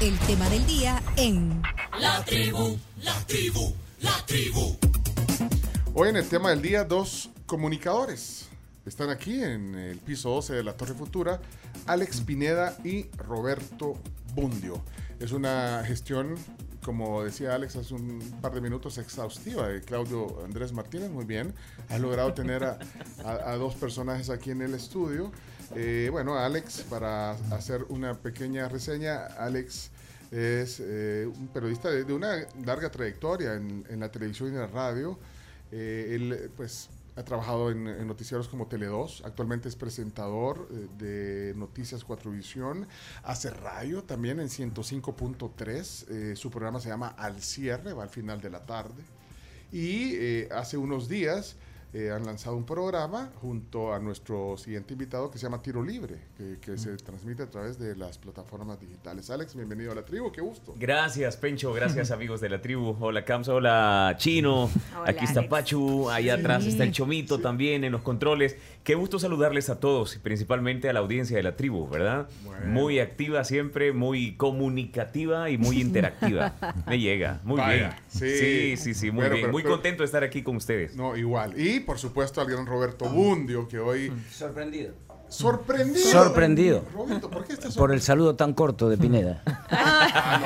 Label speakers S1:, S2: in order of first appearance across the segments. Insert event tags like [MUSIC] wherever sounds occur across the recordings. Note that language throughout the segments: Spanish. S1: el tema del día en
S2: La tribu, la tribu, la tribu.
S3: Hoy en el tema del día, dos comunicadores. Están aquí en el piso 12 de la Torre Futura, Alex Pineda y Roberto Bundio. Es una gestión, como decía Alex hace un par de minutos, exhaustiva de Claudio Andrés Martínez. Muy bien, has logrado tener a, a- a dos personajes aquí en el estudio. Eh, bueno, Alex, para hacer una pequeña reseña, Alex es eh, un periodista de, de una larga trayectoria en, en la televisión y en la radio. Eh, él, eh, pues, ha trabajado en, en noticieros como Tele2, actualmente es presentador eh, de Noticias Cuatrovisión, hace radio también en 105.3, eh, su programa se llama Al Cierre, va al final de la tarde, y eh, hace unos días eh, han lanzado un programa junto a nuestro siguiente invitado que se llama Tiro Libre, que, que se transmite a través de las plataformas digitales. Alex, bienvenido a la tribu, qué gusto.
S4: Gracias,
S5: [LAUGHS]
S4: Pencho. Gracias, amigos de la tribu. Hola, Camsa. Hola, Chino.
S5: Hola,
S4: Aquí está
S5: Alex.
S4: Pachu. Ahí atrás está el Chomito también en los controles. Qué gusto saludarles a todos y principalmente a la audiencia de la tribu, ¿verdad? Muy activa siempre, muy comunicativa
S5: [LAUGHS]
S4: y muy interactiva. Me llega. Muy
S3: Vaya,
S4: bien.
S3: sí.
S4: Sí, sí, sí, muy
S3: Bueno,
S4: bien.
S3: pero-
S4: muy
S3: pero-
S4: contento de estar aquí con ustedes.
S3: No, igual. Y por supuesto al gran Roberto Bundio, que hoy...
S6: Sorprendido.
S3: Sorprendido.
S6: Sorprendido.
S3: Roberto, ¿por qué estás
S6: Por el saludo tan corto de Pineda.
S3: [LAUGHS] Ah,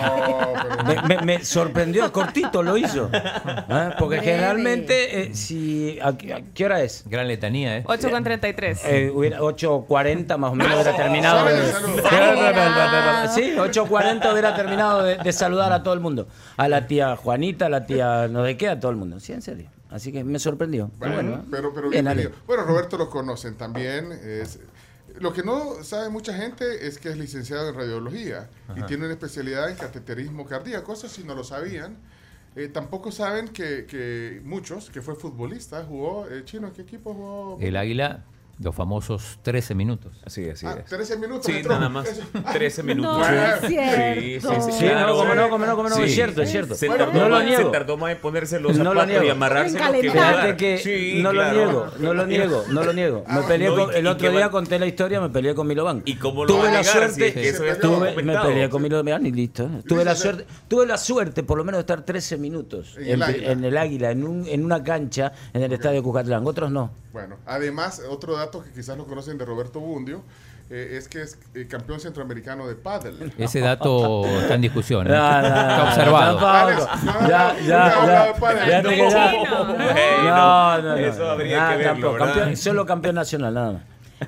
S3: no, pero-
S6: Me, me- me sorprendió, cortito lo hizo. ¿Ah? Porque
S1: Breve.
S6: generalmente, eh, si. ¿a qué, a qué hora es?
S7: Gran letanía, ¿eh?
S5: 8 con 33.
S6: Eh, hubiera 8.40 más o menos
S3: Ah,
S6: hubiera terminado.
S3: solo
S6: de-
S3: el saludo.
S5: Exagerado.
S6: Sí, 8.40 hubiera terminado de, de saludar a todo el mundo. A la tía Juanita, a la tía no de qué, a todo el mundo. Sí, en serio. Así que me sorprendió. Pero
S3: Bueno,
S6: bueno, ¿eh?
S3: pero, pero
S6: bien,
S3: bienvenido.
S6: Ale.
S3: Bueno, Roberto lo conocen también. es- lo que no sabe mucha gente es que es licenciado en radiología y tiene una especialidad en cateterismo cardíaco. Eso si no lo sabían. Eh, tampoco saben que, que muchos, que fue futbolista, jugó eh, chino. ¿Qué equipo jugó?
S7: [LAUGHS] El águila, los famosos 13 minutos.
S4: Así, así
S3: Ah,
S4: es.
S3: 13 minutos.
S4: Sí,
S3: entró.
S4: nada más.
S3: Eso.
S4: 13 minutos.
S3: No es
S4: Sí,
S1: cierto.
S6: Sí, no, cómo no, cómo no, cómo no, es cierto, es cierto.
S4: Se
S6: Bueno,
S4: tardó,
S6: no lo
S4: más, se
S6: niego.
S4: tardó más en ponerse los
S6: No lo
S4: zapatos y
S6: niego.
S4: amarrarse
S1: En
S4: los que
S1: calentar.
S4: jugar.
S6: Fíjate que
S4: Sí,
S6: no
S4: claro. Ah,
S6: lo niego, no lo niego, no lo niego. Me peleé
S4: no,
S6: con-
S4: y-
S6: el
S4: y
S6: otro
S4: qué
S6: día
S4: va-
S6: conté la historia, me peleé con Milovan.
S4: ¿Y cómo lo va
S6: Tuve
S4: a
S6: la
S4: negar
S6: suerte,
S4: si eso ya estaba
S6: tuve- me
S4: documentado?
S6: peleé con Milovan y listo. ¿eh? Tuve la suerte, tuve la suerte por lo menos de estar 13 minutos
S3: En
S6: en,
S3: el Águila.
S6: en el Águila, en, un- en una cancha en el estadio Cucatlán, otros no.
S3: Bueno, además, otro dato que quizás no conocen de Roberto Bundio eh, es que es eh, campeón centroamericano de pádel.
S7: Ese dato está en discusión. ¿eh?
S6: No, no, no,
S7: está
S6: no,
S7: observado.
S6: tampoco.
S3: Alex, no, no,
S6: Ya,
S3: no,
S6: ya,
S3: no,
S6: ya.
S3: no, para.
S6: Fíjate que
S4: No,
S6: ya-
S4: no,
S6: No,
S4: bueno,
S6: no, no,
S4: eso
S6: no,
S4: habría
S6: nada,
S4: que verlo,
S6: tampoco.
S4: ¿verdad?
S6: Campeón- solo campeón nacional, nada más.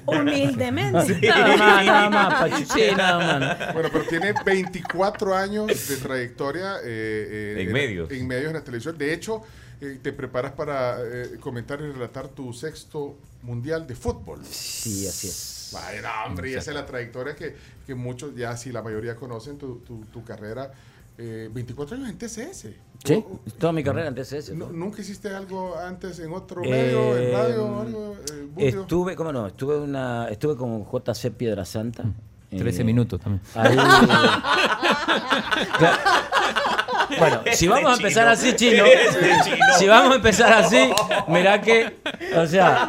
S1: Humildemente.
S6: Nada más, nada más,
S4: [LAUGHS]
S6: Pachu. Sí, nada más.
S3: Bueno, pero tiene 24 años de trayectoria eh, eh,
S4: En medios.
S3: En medios, en la televisión. De hecho, eh, te preparas para eh, comentar y relatar tu sexto mundial de fútbol.
S6: Sí, así es.
S3: Vaya, no, hombre, y esa es la trayectoria que, que muchos, ya si la mayoría conocen tu, tu- tu carrera. eh, 24 años en TCS.
S6: Sí, toda mi carrera en TCS.
S3: No- ¿Nunca hiciste algo antes en otro
S6: Eh,
S3: medio, en radio o algo? eh, Bundio?
S6: Estuve, ¿cómo no? Estuve, una, estuve con JC Piedra Santa.
S7: 13
S6: eh,
S7: Mm. minutos también.
S4: [LAUGHS]
S6: ahí- Claro. Bueno, si vamos a
S4: Este
S6: empezar
S4: chino.
S6: así, chino,
S4: Este chino.
S6: si vamos a empezar así, mirá que, o sea,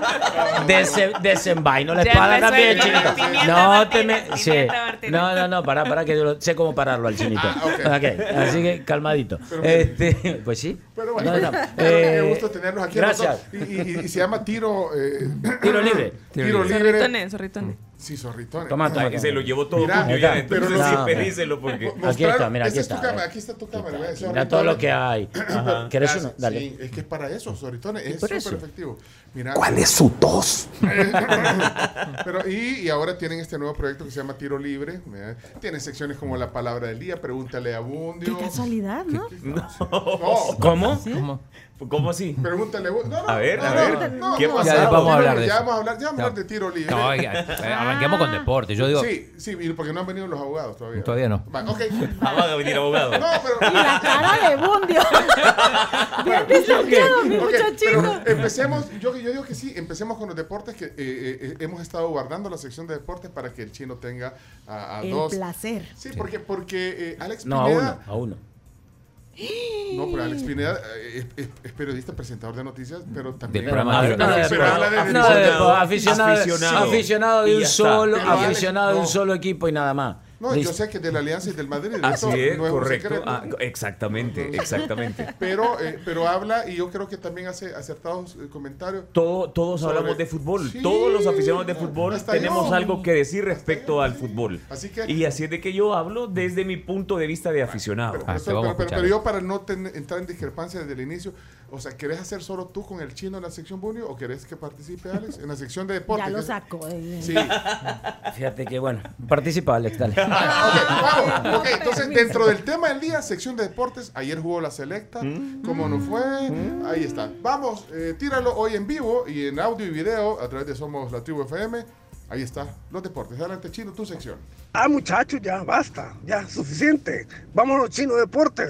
S6: dese- desenvaino la
S5: Ya
S6: espada
S5: empezó
S6: también,
S5: el
S6: chino.
S5: Pimienta
S6: No te
S5: Martínez,
S6: me-
S5: Pimienta
S6: sí.
S5: Martínez.
S6: No, no, no, pará, pará, que yo lo- sé cómo pararlo al chinito.
S3: Ah, ok.
S6: Ok, Así que calmadito.
S3: Pero-
S6: Este, pues sí.
S3: Pero bueno, [LAUGHS]
S6: No, no,
S3: pero
S6: eh,
S3: qué gusto tenerlos aquí. a los
S6: Gracias.
S3: dos. Y, y- y se llama tiro. eh, [COUGHS]
S6: Tiro libre.
S3: Tiro, libre.
S5: Zorritones, zorritones.
S3: Sí, zorritones.
S6: Toma, toma,
S4: Y se lo llevó todo
S3: Mirá,
S4: Cuyo [LAUGHS] ya,
S6: acá,
S4: [LAUGHS] entonces
S3: pero no-
S4: sí,
S6: No.
S4: pedíselo porque...
S3: Mo-
S6: Aquí está,
S3: mostrar-
S6: mira, aquí
S3: esta es tu
S6: está,
S3: cámara,
S6: eh.
S3: aquí está tu cámara. vea, ese
S6: Mira todo
S3: ornitorrinco.
S6: lo que hay. ¿Querés uno?
S3: Gracias,
S6: Dale.
S3: Ah, Sí, es que es para eso, oritones, es
S6: por
S3: súper
S6: eso.
S3: efectivo. Mira, ¿Cuál es su tos? [LAUGHS] Pero, y, y ahora tienen este nuevo proyecto que se llama Tiro Libre. mira, Tiene secciones como la palabra del día, pregúntale a Bundio.
S1: Qué casualidad, ¿no?
S3: No,
S6: ¿Cómo?
S7: ¿Cómo?
S4: ¿Cómo así?
S3: pregúntale a Bundio. No, no,
S4: A ver,
S3: no,
S4: a
S3: no,
S4: ver,
S3: no,
S4: ¿qué
S3: no,
S4: pasó?
S3: no,
S7: Ya vamos a
S3: no,
S7: hablar de
S3: Ya
S7: eso.
S3: vamos a hablar, ya vamos a hablar de Tiro Libre.
S7: No, oiga, eh, arranquemos con deporte. Yo digo,
S3: Sí, sí, y porque no han venido los abogados todavía.
S7: Todavía no.
S3: Va, ok.
S4: Ah, van a venir abogados.
S3: No, pero.
S1: Y la
S3: [LAUGHS]
S1: cara de Bundio. Bien desbloqueado, mi
S3: Ok,
S1: muchachito.
S3: pero empecemos, yo, yo digo que sí, empecemos con los deportes que eh, eh, eh, hemos estado guardando la sección de deportes para que el chino tenga a, a
S1: El
S3: dos.
S1: placer.
S3: Sí, porque, porque eh, Alex
S6: No, a uno,
S3: Pineda.
S6: a uno.
S3: No, pero Alex Pineda eh, es, es- es periodista, presentador de noticias, pero también.
S7: Del programa
S3: Ah,
S7: de-
S3: pero-
S7: no,
S3: pero habla de-
S6: No,
S4: aficionado,
S6: de- aficionado,
S4: aficionado.
S6: aficionado de
S4: Y
S6: un
S4: ya está.
S6: solo,
S3: Pero Alex,
S6: aficionado de
S3: no.
S6: un solo equipo y nada más.
S3: No, yo
S6: Listo.
S3: sé que de la Alianza y del Madrid.
S4: Así
S3: eso
S4: es,
S3: no un
S4: correcto.
S3: secreto.
S4: Ah, exactamente, exactamente.
S3: [LAUGHS] Pero, eh, pero habla y yo creo que también hace acertados eh, comentarios.
S4: Todo- todos
S3: Sobre-
S4: hablamos de fútbol.
S3: Sí.
S4: todos los aficionados de fútbol
S3: Hasta
S4: tenemos
S3: yo.
S4: algo que decir respecto al fútbol.
S3: Así que-
S4: y así es de que yo hablo desde mi punto de vista de aficionado.
S3: Pero,
S7: Ah,
S3: pero-
S7: te vamos
S3: pero-
S7: a
S3: pero-
S7: escuchar.
S3: pero yo para no ten- entrar en discrepancia desde el inicio, o sea, ¿querés hacer solo tú con el chino en la sección Bunio o querés que participe Alex en la sección de deporte?
S1: Ya lo
S3: Que-
S1: sacó. eh. [LAUGHS]
S3: Sí.
S6: Fíjate que bueno. Participa, Alex, dale.
S3: Ah, ok, vamos. [LAUGHS] Ok,
S1: No,
S6: [LAUGHS]
S3: entonces
S1: permiso.
S3: dentro del tema del día, sección de deportes, ayer jugó la selecta,
S8: Mm.
S3: cómo nos fue, ahí está. Vamos, eh, tíralo hoy en vivo y en audio y video a través de Somos la Tribu FM, ahí está, los deportes. Adelante, chino, tu sección.
S8: Ah, muchachos, ya basta, ya suficiente. Vámonos, chino deporte.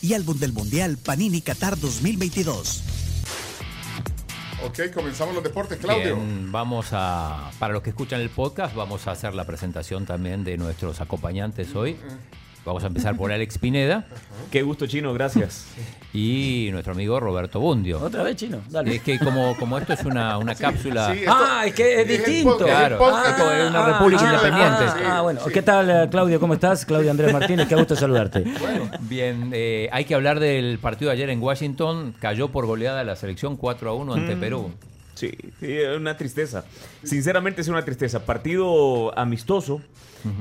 S2: y Álbum del Mundial Panini Qatar 2022.
S3: Ok, comenzamos los deportes, Claudio.
S7: Bien, vamos a, para los que escuchan el podcast, vamos a hacer la presentación también de nuestros acompañantes hoy. Vamos a empezar por Alex Pineda
S4: Qué gusto, chino, gracias.
S7: y nuestro amigo Roberto Bundio.
S6: Otra vez, chino.
S7: Y
S6: Dale.
S7: es que como, como esto es una, una cápsula...
S3: sí,
S6: Ah, es que es
S3: Es el
S6: distinto.
S3: podcast,
S7: Claro,
S3: podcast.
S7: esto es una república
S3: ah,
S7: independiente.
S3: sí,
S6: Ah, bueno.
S3: sí.
S6: ¿Qué tal, eh, Claudio? ¿Cómo estás? Claudio Andrés Martínez, qué gusto saludarte.
S7: Bien, eh, hay que hablar del partido de ayer en Washington. Cayó por goleada la selección 4 a 1 ante Perú.
S4: Mm. Sí, sí, es una tristeza. Sinceramente es una tristeza. Partido amistoso,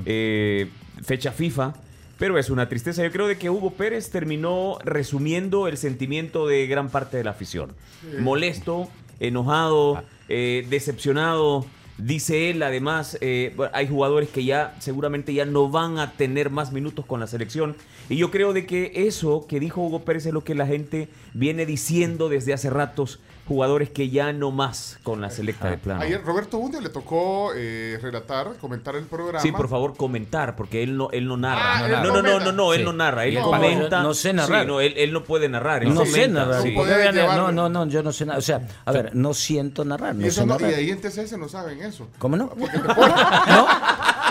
S4: eh, fecha FIFA, pero es una tristeza. Yo creo de que Hugo Pérez terminó resumiendo el sentimiento de gran parte de la afición. Molesto,
S6: Ah.
S4: enojado, eh, decepcionado. Dice él, además, eh, bueno, hay jugadores que ya seguramente ya no van a tener más minutos con la selección. Y yo creo de que eso que dijo Hugo Pérez es lo que la gente viene diciendo desde hace ratos. Jugadores que ya no más con la
S6: Ah.
S4: selecta de plano.
S3: Ayer Roberto Bundio le tocó eh, relatar, comentar el programa.
S4: Sí, por favor, comentar, porque él no, él no
S3: Ah,
S4: narra.
S3: él
S4: no, no, no,
S3: comenta.
S4: no, no, él
S7: Sí.
S4: no narra. Él
S7: No,
S4: comenta.
S6: no sé narrar.
S4: Sí, no, él, él no puede narrar. él
S6: No sé
S4: comenta,
S6: narrar.
S4: sí.
S3: No puede llevar-
S6: No, no, no, yo no sé nada. O sea, a ver, no siento narrar.
S3: Y,
S6: No
S3: eso
S6: sé
S3: no, y
S6: narrar.
S3: ahí en TCS no saben eso.
S6: ¿Cómo no? ¿No?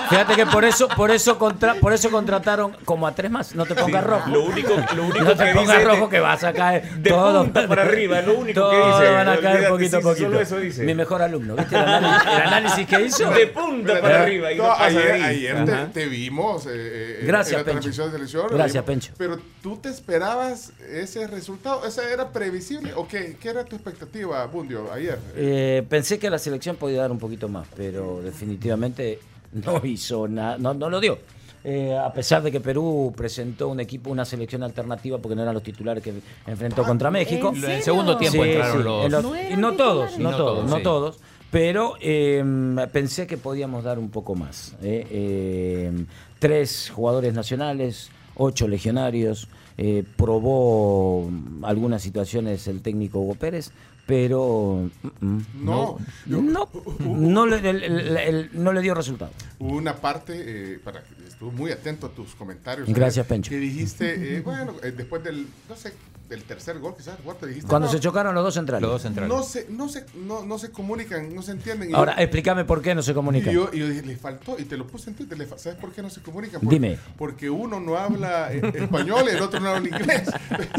S6: Fíjate que por eso, por eso contra, por eso contrataron como a tres más. No te pongas rojo.
S4: Lo único, lo único
S6: no
S4: que
S6: te
S4: dice
S6: pongas
S4: es
S6: rojo
S4: de-
S6: que vas a caer.
S4: de
S6: Todos-
S4: punta para arriba, es lo único que
S6: todos
S4: dice.
S6: van a caer
S4: Olvídate,
S6: poquito a
S4: sí, sí,
S6: poquito.
S4: solo eso dice.
S6: Mi mejor alumno, ¿viste el análisis, el análisis que hizo?
S4: De punta para arriba. Y
S3: Eh,
S4: no,
S3: No,
S4: pasa de
S3: ayer
S4: ahí.
S3: ayer
S4: Ajá.
S3: te, te vimos eh, eh, en-
S6: Gracias,
S3: en la
S6: Pencho.
S3: transmisión de televisión.
S6: Gracias,
S3: vimos.
S6: Pencho.
S3: Pero tú te esperabas ese resultado. ¿Esa era previsible? ¿O qué, qué era tu expectativa, Bundio, ayer?
S6: Eh, pensé que la selección podía dar un poquito más, pero definitivamente no [LAUGHS] hizo nada, no, no lo dio. Eh, a pesar de que Perú presentó un equipo, una selección alternativa, porque no eran los titulares que enfrentó contra México.
S1: Ah, ¿En
S7: En el
S1: serio?
S7: segundo tiempo
S6: Sí,
S7: entraron
S6: sí,
S7: los...
S6: en los-
S1: No
S6: y
S1: eran
S6: no todos,
S1: titulares.
S6: no,
S7: No
S6: todos,
S7: todos,
S6: no
S7: sí.
S6: todos. Pero eh, pensé que podíamos dar un poco más. eh, eh, tres jugadores nacionales, ocho legionarios. eh, probó mm, algunas situaciones el técnico Hugo Pérez, pero mm, mm,
S3: No, yo-
S6: no, no le, el- el- el- no le dio resultado.
S3: Hubo una parte, eh, para que estuve muy atento a tus comentarios.
S6: Gracias,
S3: ayer,
S6: Pencho.
S3: Que dijiste, eh, bueno, eh, después del, no sé, del tercer gol, quizás, cuarto, dijiste.
S6: Cuando
S3: no,
S6: se chocaron los dos centrales.
S7: Los dos centrales.
S3: No se, no, se, no, no se comunican, no se entienden. Y
S6: Ahora,
S3: yo-
S6: explícame por qué no se comunican.
S3: Y yo, y yo dije, le faltó, y te lo puse en Twitter, le fa- ¿sabes por qué no se comunican? Por-
S6: Dime.
S3: Porque uno no habla eh, español, el otro no habla inglés.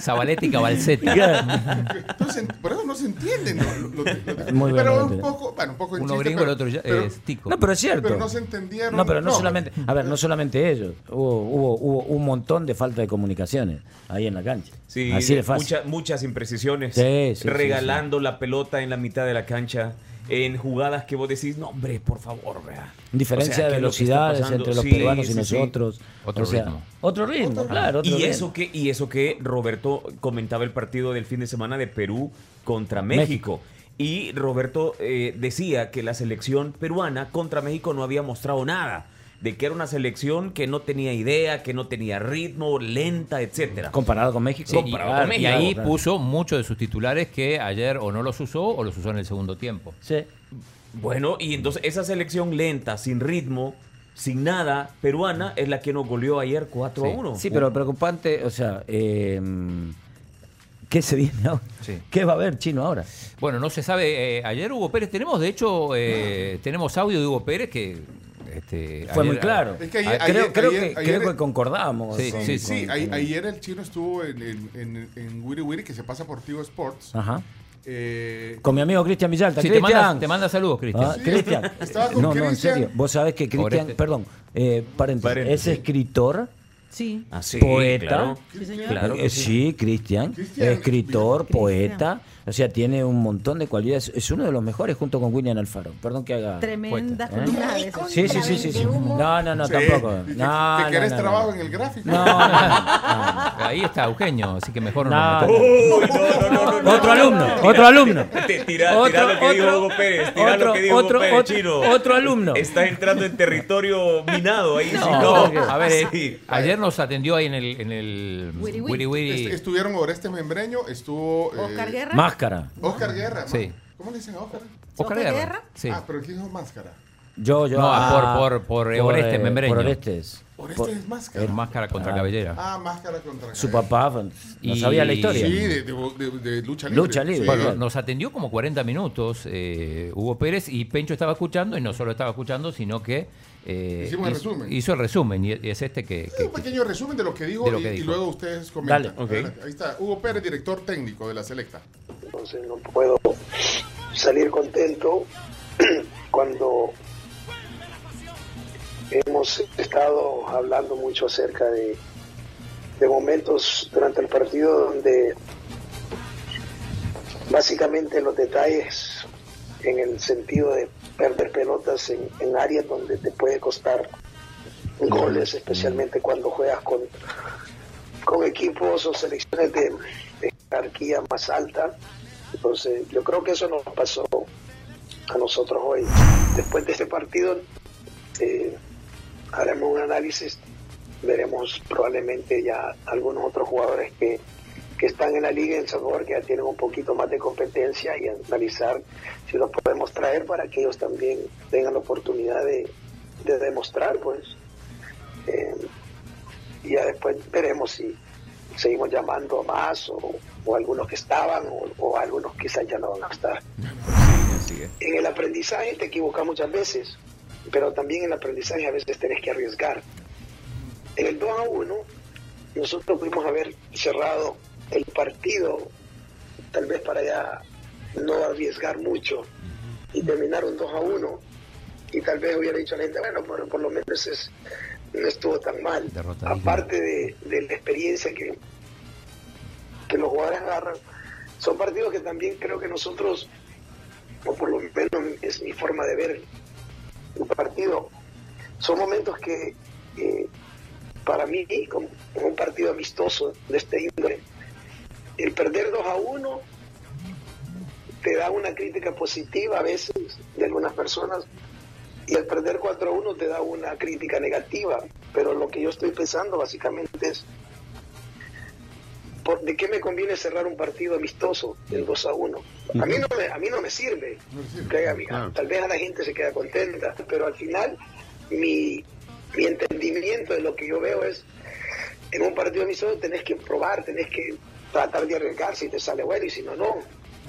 S7: Zabaleta y
S6: [LAUGHS]
S7: Cabalceta.
S3: Entonces, por eso [LAUGHS] no se entienden. ¿no? Lo- lo- lo-
S6: Muy
S3: pero
S6: bueno,
S3: un
S6: Twitter.
S3: poco, bueno, un poco en
S7: Uno
S3: chiste,
S7: gringo, el
S3: pero-
S7: otro ya,
S3: pero-
S7: es tico.
S6: No, pero es cierto.
S3: pero no se entendieron.
S6: No, pero no,
S3: No.
S6: solamente, a ver, no solamente ellos. Hubo, hubo, hubo un montón de falta de comunicaciones ahí en la cancha.
S4: Sí,
S6: Así de fácil.
S4: mucha- muchas imprecisiones.
S6: Sí, sí,
S4: regalando la pelota en la mitad de la cancha. En jugadas que vos decís, no, hombre, por favor, vea.
S6: Diferencia
S4: O sea,
S6: de
S4: ¿qué es lo que está
S6: velocidades
S4: pasando?
S6: entre los
S4: Sí,
S6: peruanos y
S4: sí, sí.
S6: nosotros.
S7: Otro ritmo.
S6: Otro ritmo, claro. otro
S4: Y
S6: ritmo.
S4: eso, que, y eso que Roberto comentaba el partido del fin de semana de Perú contra
S6: México.
S4: México. Y Roberto eh, decía que la selección peruana contra México no había mostrado nada. De que era una selección que no tenía idea, que no tenía ritmo, lenta, etcétera.
S6: Comparado con México.
S7: Sí, y,
S6: Claro,
S7: y
S6: claro,
S7: ahí
S6: claro.
S7: puso muchos de sus titulares que ayer o no los usó o los usó en el segundo tiempo.
S6: Sí.
S4: Bueno, y entonces esa selección lenta, sin ritmo, sin nada peruana es la que nos goleó ayer 4 a 1.
S6: Sí, pero preocupante, o sea, eh, ¿qué se viene ahora? ¿Qué va a haber chino ahora?
S7: Bueno, no se sabe. eh, ayer Hugo Pérez, tenemos de hecho, eh, tenemos audio de Hugo Pérez que. este,
S6: Fue muy
S7: ayer-
S6: claro.
S3: Es que
S6: Ah,
S3: ayer-
S6: creo,
S3: ayer-
S6: creo
S3: ayer-
S6: que,
S3: ayer-
S6: creo que concordamos.
S3: Sí,
S6: con-
S3: sí,
S6: con-
S3: sí.
S6: con-
S3: Ay- Ayer el chino estuvo en, en, en, en Wiri Wiri, que se pasa por Tigo Sports.
S6: Ajá.
S3: Eh,
S6: Con mi amigo Cristian Villalta.
S7: Sí, te
S6: Cristian.
S7: manda- te manda saludos, Cristian. este.
S6: Ah,
S7: Sí,
S6: Cristian.
S3: estaba con
S6: No, no, en
S3: Cristian.
S6: serio. Vos sabés que Cristian,
S7: Pobre-
S6: perdón, eh, paréntesis,
S4: Paréntesis.
S6: es escritor,
S1: Sí.
S4: Así,
S6: poeta.
S1: Sí, señor.
S4: Claro
S6: Eh,
S4: que
S6: sí, Cristian,
S3: Cristian.
S6: escritor,
S1: Cristian.
S6: poeta, o sea, tiene un montón de cualidades. Es uno de los mejores junto con William Alfaro. Perdón que haga.
S1: Tremenda
S6: ¿Eh?
S1: columna de esas.
S6: Sí, sí, sí, sí, sí. No, no, no,
S3: sí,
S6: tampoco.
S3: y que-
S6: No,
S3: que
S6: no,
S3: querés
S6: no, no.
S3: trabajo en el gráfico.
S6: No, no, no, no.
S7: Ahí está Eugenio, así que mejor
S6: No,
S7: no.
S6: no. Otro alumno, otro alumno.
S4: Tira, tira lo que dijo Hugo Pérez, tira
S6: otro,
S4: lo que dijo
S6: otro,
S4: Hugo Pérez,
S6: otro,
S4: chino.
S6: otro alumno.
S4: Estás entrando en territorio minado ahí, si
S7: No,
S4: no.
S7: porque- a ver, eh,
S4: Sí.
S7: ayer nos atendió ahí en el, en el
S1: Wiri Wiri.
S7: Wiri
S3: Est-
S7: Wiri.
S3: Este, estuvieron Oreste Membreño, estuvo eh,
S1: Oscar Guerra.
S6: Máscara.
S3: Oscar Guerra. ¿no?
S7: Sí.
S3: ¿Cómo le dicen a Oscar?
S7: Oscar
S1: ¿Oscar
S7: Guerra.
S1: Guerra?
S7: Sí.
S3: Ah, pero ¿quién dijo máscara?
S6: Yo, yo.
S7: No,
S6: ah,
S7: por- por- por, eh, Orestes
S6: eh,
S7: Membreño.
S6: Por Orestes.
S3: Oreste
S6: Por-
S3: es máscara.
S7: Máscara contra cabellera.
S3: ah, máscara contra
S6: Su
S3: Gael.
S6: papá no
S7: Y-
S6: sabía la historia.
S3: Sí, de, de- de- de lucha libre.
S6: Lucha libre.
S3: Sí.
S6: Bueno,
S7: Nos atendió como 40 minutos eh, Hugo Pérez y Pencho estaba escuchando y no solo estaba escuchando, sino que eh,
S3: Hicimos el
S7: hizo,
S3: resumen.
S7: hizo el resumen y y es este que... que-
S3: Un pequeño resumen de lo que dijo,
S7: De lo
S3: y-
S7: que
S3: y,
S7: dijo.
S3: luego ustedes comentan.
S6: Dale.
S4: Ok.
S3: Adelante. Ahí está. Hugo Pérez, director técnico de la selecta.
S8: Entonces no puedo salir contento [CLEARS THROAT] cuando hemos estado hablando mucho acerca de, de momentos durante el partido donde básicamente los detalles en el sentido de perder pelotas en, en áreas donde te puede costar goles, especialmente cuando juegas con, con equipos o selecciones de, de jerarquía más alta. Entonces, yo creo que eso nos pasó a nosotros hoy. Después de este partido, eh, haremos un análisis, veremos probablemente ya algunos otros jugadores que, que están en la liga en El Salvador, que ya tienen un poquito más de competencia y analizar si los podemos traer para que ellos también tengan la oportunidad de, de demostrar, pues. Eh, y ya después veremos si seguimos llamando a más o, o algunos que estaban o, o algunos quizás ya no van a estar. En el aprendizaje te equivocas muchas veces, pero también en el aprendizaje a veces tenés que arriesgar. En el 2 a 1, nosotros pudimos haber cerrado el partido, tal vez para ya no arriesgar mucho, y terminar un 2 a 1. Y tal vez hubiera dicho a la gente, bueno, por, por lo menos es- no estuvo tan mal.
S7: Derrota digna.
S8: Aparte de, de la experiencia que, que los jugadores agarran, son partidos que también creo que nosotros, o por lo menos es mi forma de ver el partido, son momentos que eh, para mí, como como un partido amistoso de este índole, el perder 2 a 1 te da una crítica positiva a veces de algunas personas y el perder 4 a 1 te da una crítica negativa. Pero lo que yo estoy pensando básicamente es, ¿por, ¿de qué me conviene cerrar un partido amistoso del 2 a 1? A mí no me, a mí no me sirve. que a mí-
S9: Ah,
S8: Tal vez a la gente se queda contenta, pero al final mi, mi entendimiento de lo que yo veo es, en un partido amistoso tenés que probar, tenés que tratar de arriesgar si te sale bueno y si no, no.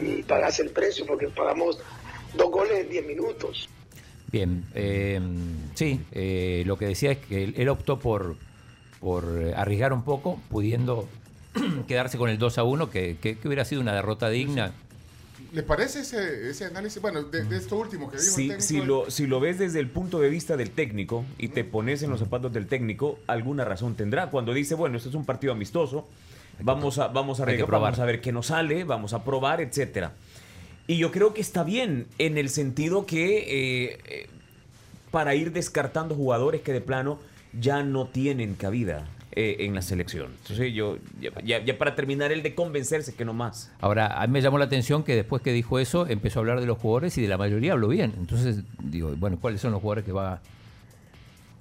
S8: Y pagás el precio porque pagamos dos goles en 10 minutos.
S7: Bien, eh, sí, eh, lo que decía es que él, él optó por, por eh, arriesgar un poco, pudiendo [CLEARS THROAT] quedarse con el 2 a 1, que, que- que hubiera sido una derrota digna.
S3: ¿Les parece ese, ese análisis? Bueno, de, de esto último que dijo el
S4: Si,
S3: técnico.
S4: si lo, si lo ves desde el punto de vista del técnico y te pones en los zapatos del técnico, alguna razón tendrá. Cuando dice, bueno, esto es un partido amistoso, vamos a, vamos a
S7: que
S4: arreglar,
S7: probar.
S4: vamos a ver qué nos sale, vamos a probar, etcétera. Y yo creo que está bien en el sentido que eh, eh, para ir descartando jugadores que de plano ya no tienen cabida eh, en la selección. Entonces yo, ya, ya- ya para terminar el de convencerse que no más.
S7: Ahora, a mí me llamó la atención que después que dijo eso, empezó a hablar de los jugadores y de la mayoría habló bien. Entonces, digo, bueno, ¿cuáles son los jugadores que va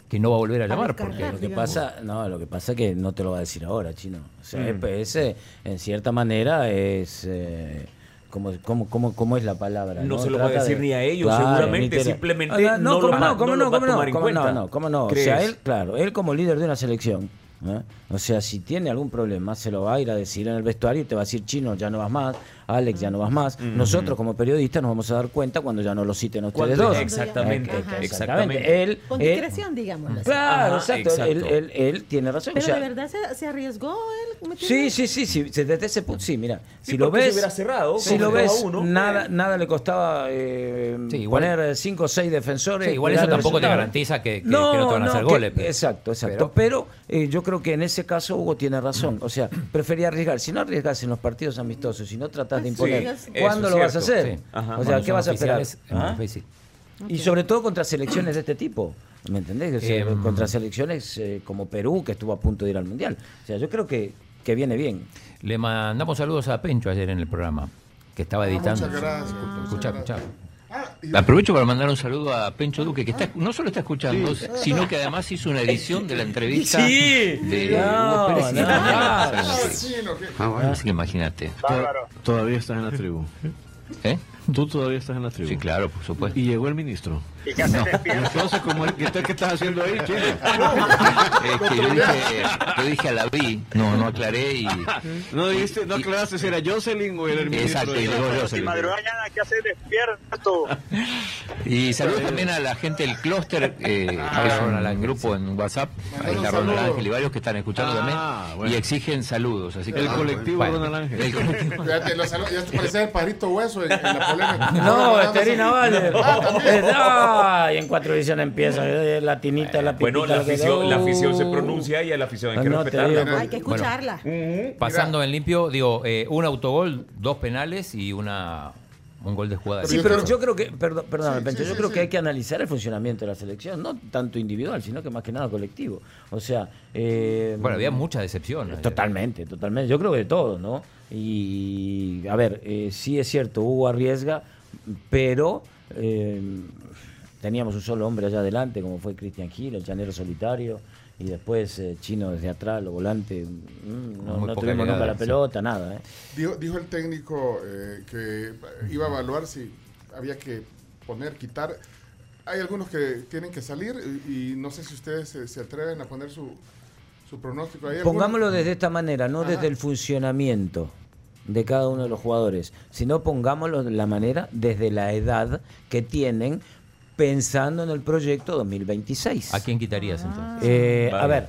S7: que no va a volver a
S1: A
S7: llamar?
S1: descartar,
S7: Porque
S6: Lo que
S1: digamos.
S6: pasa, no, lo que pasa es que no
S4: Mm.
S6: te lo va a decir ahora, chino. O sea, EPS, en cierta manera es eh, ¿Cómo, cómo, cómo, cómo es la palabra?
S4: No se lo va a
S6: Trata
S4: decir ni a ellos, seguramente,
S6: ni te-
S4: simplemente
S6: Ah,
S4: no lo
S6: ¿cómo
S4: va-
S6: no, ¿cómo
S4: no lo
S6: no,
S4: va a
S6: cómo no,
S4: tomar en
S6: cómo
S4: cuenta.
S6: no, no, cómo no. O sea,
S4: ¿Crees?
S6: él, claro, él como líder de una selección, ¿eh? o sea, si tiene algún problema, se lo va a ir a decir en el vestuario y te va a decir, chino, ya no vas más, Alex, ya no vas más. Nosotros como periodistas nos vamos a dar cuenta cuando ya no lo citen a ustedes
S4: Cuando ya-
S6: dos.
S4: exactamente,
S6: Eh,
S4: Ajá.
S6: exactamente. Él,
S1: Con
S6: él-
S1: discreción, digámoslo. así.
S6: Claro,
S4: Ajá,
S6: exacto. Él,
S4: exacto.
S6: él- él tiene razón.
S1: Pero
S6: o sea,
S1: de verdad se, se arriesgó él. metido
S6: Sí, sí, sí, sí, se- desde ese punto, sí, mira,
S4: Sí,
S6: si lo
S4: porque se
S6: ves,
S4: hubiera cerrado,
S6: si
S4: como
S6: lo
S4: le daba
S6: ves,
S4: uno,
S6: nada,
S4: eh.
S6: nada le costaba eh,
S7: Sí, igual-
S6: poner 5 o 6 defensores.
S7: Sí, igual
S6: cuidar
S7: eso
S6: el
S7: tampoco te
S6: resultado.
S7: garantiza que, que- que no te van a hacer
S6: que-
S7: goles. pero-
S6: Exacto, exacto. Pero, eh, yo creo que en ese caso Hugo tiene razón. O sea, prefería arriesgar. Si no arriesgas en los partidos amistosos, si no tratas de
S1: Sí,
S6: imponer,
S1: eso
S6: ¿cuándo
S4: es
S6: lo vas a
S4: cierto,
S6: hacer?
S7: sí.
S4: Ajá.
S6: O sea,
S7: cuando
S6: ¿qué
S7: son
S6: vas a esperar?
S7: oficiales, es
S6: ¿Ah?
S7: más difícil.
S6: Y sobre todo contra selecciones de este tipo. ¿Me entendés? O sea,
S7: Em.
S6: contra selecciones eh, como Perú, que estuvo a punto de ir al Mundial. O sea, yo creo que, que viene bien.
S7: Le mandamos saludos a Pencho ayer en el programa, que
S6: Ah,
S7: estaba editando.
S3: Ah, muchas gracias, muchas
S7: Escuchá,
S3: gracias.
S7: escuchá.
S3: Ah, y-
S10: Aprovecho para mandar un saludo a Pencho Duque, que está, no solo está escuchando, sino que además hizo una edición
S4: [LAUGHS]
S10: de la entrevista de
S6: No,
S10: Hugo Pérez.
S6: no,
S3: Ah, chino, que-
S10: Ah, bueno, así que imagínate.
S8: Bárbaro.
S11: Todavía estás en la tribu.
S10: ¿Eh?
S11: Tú todavía estás en la tribu.
S10: Sí, claro, por supuesto.
S11: Y llegó el ministro.
S8: ¿Y qué haces despierto?
S11: Entonces, ¿cómo es? ¿Qué, está- qué estás haciendo ahí, chino?
S10: [LAUGHS] Es que yo dije, yo dije a la vi, no, no aclaré y.
S11: No dijiste, no aclaraste si era Jocelyn o era el ministro.
S10: Exacto, y llegó yo, se
S8: Si
S10: lo-
S8: madrugada, ¿qué haces despierto?
S10: Y saludos también a la gente del clúster, eh, que es un grupo en WhatsApp, ahí
S3: un
S10: está Ronald
S3: saludo.
S10: Ángel y varios que están escuchando
S11: Ah,
S10: también
S11: bueno.
S10: y exigen saludos. Así que,
S11: El colectivo Ronald
S3: [LAUGHS]
S11: Ángel.
S10: El colectivo.
S3: Fíjate, lo saludo, ya te pareces el pajarito hueso en, en la polémica.
S6: No,
S3: Ahora,
S6: Esterina
S3: ahora,
S6: Valle. [LAUGHS]
S3: Ah, también.
S6: y en cuatro ediciones empieza. eh, Latinita, la
S4: Bueno,
S6: pipita,
S4: la
S6: lo que-
S4: afición, la afición se
S6: Uh.
S4: pronuncia y a la afición hay que
S6: No te
S4: respetarla.
S6: digo,
S1: Hay que escucharla.
S3: Mm,
S7: Pasando en limpio, digo, eh, un autogol, dos penales y una un gol de jugada.
S6: Sí,
S3: Yo
S6: pero
S3: creo-
S6: yo creo que, perdón, perdóname,
S3: Sí,
S6: Pencho,
S3: sí,
S6: yo
S3: sí,
S6: creo
S3: sí.
S6: que hay que analizar el funcionamiento de la selección, no tanto individual, sino que más que nada colectivo. O sea, eh,
S7: Bueno, había mucha decepción. ayer.
S6: Totalmente, totalmente. Yo creo que de todo, ¿no? Y, a ver, eh, sí es cierto, Hugo arriesga, pero eh, teníamos un solo hombre allá adelante, como fue Cristian Gil, el llanero solitario, y después eh, Chino desde atrás, lo volante. mm, no
S7: Muy
S6: no
S7: poca
S6: tuvimos
S7: llegada,
S6: nunca la
S7: sí.
S6: pelota, nada, ¿eh?
S3: Dijo, dijo el técnico eh, que iba a evaluar si había que poner, quitar. Hay algunos que tienen que salir y, y no sé si ustedes se, se atreven a poner su, su pronóstico. ahí.
S6: Pongámoslo desde esta manera, no desde el funcionamiento de cada uno de los jugadores, sino pongámoslo de la manera desde la edad que tienen pensando en el proyecto 2026.
S7: ¿A quién quitarías entonces?
S6: Eh, A
S7: Vale.
S6: ver,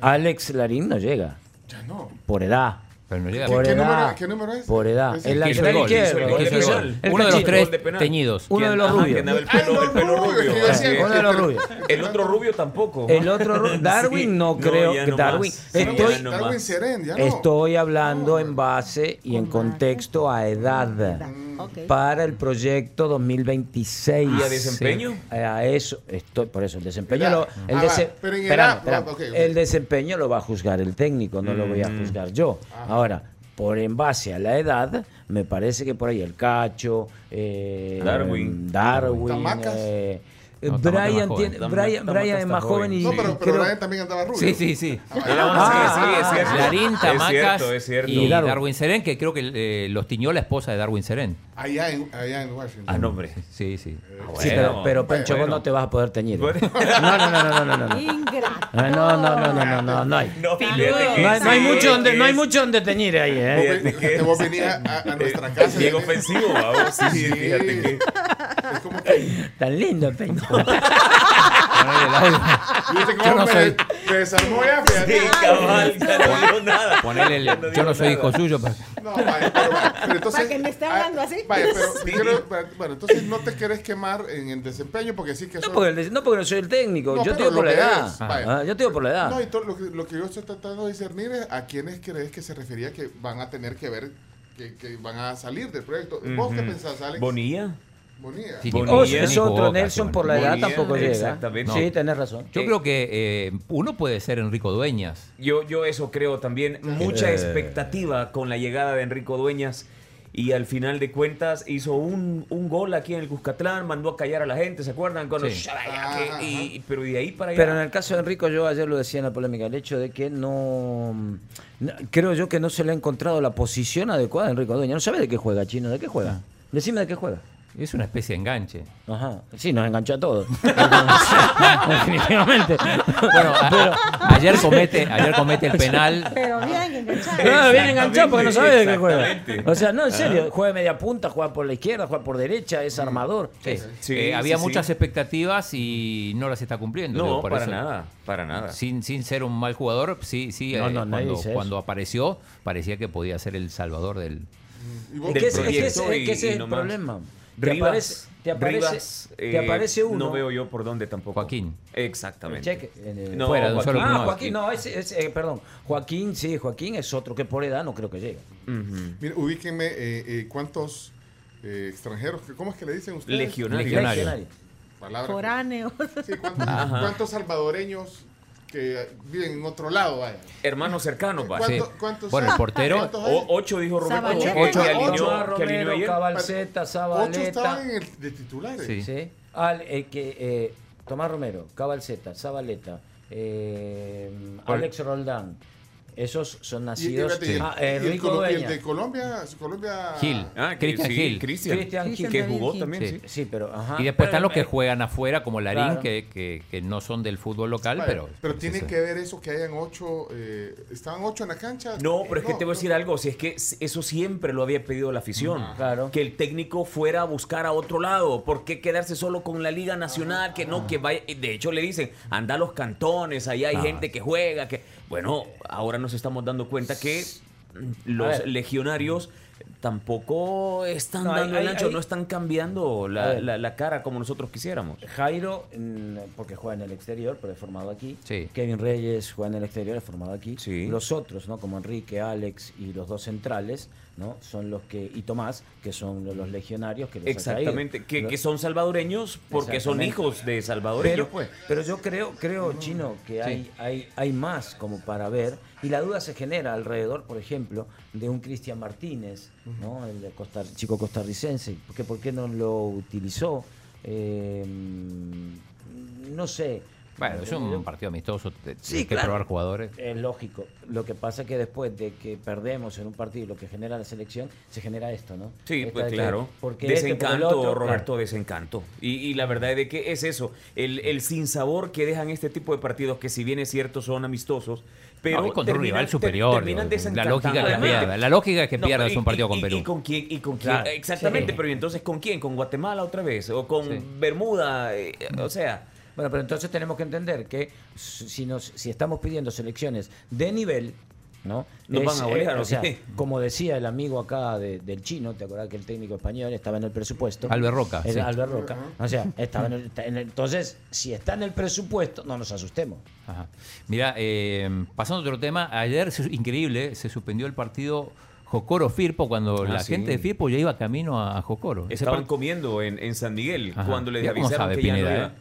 S6: Alex Larín no llega,
S3: Ya no.
S6: por edad.
S7: Pero no llega.
S6: Por
S3: ¿Qué
S6: edad.
S3: número- qué número es?
S6: Por edad.
S3: Es
S6: El
S3: el que
S7: hizo
S6: lateral
S7: el gol,
S6: izquierdo.
S7: hizo el gol,
S6: el que
S7: hizo
S6: hizo
S7: el gol.
S6: el
S7: Uno de los
S6: cachito.
S7: tres
S4: Gol de penal.
S7: teñidos.
S6: Uno
S4: ¿Quién?
S6: de los
S4: Ajá,
S6: rubios.
S4: que andaba el
S3: Ah,
S4: pelo, el pelo
S3: es
S4: rubio.
S3: que yo decía
S6: Uno de los
S3: que-
S6: rubios.
S4: El otro rubio tampoco.
S6: El otro
S4: [LAUGHS]
S6: ru- Darwin no creo
S4: ya
S6: que-
S4: más.
S6: Darwin-
S4: Sí, ya
S6: Estoy-
S4: no
S3: Darwin
S4: más.
S3: Serén, ya no.
S6: Estoy hablando en base y en
S1: Con base.
S6: contexto a edad.
S1: Ok.
S6: Para el proyecto 2026.
S4: ¿Y a desempeño?
S6: Eh, A eso estoy, por eso el desempeño
S3: Edad.
S6: lo, el,
S3: Ah,
S6: dese-
S3: va, pero en
S6: Esperá,
S3: edad,
S6: esperá.
S3: ok, ok.
S6: El desempeño lo va a juzgar el técnico, no lo voy a
S4: Mm.
S6: juzgar yo.
S3: Ah.
S6: Ahora, por en base a la edad, me parece que por ahí el Cacho, eh,
S4: Darwin.
S6: Darwin,
S3: Tamacas.
S6: eh,
S7: No, Tamacas es más
S6: Brian,
S7: joven.
S6: tiene-
S4: Tamaca-
S6: Brian,
S4: Tamaca
S6: Brian es
S4: está
S6: más joven y
S3: No,
S4: joven, sí.
S3: pero, pero
S6: creo-
S3: Brian también andaba rubio.
S7: Sí, sí, sí.
S4: Ah, sí, sí, es cierto.
S7: Larín,
S4: Es
S7: Tamacas
S4: cierto, es cierto.
S7: y
S6: Y Darwin.
S7: Darwin Serén, que creo que eh, los tiñó la esposa de Darwin Serén.
S3: Allá en, allá en Washington.
S4: Ah, no, hombre.
S7: Sí, sí.
S6: Sí, pero, pero Pancho, vos no te vas a poder teñir. No, [LAUGHS] no, no, no, no, no, no.
S1: Ingrato.
S6: Ah, No, no, no, no, no, no, no hay.
S4: No,
S1: Sí,
S4: fíjate que
S6: No hay, no hay
S4: sí,
S6: mucho donde,
S4: que
S6: no hay
S4: es-
S6: mucho donde teñir ahí,
S3: Vos
S6: ¿eh?
S4: Fíjate
S3: ven-
S4: que-
S3: vos venís a,
S4: [LAUGHS]
S3: a- a nuestra
S4: Es
S3: casa.
S4: bien
S3: venís-
S4: ofensivo,
S3: [LAUGHS]
S4: vamos. Sí, sí, fíjate que.
S3: Es como que.
S6: [LAUGHS] Tan lindo, Peña. [LAUGHS]
S3: [LAUGHS] Viste cómo me, me desarmó ya, fíjate.
S4: Sí, cabal, ya no digo nada.
S7: Ponele el-
S4: Ya digo
S7: yo no soy hijo
S4: nada.
S7: suyo. pero-
S3: No, vaya, pero, vaya, pero entonces.
S1: ¿Para que me esté
S3: ah,
S1: hablando así?
S3: Vaya,
S1: [LAUGHS]
S3: pero primero, bueno, entonces no te querés quemar en el desempeño porque sí que
S6: No
S3: sos-
S6: porque, el des- no porque no soy el técnico,
S3: No,
S6: yo te
S3: pero
S6: digo
S3: lo
S6: por la
S3: que
S6: edad.
S3: es, vaya.
S6: Ah, Yo te digo por la edad.
S3: No, y todo lo que, lo que yo estoy tratando de discernir es a quiénes crees que se refería que van a tener que ver, que, que van a salir del proyecto. ¿Vos qué pensás, Alex?
S4: Bonilla.
S3: Bonilla.
S7: Sí,
S4: Bonilla.
S6: O
S7: ni
S6: es
S7: jugó
S6: otro
S7: casi,
S6: Nelson
S7: bueno.
S6: por la edad
S4: Bonilla,
S6: tampoco llega.
S4: exactamente.
S6: Sí,
S4: No.
S6: tenés razón.
S7: Yo
S4: Eh,
S7: creo que eh, uno puede ser Enrico Dueñas.
S4: Eh. Yo, yo eso creo también. Mucha expectativa con la llegada de Enrico Dueñas. Y al final de cuentas hizo un, un gol aquí en el Cuscatlán, mandó a callar a la gente, ¿se acuerdan? Cuando,
S6: Sí.
S3: Ah,
S4: "Shabaya", y- y- pero de ahí para allá.
S6: Pero en el caso de Enrico, yo ayer lo decía en la polémica, el hecho de que no, no- Creo yo que no se le ha encontrado la posición adecuada a Enrico Dueña. No sabe de qué juega, Chino, de qué juega. Decime de qué juega.
S7: Es una especie de enganche.
S6: Ajá. Sí, nos enganchó a
S7: [LAUGHS]
S6: todos. [LAUGHS] Definitivamente.
S7: Bueno, a- ayer comete- ayer comete el penal.
S1: Pero bien enganchado.
S6: No, bien Ah, enganchado porque no sabe de qué juega.
S7: exactamente.
S6: O sea, no, en serio, juega media punta, juega por la izquierda, juega por derecha, es armador.
S7: Sí.
S6: Es-
S4: Sí,
S7: Eh, había
S4: sí,
S7: muchas
S4: sí.
S7: expectativas y no las está cumpliendo.
S4: No,
S7: digo, por
S4: para
S7: eso.
S4: nada, para nada.
S7: Sin, sin ser un mal jugador, sí, sí.
S6: No,
S7: eh,
S6: no, nadie
S7: cuando,
S6: dice eso.
S7: cuando apareció, parecía que podía ser el salvador
S6: Mm.
S7: del.
S3: ¿Y vos?
S6: que
S4: del
S6: ese- es que ese-
S4: proyecto
S6: es que ese
S4: y-
S6: es
S4: y
S6: el
S4: no más.
S6: problema. Te
S4: Rivas,
S6: aparece, te aparece,
S4: Rivas,
S6: te
S4: eh,
S6: aparece uno.
S4: No veo yo por dónde tampoco.
S7: Joaquín.
S4: Exactamente.
S6: Cheque, eh,
S4: No,
S7: fuera de un solo
S4: Joaquín.
S6: Ah,
S7: no,
S6: Joaquín, no, ese, ese, eh, perdón. Joaquín, sí, Joaquín es otro que por edad no creo que llegue.
S3: Mire, ubíquenme eh, eh, cuántos eh, extranjeros, ¿cómo es que le dicen ustedes?
S4: Legionario.
S7: Legionario.
S3: Palabra.
S1: Foráneo.
S3: Sí, ¿cuántos, cuántos salvadoreños que viven en otro lado? Vaya?
S4: Hermano cercano, va.
S3: ¿Cuánto-
S7: Sí.
S3: cuántos
S7: Bueno, el
S3: hay?
S7: portero,
S3: ¿Cuántos hay?
S4: O- ocho dijo Romero. Ocho,
S1: Zabaleta.
S4: que
S3: Ocho,
S4: alineó-
S3: ocho,
S4: que alineó
S6: Romero,
S4: ayer.
S6: Cabalceta,
S3: Ocho
S6: Zabaleta.
S3: estaban en el, de titulares.
S7: Sí.
S6: Sí. Al, eh, que, eh, Tomás Romero, Cabalceta, Zabaleta, eh, Alex Roldán. Esos son
S3: Y, y,
S6: nacidos.
S3: espérate, y el,
S6: Ah,
S3: y el
S6: Enrico
S3: Colo- y el
S6: Dueña.
S3: de Colombia, Colombia
S7: Gil.
S4: Ah,
S7: Cristian
S4: sí,
S7: Gil.
S4: Cristian,
S6: Cristian
S4: que
S1: David
S4: jugó
S1: Gil.
S4: también, sí.
S7: Sí.
S6: Sí, pero. ajá.
S7: y después
S6: Pero,
S7: están los que
S6: eh,
S7: juegan afuera, como Larín,
S6: Claro.
S7: que, que- que no son del fútbol local,
S3: Vaya,
S7: pero.
S3: pero
S7: sí,
S3: tiene
S7: sí.
S3: que ver eso que hayan ocho, eh, estaban ocho en la cancha.
S4: No, pero es que te voy a decir
S3: no.
S4: algo, si es que s- eso siempre lo había pedido la afición,
S6: Claro.
S4: que el técnico fuera a buscar a otro lado, ¿por qué quedarse solo con la Liga Nacional? Que no, que vaya, y de hecho le dicen, anda a los cantones, ahí hay
S7: Ah.
S4: gente que juega, que bueno, ahora nos estamos dando cuenta que mm, los
S6: ver.
S4: legionarios tampoco están
S6: No, ahí-
S4: dando el
S6: ahí-
S4: ancho,
S6: ahí-
S4: no están cambiando
S6: A
S4: la,
S6: ver.
S4: la- la cara como nosotros quisiéramos.
S6: Jairo, mm, porque juega en el exterior, pero es formado aquí.
S7: Sí.
S6: Kevin Reyes juega en el exterior, es formado aquí.
S4: Sí.
S6: Los otros, ¿no? Como Enrique, Alex y los dos centrales, ¿no? Son los que. Y Tomás, que son los, los legionarios que los ha traído.
S4: Exactamente, que,
S6: Los-
S4: que son salvadoreños porque son
S6: Exactamente.
S4: hijos de salvadoreños.
S6: Pero, pues, pero yo creo,
S7: Mm.
S6: creo chino, que hay, hay, hay más como para ver. Y la duda se genera alrededor, por ejemplo, de un Cristian Martínez, ¿no? el de Costa- chico costarricense, que por qué no lo utilizó. Eh, no sé.
S7: Bueno, es un partido amistoso, te-
S6: Sí,
S7: tenés que
S6: claro.
S7: probar jugadores.
S6: Es lógico. Lo que pasa es que después de que perdemos en un partido, lo que genera la selección, se genera esto, ¿no?
S4: Sí,
S6: Esta
S4: pues
S6: de que,
S4: claro.
S6: ¿por qué este, por el
S4: desencanto,
S6: otro?
S4: Roberto,
S6: Claro.
S4: desencanto. Y, y la verdad es de que es eso, el, el sinsabor que dejan este tipo de partidos, que si bien es cierto son amistosos, pero
S7: No, y contra un
S4: terminan-
S7: rival
S4: ter-
S7: superior.
S4: terminan
S7: digo, la lógica
S4: desencantando
S7: que
S4: a la gente.
S7: pierda. La lógica es que
S4: No,
S7: pierdas
S4: pero
S7: un
S4: y-
S7: partido
S4: y-
S7: con Perú.
S4: ¿Y con quién? ¿Y con quién?
S6: Claro.
S4: Exactamente,
S6: Sí.
S4: pero ¿y entonces con quién? ¿Con Guatemala otra vez? ¿O con
S7: Sí.
S4: Bermuda? Eh, O sea,
S6: Bueno, pero entonces tenemos que entender que si, nos, si estamos pidiendo selecciones de nivel, ¿no? eh,
S4: Nos van a golear,
S6: o
S4: ¿o
S6: sea,
S4: qué?
S6: como decía el amigo acá de- del chino, ¿te acordás que el técnico español estaba en el presupuesto?
S7: Albert Roca,
S6: Era
S7: sí.
S6: Albert Roca. O sea, estaba en el- está en el- entonces, si está en el presupuesto, no nos asustemos.
S7: Ajá. Mira, eh, pasando a otro tema, ayer, se- increíble, se suspendió el partido Jocoro-Firpo cuando
S4: Ah,
S7: la
S4: sí.
S7: gente de Firpo ya iba camino a, a Jocoro.
S4: estaban
S7: Estaban-
S4: comiendo en, en San Miguel
S7: Ajá.
S4: cuando les
S7: Mira cómo
S4: avisaron
S7: sabe
S4: que ya
S7: Pineda,
S4: no
S7: ¿eh?
S4: iba.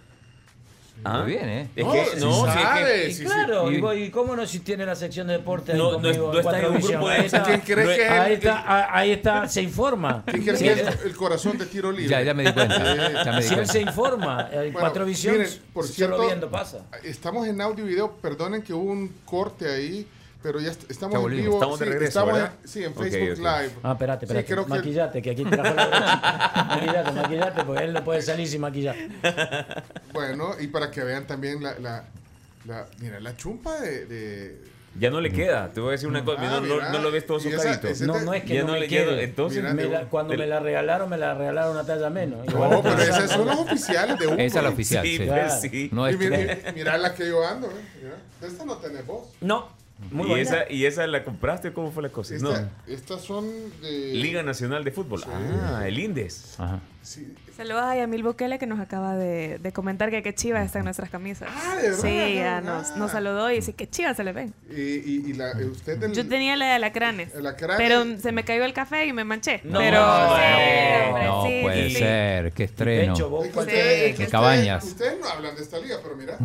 S4: Ah,
S7: Muy bien, ¿eh?
S4: Es
S3: No,
S4: que,
S3: sí
S4: no, sí, es que-
S3: sabe,
S6: Y
S3: sí, sí.
S6: claro,
S4: sí.
S6: y, vos- y cómo no si tiene la sección de deportes. ahí
S4: No, no
S6: conmigo
S4: es- no
S6: en
S4: está
S6: Cuatro
S4: en un grupo
S6: Visiones.
S4: de-
S6: Ahí está,
S3: ¿Quién crees que
S6: ahí
S3: él-
S6: está, ah, ahí está, se
S3: [LAUGHS]
S6: informa.
S3: ¿Quién quiere
S6: Si
S3: que
S6: él-
S3: es el corazón de tiro libre?
S7: Ya, ya me di
S6: [LAUGHS]
S7: cuenta. ya me di
S6: si él
S7: cuenta.
S6: se informa, el
S3: Bueno,
S6: eh, cuatro visiones,
S3: miren, por
S6: solo
S3: cierto-
S6: viendo pasa.
S3: Estamos en audio y video, perdonen que hubo un corte ahí, pero ya est- estamos
S7: Ya
S3: en
S7: volvimos,
S3: vivo.
S4: estamos de
S3: sí,
S4: regreso,
S3: estamos en-
S4: ¿verdad?
S3: sí, en
S4: Ok,
S3: Facebook
S4: ok.
S3: Live.
S6: Ah, espérate,
S3: Sí,
S6: espérate.
S3: creo que-
S6: maquillate, que... aquí trajo
S3: [LAUGHS]
S6: la brocha. Maquillate, maquillate, porque él no puede salir sin maquillar.
S3: Bueno, y para que vean también la, la, la- mira, la chumpa de... de-
S4: Ya no le queda, te voy a decir una cosa,
S3: Ah,
S4: no, no-
S3: mirá.
S4: no lo ves todo su
S3: Y esa-
S4: carito.
S3: ese-
S6: No, no es que
S4: Ya
S6: no,
S4: no
S6: me
S4: le
S6: quede.
S4: queda, entonces-
S6: Me la- cuando me la regalaron, me la regalaron una talla menos. Igual
S3: No,
S6: la
S3: pero
S6: talla-
S3: esas son las oficiales de uno.
S7: Esa es la oficial,
S4: Sí,
S7: sí.
S4: pues,
S6: Claro.
S4: sí.
S7: No es
S3: Y mira, y mira la que yo ando. eh, mira. De esta no tenés vos.
S6: No, muy
S4: ¿Y,
S6: buena.
S4: esa, ¿Y esa la compraste o cómo fue la cosa?
S3: Esta-
S4: No.
S3: Estas son de...
S4: Liga Nacional de Fútbol. Ah, el Indes.
S7: Ajá.
S3: Sí.
S5: Saludos a Yamil Bukele que nos acaba de, de comentar que qué chivas están nuestras camisas.
S3: Ah, ¿de verdad?
S5: Sí,
S3: Ah.
S5: ya nos, nos saludó y dice que chivas se le ven.
S3: Y, y- y la, eh, usted del-
S5: Yo tenía la de alacranes,
S3: Alacranes.
S5: pero se me cayó el café y me manché.
S6: No.
S5: pero
S6: No,
S5: sí, hombre,
S7: No
S5: sí,
S7: puede
S5: sí.
S7: ser, qué
S6: De
S7: estreno.
S6: hecho, vos
S3: Es que
S6: cualquier-
S3: usted- es que
S7: De
S3: usted-
S7: Cabañas.
S3: Usted no hablan de esta liga, pero mira.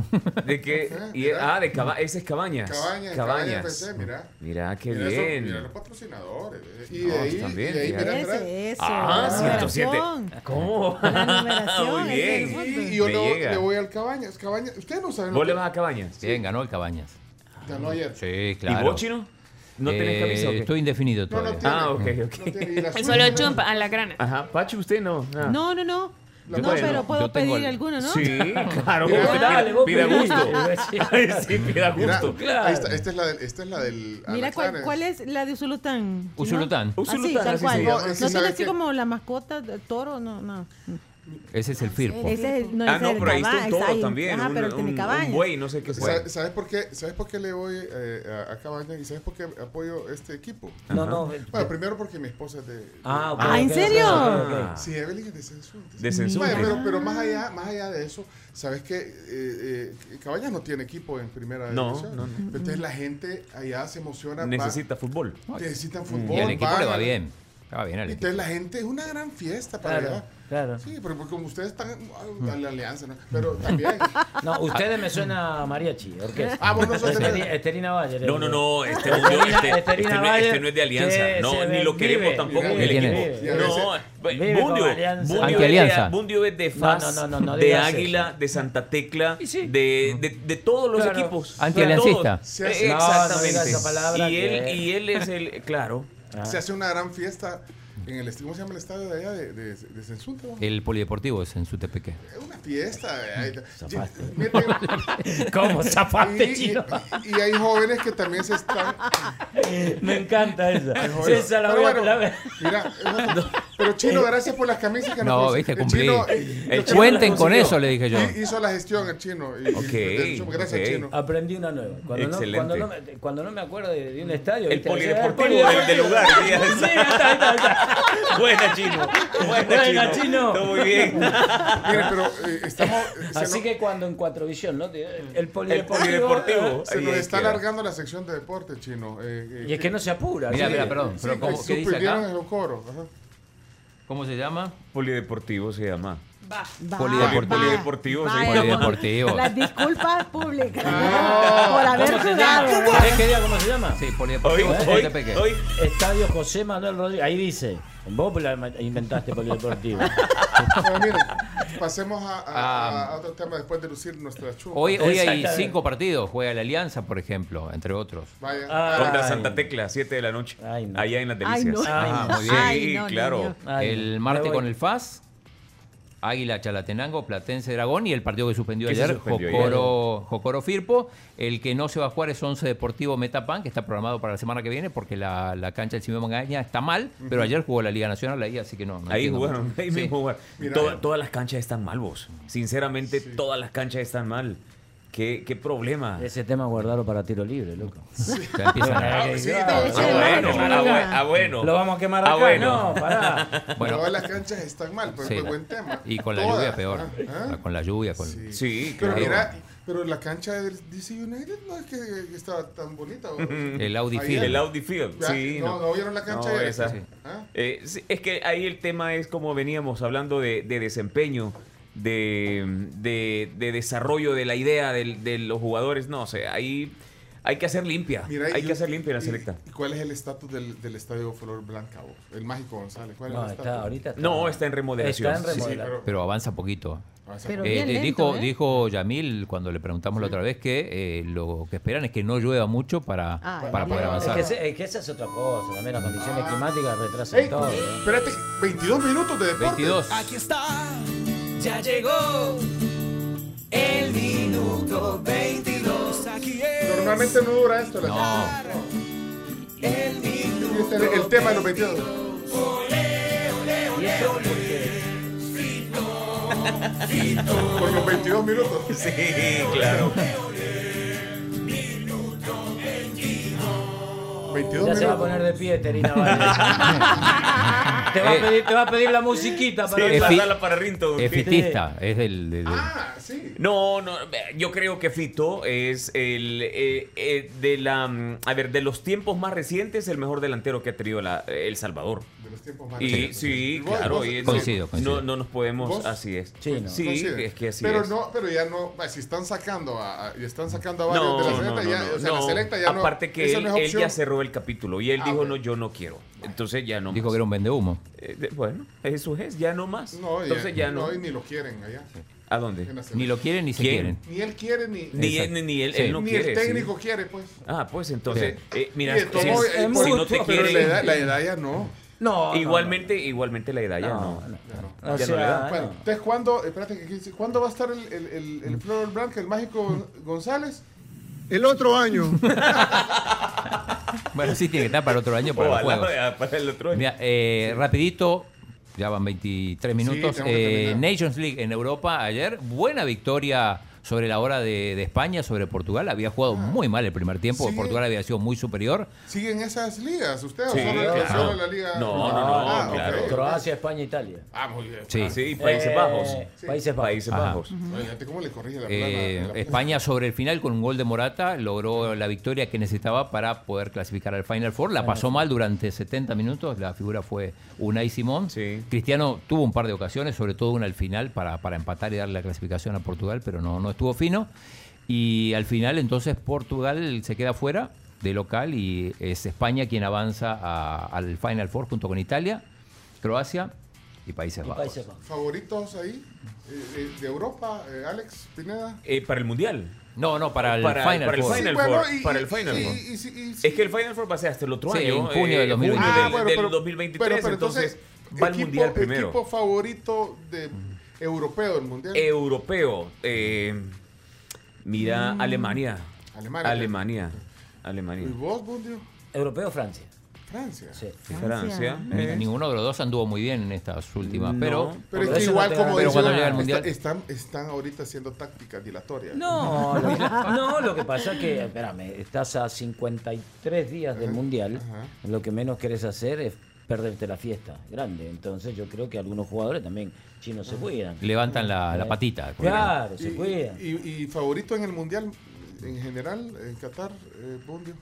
S4: ¿De qué? Y- ah, de Caba- ese es Cabañas.
S3: Cabañas, Cabañas, FC, mira.
S4: Mira, qué
S3: Mira eso,
S4: bien.
S3: mira los patrocinadores. Y
S4: No,
S3: de ahí,
S4: también,
S3: y de ahí
S4: ya.
S3: mira atrás.
S1: Ese, ese,
S4: ah,
S1: la
S4: 107.
S1: numeración.
S4: ¿Cómo? Ah,
S1: La numeración,
S4: Muy
S1: ese
S4: bien.
S1: es el
S3: Y yo
S4: Me
S3: le,
S4: llega.
S3: le voy al Cabañas. Cabañas, ustedes no saben. lo
S4: ¿Vos
S3: que-
S4: le vas a Cabañas?
S7: Bien, ganó el Cabañas.
S3: Ganó ayer.
S7: Sí,
S4: ¿Y
S7: claro.
S4: vos, Chino? ¿No tenés
S7: Eh,
S4: camisa o qué?
S7: Estoy indefinido
S3: No, no
S7: todavía. Eh,
S3: tiene.
S4: Ah, ok,
S6: [LAUGHS]
S4: ok.
S3: No tiene ni la suya.
S5: El solo chumpa, a la grana.
S4: Ajá, Pacho, usted no. Ah.
S1: No, no, no.
S4: Yo
S1: No,
S4: bueno,
S1: pero puedo
S7: yo tengo
S1: pedir
S7: el-
S1: alguno, ¿no? [LAUGHS]
S4: Sí, claro.
S3: Mira,
S4: vos
S3: dale, pues.
S4: pida-
S6: vos
S4: pida
S6: pedí.
S3: [LAUGHS]
S4: gusto. Ay, Ah. [LAUGHS] sí, pida
S3: Mira,
S4: gusto.
S3: ahí está, esta es la del. Esta es la del
S1: Mira, ¿cuál,
S3: Anaclanes.
S1: cuál es la de Usulután? ¿Sí,
S7: Usulután.
S1: no? Así,
S4: Usulután,
S1: tal
S4: así
S1: cual.
S4: se
S1: No,
S4: llama.
S3: Es que
S1: tiene
S3: ¿sabe
S1: así
S3: qué?
S1: como la mascota, el toro, no, no.
S7: Ese es el Firpo.
S1: Ese es, no,
S4: Ah,
S1: ese
S4: no,
S1: es
S4: pero ahí está
S1: Cabañas,
S4: un toro
S1: ahí.
S4: también.
S7: Ah,
S1: Ajá,
S4: un-
S1: pero él tiene
S4: un-
S1: cabañas.
S4: Un buey, no sé qué sea.
S3: Sa- ¿Sabes por qué? ¿Sabes por qué le voy eh, a, a Cabañas y sabes por qué apoyo este equipo?
S6: No, no.
S3: Bueno, primero porque mi esposa es de.
S6: Ah, ok,
S1: Ah, ¿en
S6: ok, ok,
S1: serio?
S6: ok, ok.
S4: Ah.
S3: Sí, Evelyn es de Sensuntes.
S4: De Sensuntes.
S7: Ah.
S3: Bueno, pero, pero más allá, más allá de eso, sabes que eh, eh, Cabañas no tiene equipo en primera
S4: No,
S3: división.
S4: no, no.
S3: Entonces la gente allá se emociona. va-
S4: Necesita fútbol. Mm.
S3: necesitan fútbol.
S7: Y al equipo
S3: van
S7: le va
S3: a-
S7: bien. Le va bien al
S3: Y
S7: equipo.
S3: entonces la gente es una gran fiesta para
S6: Claro,
S3: allá.
S6: claro.
S3: Sí, pero porque como ustedes están
S4: Mm.
S3: a- a la alianza, ¿no? Pero también.
S6: [LAUGHS] No, ustedes me suena a mariachi, orquesta.
S3: Ah, vos no sos de-
S6: Esterina- Esterina Bayer.
S4: No, no, no, este,
S6: Esterina-
S4: no, este-
S6: Esterina
S4: este no-
S6: Bayer,
S4: este no es de Alianza,
S6: que
S4: no,
S6: se
S4: ni lo queremos
S6: vive,
S4: tampoco
S6: vive,
S4: en el
S6: viene.
S4: equipo.
S3: vive.
S4: No,
S6: Vive con
S4: Bundio,
S6: Alianza.
S4: Bundio,
S7: Ante
S4: es de-
S7: Alianza.
S4: Bundio es de
S6: No,
S4: FAS,
S6: no, no, no, no
S4: de
S6: digas eso.
S4: Águila, de Santa Tecla,
S6: Y sí.
S4: de, de, de todos los
S6: Claro.
S4: equipos.
S7: Antialiancista.
S4: Todos.
S3: No, no
S4: Eh,
S6: digas
S4: Exactamente.
S6: esa palabra
S4: y, él,
S6: que-
S4: y él es el,
S6: [LAUGHS]
S4: Ah. claro,
S3: Se hace una gran fiesta en el. est- ¿Cómo se llama el estadio de allá? De, de, de Sensunte, ¿no?
S7: El polideportivo es en Sutepeque.
S3: Es una fiesta. eh, ahí-
S6: Zapaste.
S4: [LAUGHS]
S3: Meten-
S6: ¿Cómo
S3: y,
S6: zapaste,
S3: y-
S6: chino?
S3: y hay jóvenes que también se están.
S6: Me encanta esa.
S3: hay jóvenes-
S6: Esa la
S3: pero
S6: voy a
S3: bueno,
S6: clavar.
S3: Mira,
S6: [LAUGHS]
S3: es otro- pero Chino, gracias por las camisas que
S7: No,
S3: nos
S7: viste,
S3: el
S7: cumplí.
S3: Chino, eh,
S4: El
S3: Chino
S7: Cuenten
S4: lo
S7: con
S4: consiguió.
S7: eso, le dije yo.
S3: hi- hizo la gestión el Chino. y- y-
S4: Ok,
S3: del- gracias,
S4: ok.
S3: Chino.
S6: Aprendí una nueva. Cuando Ah, no,
S4: Excelente.
S6: cuando no me, cuando no me acuerdo de, de un estadio.
S4: el
S6: ¿viste? Decía,
S4: polideportivo del, del lugar.
S6: polideportivo.
S4: sí, ya
S6: Sí,
S4: está.
S6: ahí está, ahí está, ahí está.
S4: Buena, Chino. Buena,
S6: Buena,
S4: Chino.
S6: Chino.
S4: Todo muy
S6: [LAUGHS]
S4: bien.
S3: Mire, pero eh,
S4: [LAUGHS]
S3: estamos. se
S6: Así
S3: nos-
S6: que cuando en Cuatrovisión, ¿no? El
S4: El
S6: polideportivo. eh,
S4: polideportivo.
S3: Eh, Se
S4: Ahí
S3: nos
S4: es
S3: está
S4: que va.
S3: alargando la sección de deporte, Chino. eh, eh,
S6: Y es que no se apura.
S7: Mira,
S6: sí.
S7: mira, perdón. Pero
S3: sí,
S7: ¿cómo,
S3: que
S7: ¿Qué dice
S3: suspendieron
S7: acá?
S3: el coro. ajá.
S7: ¿Cómo se llama?
S4: Polideportivo se llama.
S1: Va,
S7: Polideportivo.
S1: va,
S4: Polideportivo, sí.
S1: vaya,
S4: [LAUGHS]
S7: Polideportivo.
S1: con Las disculpas públicas Oh, por
S3: Ah,
S1: haber
S6: ¿Cómo se llama?
S1: jugado.
S6: ¿Sabés qué día cómo se llama?
S7: Sí,
S4: Hoy,
S7: polideportivo de
S4: hoy,
S7: Sutepeque.
S4: hoy.
S6: Estadio José Manuel Rodríguez. Ahí dice. Vos la inventaste
S4: [LAUGHS]
S6: polideportivo.
S3: Pero
S7: [LAUGHS]
S3: miren, pasemos a, a-
S7: Ah.
S3: a otro tema después de lucir nuestra chupa.
S7: Hoy, hoy hay
S6: Exactamente.
S7: cinco partidos. Juega la Alianza, por ejemplo, entre otros.
S3: Vaya.
S6: Ah.
S4: Contra
S6: Ay.
S4: Santa Tecla, 7 de la noche.
S6: Ay, no.
S4: Allá en las delicias.
S1: Ay, no.
S7: Ah, muy bien.
S1: Ay,
S4: Sí,
S1: no,
S4: claro.
S1: niño.
S6: Ay, me
S7: el martes
S6: voy.
S7: con el FAS, Águila Chalatenango, Platense Dragón y el partido que suspendió
S4: Que se
S7: ayer,
S4: suspendió ayer.
S7: Jocoro, Jocoro Firpo. El que no se va a jugar es Once Deportivo Metapan, que está programado para la semana que viene porque la, la cancha del Simeón Magaña está mal, pero ayer jugó la Liga Nacional ahí, así que no. no
S4: Ahí
S7: entiendo
S4: jugaron,
S7: mucho.
S4: ahí
S7: Sí.
S4: mismo jugaron.
S3: Mira. eh.
S4: Toda- todas las canchas están mal, vos. Sinceramente, todas las canchas están mal. ¿Qué, qué problema?
S6: Ese tema guardarlo para tiro libre, loco.
S7: Ya empiezan a-
S3: Ah, sí, no,
S4: Ah,
S3: no,
S1: Ese es
S4: bueno,
S1: el
S4: ah,
S1: problema.
S4: bueno, ah, bueno.
S6: Lo vamos a quemar
S4: Ah,
S6: acá. No,
S4: bueno. [LAUGHS]
S6: pará.
S7: Bueno,
S3: Todas las canchas están mal, pero
S7: sí,
S3: es
S7: la-
S3: buen tema.
S7: y con la
S3: Todas,
S7: lluvia peor.
S3: ah, ah.
S7: Con la lluvia, con...
S3: Sí.
S4: Sí,
S3: Pero
S4: claro.
S3: mira, pero la cancha del DC United no es que, que estaba tan bonita. ¿o?
S4: [LAUGHS]
S7: [LAUGHS] El Audi
S3: Ayer.
S7: Field.
S4: El Audi Field,
S3: Eh, Ya,
S4: sí.
S3: no, no vieron la cancha
S4: No,
S3: ayer.
S4: esa.
S3: Sí. Ah.
S4: Eh, sí, es que ahí el tema es como veníamos hablando de, de desempeño, de, de- de desarrollo de la idea del- de, los jugadores. No, o sea, ahí hay que hacer limpia.
S3: Mira,
S4: hay
S3: y-
S4: que hacer limpia en la
S3: y-
S4: selecta.
S3: ¿Y cuál es el estatus del, del estadio Flor Blanca, vos? El Mágico González. ¿Cuál es
S6: No,
S3: el
S6: está,
S3: estatus?
S6: ahorita está.
S4: No, está en remodelación.
S6: Está en
S4: Sí, sí,
S3: Sí,
S6: remodelación.
S3: pero-
S7: Pero avanza poquito.
S3: Ah, esa-
S1: Pero
S7: Eh,
S1: bien
S7: de-
S1: lento,
S7: dijo,
S1: ¿eh?
S7: dijo Yamil cuando le preguntamos la otra vez que eh, lo que esperan es que no llueva mucho para,
S1: Ay,
S7: para poder
S1: bien.
S6: Ah, Es
S7: avanzar.
S6: que, ese- es que esa es otra cosa, también las condiciones climáticas retrasan
S3: Ah. Ey,
S6: todo. ¿eh?
S3: espérate, 22 minutos de deporte.
S7: 22.
S2: Aquí está, ya llegó el minuto 22. Aquí es
S3: Normalmente no dura esto. La
S7: No.
S2: el minuto.
S3: Y este es el tema de los 22.
S6: Y eso porque
S3: Por los 22 minutos.
S4: [LAUGHS] Sí, claro.
S3: 22
S6: Ya se va a
S3: minutos.
S6: poner de pie, Terina
S3: [LAUGHS]
S6: Valle. te, va a
S7: Eh.
S6: pedir, te va a pedir la musiquita para
S4: Sí,
S6: ir
S4: para
S6: para-
S4: darla para Rinto.
S7: Es fitista, es del. de- de-
S3: Ah.
S4: No, no, yo creo que Fito es el eh, eh, de la mm, a ver, de los tiempos más recientes, el mejor delantero que ha tenido la- eh, El Salvador.
S3: De los tiempos más
S4: Y
S3: recientes.
S4: sí,
S3: ¿Y vos-
S4: claro,
S3: vos-
S4: y es-
S7: Coincido,
S4: no-
S7: coincido.
S4: No, nos podemos,
S3: ¿Vos?
S4: así es.
S6: Sí, no.
S3: Considere.
S4: es que así
S3: pero
S4: es.
S3: no pero ya no ah, si están sacando a, a- y están sacando a
S4: No,
S3: varios de la
S4: no,
S3: selecta
S4: no,
S3: ya
S4: no,
S3: o sea
S4: no.
S3: la selecta ya no
S4: Aparte que
S3: esa
S4: él,
S3: no es
S4: él
S3: opción.
S4: ya cerró el capítulo y él
S3: Ah,
S4: dijo,
S3: bueno.
S4: no, yo no quiero. Entonces ya no
S7: Dijo
S4: más.
S7: que era un vendehumo.
S4: Eh, de- bueno, eso es, ya no más.
S3: no,
S4: Entonces ya no.
S3: y ni lo quieren allá
S4: ¿A dónde?
S3: en la selecta.
S7: Ni lo quieren ni se
S4: ¿Quién?
S7: quieren.
S3: ni él quiere ni
S4: Ni,
S7: Exacto.
S4: ni, ni él,
S7: Sí.
S4: él no
S3: ni
S4: quiere.
S3: el
S4: sí.
S3: técnico quiere pues
S4: Ah, pues entonces, eh, mira,
S3: Y de
S4: si-
S3: todo
S4: si,
S3: modo,
S4: si
S3: es
S4: no
S3: mutuo.
S4: te
S3: pero la edad,
S4: quieren,
S3: la edad ya no
S6: No, no,
S4: igualmente, igualmente la edad ya no.
S6: no. O
S3: ya no
S4: Ya Ah, no Mm. le
S6: sea,
S4: dan.
S3: Bueno,
S6: no.
S3: entonces, ¿cuándo, espérate, que aquí dice, ¿cuándo va a estar el, el, el, el Flor Blanca, el
S4: [LAUGHS]
S3: mágico González?
S12: El otro año.
S7: Bueno, sí, tiene que estar para otro año para los
S4: Ojalá,
S7: juegos.
S4: eh, para el otro.
S7: Mira, eh, rapidito, ya van 23 minutos.
S3: tenemos que
S7: eh,
S3: terminar.
S7: Nations League en Europa ayer, buena victoria sobre la hora de, de España, sobre Portugal. Había jugado muy mal el primer tiempo,
S3: Ah. Sí.
S7: Portugal había sido muy superior.
S3: [LAUGHS] ¿Siguen esas ligas ustedes
S4: Sí,
S3: o solo,
S4: claro.
S3: solo la liga?
S4: No, no, no,
S3: Ah, ok,
S4: claro.
S3: ok.
S6: Croacia, España, Italia.
S3: Ah, muy bien.
S7: Sí.
S4: Sí, y Países
S6: Eh,
S4: Bajos.
S6: sí. Países Bajos.
S4: Países
S7: Ajá.
S4: Bajos.
S3: Oye, fíjate ¿cómo le corrige la plana?
S7: Eh,
S3: la-
S7: España sobre el final con un gol de Morata logró la victoria que necesitaba para poder clasificar al Final Four. La pasó mal durante 70 minutos, la figura fue Unai Simón.
S4: Sí.
S7: Cristiano tuvo un par de ocasiones, sobre todo una al final para, para empatar y darle la clasificación a Portugal, pero no, no estuvo fino. Y al final entonces Portugal se queda fuera de local y es España quien avanza a- al Final Four junto con Italia, Croacia y Países
S6: Y
S7: Bajos.
S6: Países Bajos.
S3: ¿Favoritos ahí eh, eh, de Europa, eh, Alex Pineda?
S4: Eh, para el Mundial.
S7: No, no, para el
S4: Para-
S7: Final
S4: para el
S7: Four.
S4: Final Four, para el Final
S3: y-
S4: Four.
S3: y- y- y-
S4: Es que el Final Four va a ser hasta el otro
S7: Sí,
S4: año.
S7: en junio del
S4: eh, junio
S7: 2023.
S4: del-
S7: Ah, bueno,
S4: del
S3: pero-
S4: 2023,
S3: pero- pero
S4: entonces, va al
S3: equipo-
S4: Mundial primero.
S3: equipo favorito de europeo del Mundial?
S4: Europeo. eh, mira, Alemania.
S3: Mm. Alemania.
S4: Alemania. Alemania.
S3: ¿Y vos, Bundio?
S6: Europeo, Francia.
S3: Francia.
S6: Sí.
S4: Francia.
S7: Ni-
S4: eh.
S7: Ninguno de los dos anduvo muy bien en estas últimas,
S4: No.
S7: pero
S3: Pero es
S6: Por
S3: que
S6: eso no
S3: igual,
S6: te ganan.
S3: como
S6: Pero
S3: dicen,
S7: cuando llega el
S3: está-
S7: Mundial.
S3: están, están ahorita haciendo tácticas dilatorias. [LAUGHS]
S6: No, lo, no, lo que pasa es que, espérame, estás a 53 días del Mundial,
S3: ajá.
S6: lo que menos querés hacer es perderte la fiesta grande. Entonces yo creo que algunos jugadores también chinos se cuidan. Eh,
S7: levantan la, la patita.
S6: Claro, se
S3: Y-
S6: cuidan.
S3: Y, y favorito en el mundial en general, en Qatar, eh, Bundio.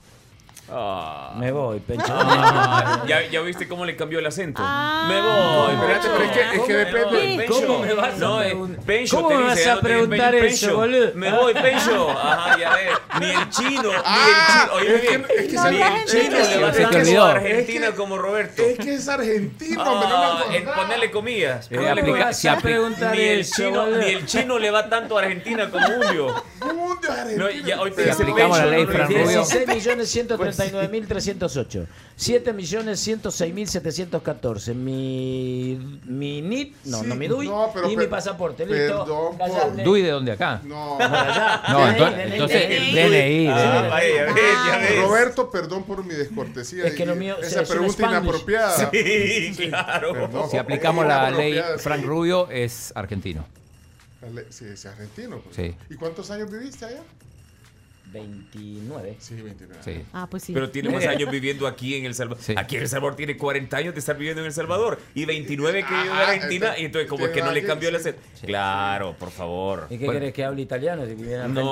S4: Ah.
S6: Me voy, Pencho.
S4: Ah, ya, ya viste cómo le cambió el acento.
S1: Ah.
S4: me voy.
S3: Espérate, pero es que- es que depende.
S4: Me voy,
S6: ¿Cómo
S4: Pencho.
S6: me vas a
S4: No, eh,
S6: preguntar?
S4: Pencho,
S6: ¿Cómo
S4: te
S6: me
S4: dice,
S6: vas
S4: ya
S6: a
S4: no te dicen
S6: preguntar
S4: Pencho.
S6: eso, boludo? Ah.
S4: Me voy, Pencho. Ajá, ya ves. Ni el chino,
S3: Ah,
S4: ni el chino. Oye,
S3: es que-
S4: bien,
S3: es que se-
S4: ni
S1: la
S4: el
S1: gente
S4: chino
S1: se
S4: le va a
S7: olvidó.
S4: sacar
S7: Es que-
S4: su Argentina como Roberto.
S3: Es que es argentino, hombre, no me
S4: Ah, el
S3: acordaba.
S4: ponerle comillas.
S7: Eh,
S4: ponerle
S7: aplica-
S4: comillas.
S7: se aplica-
S6: preguntar
S4: Ni el
S6: eso,
S4: chino,
S6: boludo.
S4: ni el chino le va tanto a Argentina como Julio.
S3: Mundio argentino.
S4: No, ya, hoy te
S3: Pero-
S4: dice
S7: aplicamos la
S4: Pencho,
S7: ley
S4: no, no,
S7: Fran Rubio.
S6: 16 millones 139 mil 308. 7 millones 106 mil 714. Mi, mi NIT, no,
S3: Sí,
S6: no mi DUI
S3: no, pero
S6: y
S3: per-
S6: mi pasaporte. Listo.
S3: perdón por-
S6: Callate.
S7: ¿Dui de dónde acá?
S3: No,
S7: No,
S6: DNI,
S7: entonces,
S6: DNI,
S7: entonces,
S6: DNI.
S7: DNI.
S4: Ah,
S7: DNI.
S4: vaya, ya ves, ya ves.
S3: Roberto, perdón por mi descortesía.
S6: Es que lo
S3: y
S6: mío se-
S3: esa
S6: es un
S3: pregunta
S6: Spanglish.
S3: inapropiada.
S4: Sí, claro.
S3: Perdón.
S7: Si aplicamos la ley
S3: Inapropiada, sí.
S7: Frank Rubio, es argentino.
S3: La ley- Sí, es argentino. pues.
S7: Sí.
S3: ¿Y cuántos años viviste allá?
S6: 29.
S3: Sí, 29.
S7: Sí.
S1: Ah, pues sí.
S4: Pero
S1: [LAUGHS]
S4: tiene más años viviendo aquí en El Salvador.
S7: Sí.
S4: Aquí en El Salvador tiene 40 años de estar viviendo en El Salvador y 29 que vive en
S3: Ajá,
S4: Argentina.
S3: está-
S4: Y entonces, como es
S3: tiene
S4: que no le
S3: años,
S4: cambió el
S3: sí.
S4: acento. Claro, por favor.
S6: ¿Y qué
S7: Bueno.
S6: querés que hable italiano si viene argentino?
S4: No,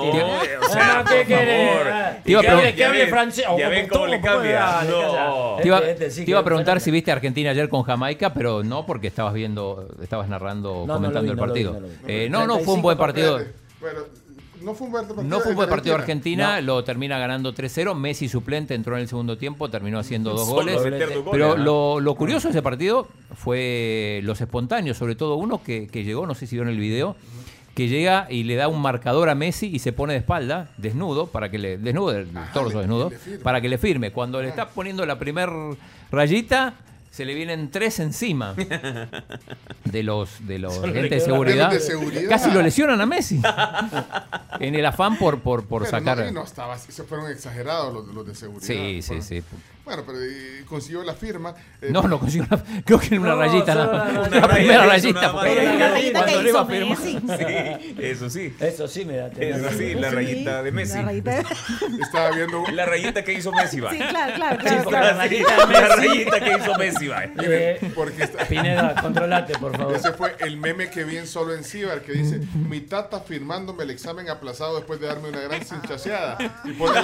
S4: o sea,
S6: Ah,
S4: por favor.
S6: Ah,
S7: Te iba a
S6: que hable-
S7: preguntar-
S6: que hable
S4: ya ves-
S6: francés. o
S4: ya ves
S6: como
S4: cómo le
S6: tú, como
S4: cambia.
S6: dale,
S4: No.
S6: calla.
S7: Te iba,
S6: Este- este sí
S7: te iba a
S6: que-
S7: preguntar si viste a Argentina ayer con Jamaica, pero no porque estabas viendo, estabas narrando,
S6: No, no
S7: comentando
S6: lo vi,
S7: el
S6: no lo vi,
S7: partido.
S6: no lo vi.
S7: Eh, No, no, fue un buen partido.
S3: Espérate, Bueno, no fue un buen partido.
S7: No fue un buen partido Argentina,
S6: No.
S7: lo termina ganando 3-0. Messi suplente entró en el segundo tiempo, terminó haciendo dos
S4: Solo
S7: goles.
S4: meter dos
S7: Pero
S4: goles,
S7: lo, lo curioso de ese partido fue los espontáneos, sobre todo uno que, que llegó, no sé si vieron el video, que llega y le da un marcador a Messi y se pone de espalda, desnudo, para que le, desnudo, el torso
S3: le-
S7: desnudo,
S3: le firma.
S7: para que le firme. Cuando le está poniendo la primer rayita, se le vienen tres encima de los de los
S6: le
S7: gente de
S6: quedó la-
S7: seguridad.
S3: de seguridad.
S7: Casi lo lesionan
S3: [LAUGHS]
S7: a Messi. en el afán por, por, por
S3: Pero
S7: sacar.
S3: No, y no estaba así, se fueron exagerados los, los de seguridad.
S7: Sí, sí,
S3: Fueron-
S7: sí.
S3: Bueno, pero eh, consiguió la firma. eh,
S7: No, no consiguió una, [LAUGHS] creo que era una rayita,
S3: solo
S7: nada
S3: una
S7: más.
S3: rayita.
S7: la primera
S3: Una
S7: rayita.
S3: rayita,
S7: porque
S3: pero la rayita
S7: cuando
S3: que
S7: le iba a
S3: hizo
S7: [LAUGHS] firmar.
S4: Sí, eso sí.
S6: Eso sí, mira. tenés
S4: Eso sí,
S6: razón.
S4: la rayita de Messi.
S1: La rayita de-
S3: [LAUGHS] Estaba viendo.
S4: La rayita que hizo Messi, va.
S1: Sí, claro, claro,
S4: Sí,
S1: claro.
S4: la
S1: claro.
S4: rayita, la rayita que hizo Messi, va.
S3: Porque está-
S6: Eh, Pineda, controlate, por favor.
S3: Ese fue el meme que vi en solo en Cibar que dice: Mi tata firmándome el examen aplazado después de darme una gran cinchaseada. Y pone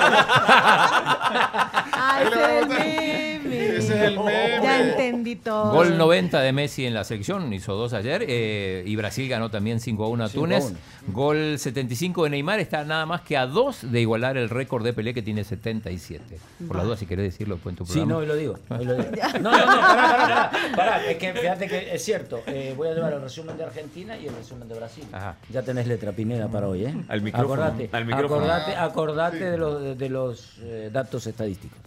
S3: la-
S1: [LAUGHS] Ay,
S3: Ahí le va a
S1: ese
S3: botar.
S1: es el meme.
S3: Ese es el meme.
S1: Oh, Ya entendí todo.
S7: Gol 90 de Messi en la selección, hizo dos ayer. eh, y Brasil ganó también 5 a 1 a
S6: 5 a
S7: Túnez.
S6: 1.
S7: Gol 75 de Neymar, está nada más que a dos de igualar el récord de Pelé que tiene 77. Por la duda, si querés decirlo, después en tu
S6: Sí,
S7: programa.
S6: no, hoy lo digo. hoy lo
S7: [LAUGHS]
S6: digo. [LAUGHS] No, no, no, pará,
S4: [LAUGHS]
S6: pará, pará. Pará, es que fíjate que es cierto. eh, voy a llevar el resumen de Argentina y el resumen de Brasil.
S7: Ajá.
S6: Ya tenés letra pinera para hoy, ¿eh?
S4: Al micrófono,
S6: Acordate,
S4: al micrófono.
S6: acordate, acordate Este de los, de los eh, datos estadísticos.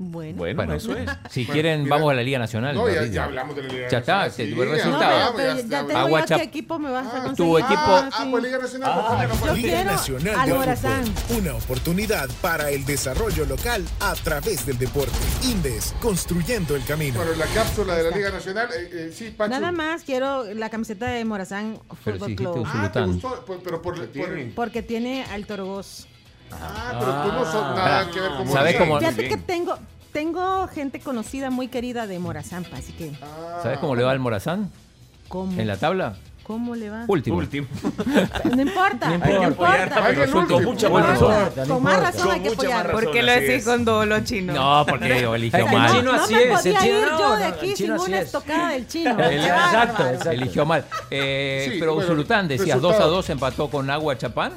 S1: Bueno.
S4: Bueno,
S7: Bueno,
S4: eso es.
S7: [LAUGHS] Si
S3: Bueno,
S7: quieren,
S3: mira.
S7: vamos a la Liga Nacional.
S3: No, ya,
S7: Rodrigo.
S3: ya hablamos de la Liga
S7: Ya está,
S3: Nacional,
S7: se-
S3: sí,
S7: el
S3: ya
S1: No,
S7: resultado.
S3: hablamos.
S1: pero, pero ya, te digo
S7: Aguachap-
S1: a qué equipo me vas a conseguir.
S7: Tu equipo-
S1: Ah,
S3: Ah,
S1: sí.
S3: pues Liga Nacional. ¿por qué no fue?
S1: Yo
S2: Liga
S1: quiero
S2: Nacional
S1: al
S2: de
S1: Morazán.
S2: Fútbol, una oportunidad para el desarrollo local a través del deporte. Indes, construyendo el camino.
S3: Bueno, la cápsula de la Liga Nacional. eh, eh, sí, Pacho.
S1: Nada más quiero la camiseta de Morazán
S7: Pero
S1: Fútbol
S7: si dijiste
S1: Club.
S3: Ah, te
S7: Usulután.
S3: gustó, Pues, pero por, por-
S4: tiene?
S1: Porque tiene al Torgos.
S3: Ah, pero tú no sos nada que ver con
S7: ¿Sabes
S3: Morazán.
S7: cómo- Muy
S1: Fíjate que
S4: bien.
S1: tengo, tengo gente conocida, muy querida de Morazán, pa, así que
S3: Ah,
S7: ¿Sabes cómo le va al Morazán
S1: ¿cómo,
S7: en la tabla?
S1: ¿cómo le va?
S7: Último.
S4: Último.
S1: No importa,
S6: Hay que
S1: no
S4: apoyar,
S1: importa.
S4: pero
S3: Hay
S4: eso
S3: que
S4: con
S3: el
S4: mucha
S1: No
S4: más
S6: último.
S4: razón.
S1: importa,
S6: razón.
S1: Con más
S6: importa.
S1: razón hay que
S4: Con mucha más
S1: apoyar.
S4: razón.
S5: ¿Por qué lo
S4: así
S5: decís
S4: es.
S5: con dolo chino?
S7: No,
S5: [LAUGHS]
S7: porque eligió
S6: Es que el
S7: mal.
S6: chino
S1: No
S6: así
S1: me
S6: es, el
S1: podía
S6: chino
S1: ir
S6: no,
S1: yo
S6: no,
S1: de
S6: el
S1: aquí
S6: chino
S1: sin
S6: así
S1: una
S6: es.
S1: estocada del chino.
S6: El-
S1: Qué bárbaro.
S6: exacto, exacto.
S7: Eligió mal. Eh,
S3: Sí,
S7: pero
S3: bueno,
S7: Usulután, decías,
S3: resultado.
S7: 2 a 2 empató con Agua Chapán.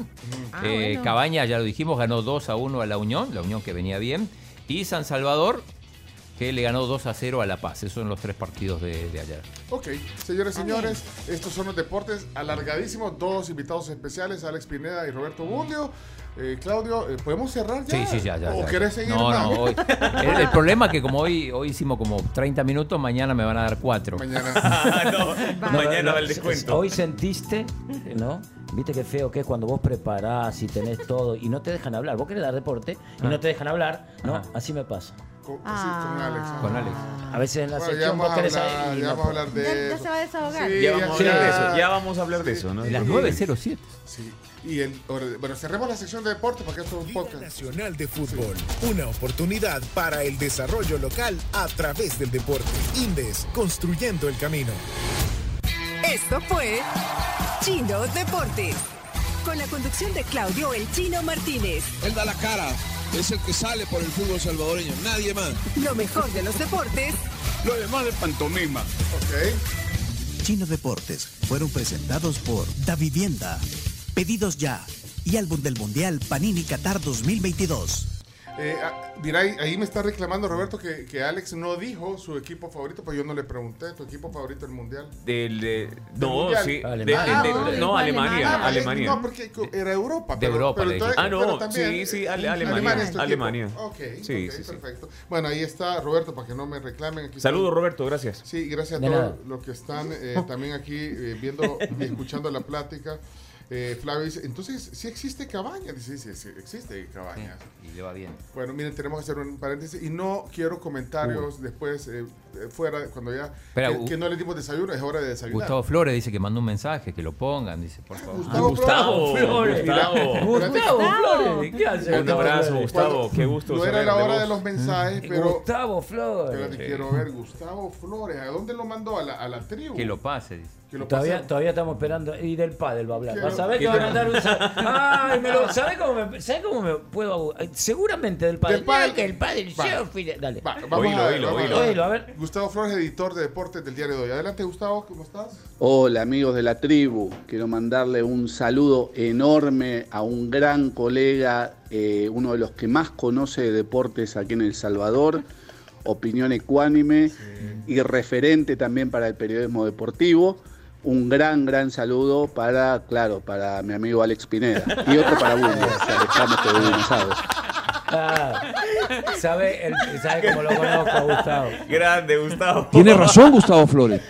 S1: Ah,
S7: Eh,
S1: bueno.
S7: Cabaña, ya lo dijimos, ganó 2 a 1 a la Unión, la Unión que venía bien. Y San Salvador, que le ganó 2 a 0 a La Paz. Esos son los tres partidos de, de ayer.
S3: Ok, señores y señores, estos son los deportes alargadísimos. Dos invitados especiales, Alex Pineda y Roberto Bundio. Eh, Claudio, eh, ¿podemos cerrar ya?
S7: Sí, sí, ya, ya.
S3: ¿O
S7: ya, ya.
S3: querés seguir
S7: No,
S3: más? [LAUGHS]
S7: no, Eh, hoy. El, el problema es que como hoy, hoy hicimos como 30 minutos, mañana me van a dar 4. [LAUGHS]
S3: Mañana.
S4: Ah, no, mañana va el descuento.
S6: Hoy sentiste, ¿no? Viste qué feo que es cuando vos preparás y tenés todo y no te dejan hablar. Vos querés dar deporte
S4: Ah.
S6: y no te dejan hablar, ¿no?
S7: Ajá.
S6: Así me pasa.
S3: Con, sí,
S1: Ah.
S3: con Alex.
S7: Con Alex.
S6: A veces en la
S3: Bueno, ya
S6: sección
S3: vamos
S6: vos
S3: a
S6: querés
S3: hablar,
S6: y
S3: ya
S6: no
S3: vamos a hablar de
S1: Ya- ya
S3: eso.
S1: se va a desahogar.
S3: Sí,
S4: Ya vamos a
S3: ya-
S4: hablar de eso. Ya vamos a hablar de eso, ¿no?
S7: Las 9.07.
S3: Sí. Y el, ahora, bueno, cerremos la sección de deportes porque esto es un
S2: Liga
S3: podcast.
S2: Nacional de Fútbol, una oportunidad para el desarrollo local a través del deporte. Indes, construyendo el camino.
S13: Esto fue Chino Deportes. Con la conducción de Claudio El Chino Martínez.
S11: Él da la cara, es el que sale por el fútbol salvadoreño, nadie más.
S13: Lo mejor de los deportes
S11: Lo demás de pantomima.
S3: Ok.
S2: Chino Deportes fueron presentados por Da Vivienda, Pedidos Ya y Álbum del Mundial Panini Qatar 2022.
S3: Eh, ah, mira, ahí, ahí me está reclamando Roberto que, que Alex no dijo su equipo favorito, pues yo no le pregunté, tu equipo favorito del mundial.
S4: Del, de- no,
S3: mundial.
S4: sí. de-
S6: Alemania.
S4: de- de- no,
S1: Ah,
S4: Alemania.
S3: Ah, eh,
S4: Alemania.
S3: No, porque co- era Europa.
S7: De
S3: pero,
S7: Europa,
S3: pero
S7: le
S3: entonces-
S4: dijiste. Ah, no,
S3: pero también- eh,
S4: sí, sí, Ale- Alemania,
S3: es tu equipo.
S4: Alemania.
S3: Ok,
S4: Sí,
S3: ok,
S4: sí, sí.
S3: perfecto. Bueno, ahí está Roberto, para que no me reclamen. Aquí
S4: Saludos, Roberto, gracias.
S3: Sí, gracias a
S6: De
S3: todos
S6: nada.
S3: los que están eh, también aquí eh, viendo y escuchando la plática. Eh, Flavio dice, entonces, ¿sí existe cabaña? Dice, sí, sí, existe cabaña.
S7: Y le va bien.
S3: Bueno, miren, tenemos que hacer un paréntesis y no quiero comentarios después, eh, eh, fuera, cuando ya...
S7: Espera,
S3: que,
S7: Gu-
S3: que no le dimos desayuno, es hora de desayunar.
S7: Gustavo Flores dice que mandó un mensaje, que lo pongan, dice, por favor. Ah,
S3: Gustavo,
S4: Ah, Gustavo,
S3: Flores.
S4: Gustavo.
S3: Espérate,
S6: Flores, ¿qué hace?
S4: Un abrazo,
S6: Flores?
S4: Gustavo. Qué gusto.
S3: No era
S4: saber
S3: la
S4: de
S3: hora
S4: vos.
S3: de los mensajes, pero...
S6: Gustavo Flores.
S3: Espérate, quiero ver, Gustavo Flores, ¿a dónde lo mandó? ¿A la, a la tribu?
S7: Que lo pase, dice.
S3: Que lo
S6: Todavía,
S3: pase-
S6: todavía estamos esperando. Y del pádel va a hablar.
S3: Quiero-
S6: Vas a ver que va a mandar un.
S3: [LAUGHS]
S6: sal- Ay, me lo- ¿sabés cómo me, ¿sabés cómo me puedo abu- Seguramente del pádel.
S3: Del pádel.
S6: Mira que el pádel.
S3: Va.
S6: yo fui de- Dale.
S3: Va, vamos
S4: Oílo,
S3: a ver,
S4: oílo,
S3: vamos a
S4: oílo.
S3: ver.
S6: Oílo, a ver.
S3: Gustavo Flores, editor de deportes del diario de hoy. Adelante, Gustavo, ¿cómo estás?
S14: Hola amigos de la tribu, quiero mandarle un saludo enorme a un gran colega, eh, uno de los que más conoce de deportes aquí en El Salvador, opinión ecuánime y referente también para el periodismo deportivo. Un gran, gran saludo para, claro, para mi amigo Alex Pineda y otro para Bundes, que estamos que Bundes, ¿sabes?
S6: Ah, ¿Sabe, el- sabe cómo lo conozco a Gustavo?
S4: Grande, Gustavo.
S15: Tiene razón Gustavo
S7: [LAUGHS]
S15: Flores.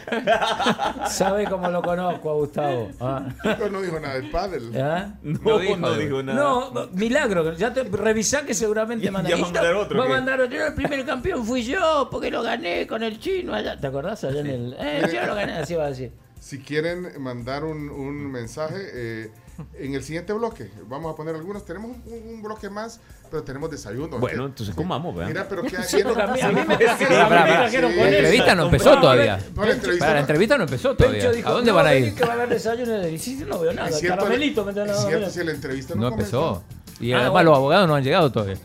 S6: ¿Sabe cómo lo conozco a Gustavo? Ah.
S3: No, no dijo nada del pádel.
S6: ¿Ah?
S3: No dijo, no dijo nada.
S6: No, milagro. Ya te revisá que seguramente
S3: [LAUGHS] Ya
S6: mandan.
S3: va a mandar otro,
S6: Va a
S3: ¿qué?
S6: mandar otro. El primer campeón fui yo porque lo gané con el chino allá. ¿Te acordás allá en el? Eh, yo lo gané, así va a decir.
S3: Si quieren mandar un, un mensaje, eh, en el siguiente bloque vamos a poner algunos. Tenemos un, un bloque más, pero tenemos desayuno.
S4: Bueno, entonces comamos, ¿verdad?
S3: Mira, pero qué
S6: Nosotros también, a mí me
S3: Sí,
S6: trajeron, a mí me
S3: brava.
S6: trajeron con
S3: Sí.
S6: eso.
S7: entrevista no empezó
S6: No,
S7: todavía.
S3: no, la entrevista
S7: Para la
S3: no.
S7: entrevista no empezó
S6: Pencho
S7: todavía.
S6: dijo,
S7: ¿A dónde
S6: "No,
S7: van a
S6: vení
S7: ir?
S6: que va a haber desayuno. Y sí, no veo nada.
S3: Es cierto,
S6: Caramelito me traen
S3: es
S6: a
S3: cierto,
S6: ver.
S3: si la entrevista no,
S7: No
S3: comenzó.
S7: empezó. Y
S4: Ah,
S7: además
S4: bueno.
S7: los abogados no han llegado todavía.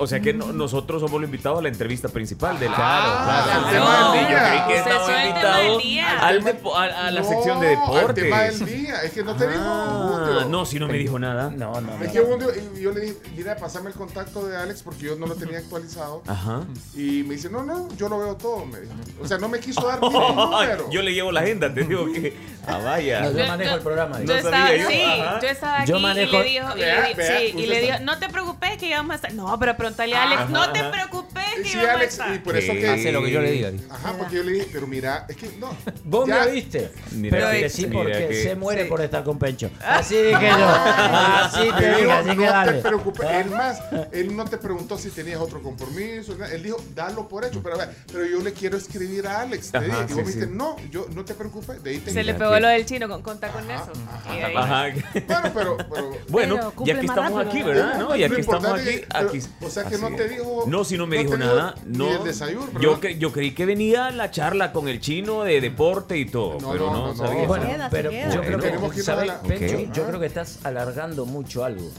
S4: O sea que no- nosotros somos los invitados a la entrevista principal del Ah,
S3: al tema del día.
S4: Yo creí
S3: Ustedes
S4: que estábamos
S3: son el tema del
S4: invitados
S3: día.
S4: al depo- a, a la
S3: No,
S4: sección de
S3: al
S4: deportes.
S3: tema del día. Es que no te
S4: Ah,
S3: dijo. Bundio.
S4: no, si no me dijo nada.
S6: No, no.
S3: Es que Bundio, y yo le dije, mira, pasame el contacto de Alex porque yo no lo tenía actualizado.
S4: Ajá.
S3: Y me dice, no, no, yo lo veo todo. Me dijo. O sea, no me quiso
S4: [LAUGHS]
S3: dar ni el número.
S4: yo le llevo la agenda, te digo que. Ah, vaya.
S6: No, yo manejo el programa.
S4: No
S5: yo estaba,
S4: sabía yo.
S5: sí,
S4: Ajá.
S5: yo estaba aquí
S4: Yo manejo-
S5: y le dijo, y
S4: Vea,
S5: le, di-
S4: vea,
S5: sí, y
S4: usted
S5: le dijo,
S4: está-
S5: no te preocupes que íbamos a estar. No, pero pregúntale a
S3: Ajá,
S5: Alex, no te
S3: ajá.
S5: preocupes que
S3: Sí,
S5: íbamos a
S3: Alex,
S5: estar.
S3: y por eso
S4: Sí.
S3: que.
S4: Hace lo que yo le diga, dice.
S3: Ajá, porque yo le dije, pero mira, es que no.
S6: Vos
S3: ya-
S6: me oíste.
S4: Mira
S6: pero
S4: que-
S6: decí
S4: mira
S6: porque
S4: que-
S6: se muere por estar con Pencho. Así dije
S3: [LAUGHS]
S6: yo. Así te
S3: Pero
S6: dije, así que
S3: no te
S6: dale. ¿Eh?
S3: preocupes. Es más, él no te preguntó si tenías otro compromiso. nada. Él dijo, dalo por hecho. Pero, a ver, pero yo le quiero escribir a Alex. te
S4: Ajá,
S3: dije. y vos
S4: sí,
S3: me
S4: sí.
S3: dijiste, no, yo, no te preocupes. De ahí te
S5: Se le
S3: encargo.
S5: pegó lo del chino, con, contá con eso. Y ahí-
S4: Ajá.
S3: Bueno, pero. pero
S4: Bueno, y aquí estamos aquí, ¿verdad? No, y aquí
S3: Lo
S4: estamos
S3: importante
S4: aquí.
S3: es que- pero,
S4: aquí-
S3: o sea, que
S4: así
S3: no te
S4: es.
S3: dijo-
S4: No, si no me
S3: no
S4: dijo
S3: te dijo
S4: nada.
S3: ni
S4: no.
S3: el desayuno,
S4: yo,
S3: ¿verdad?
S4: cre- yo creí que venía la charla con el chino de deporte y todo.
S3: No,
S4: pero
S3: no,
S4: no,
S3: no, no.
S4: sabía.
S6: Bueno, pero
S4: queda.
S6: yo creo
S4: Bueno,
S6: que,
S4: tenemos que ir a
S6: ¿sabés,
S4: la-
S6: Pencho?
S4: Ok.
S6: Yo creo que estás alargando mucho algo.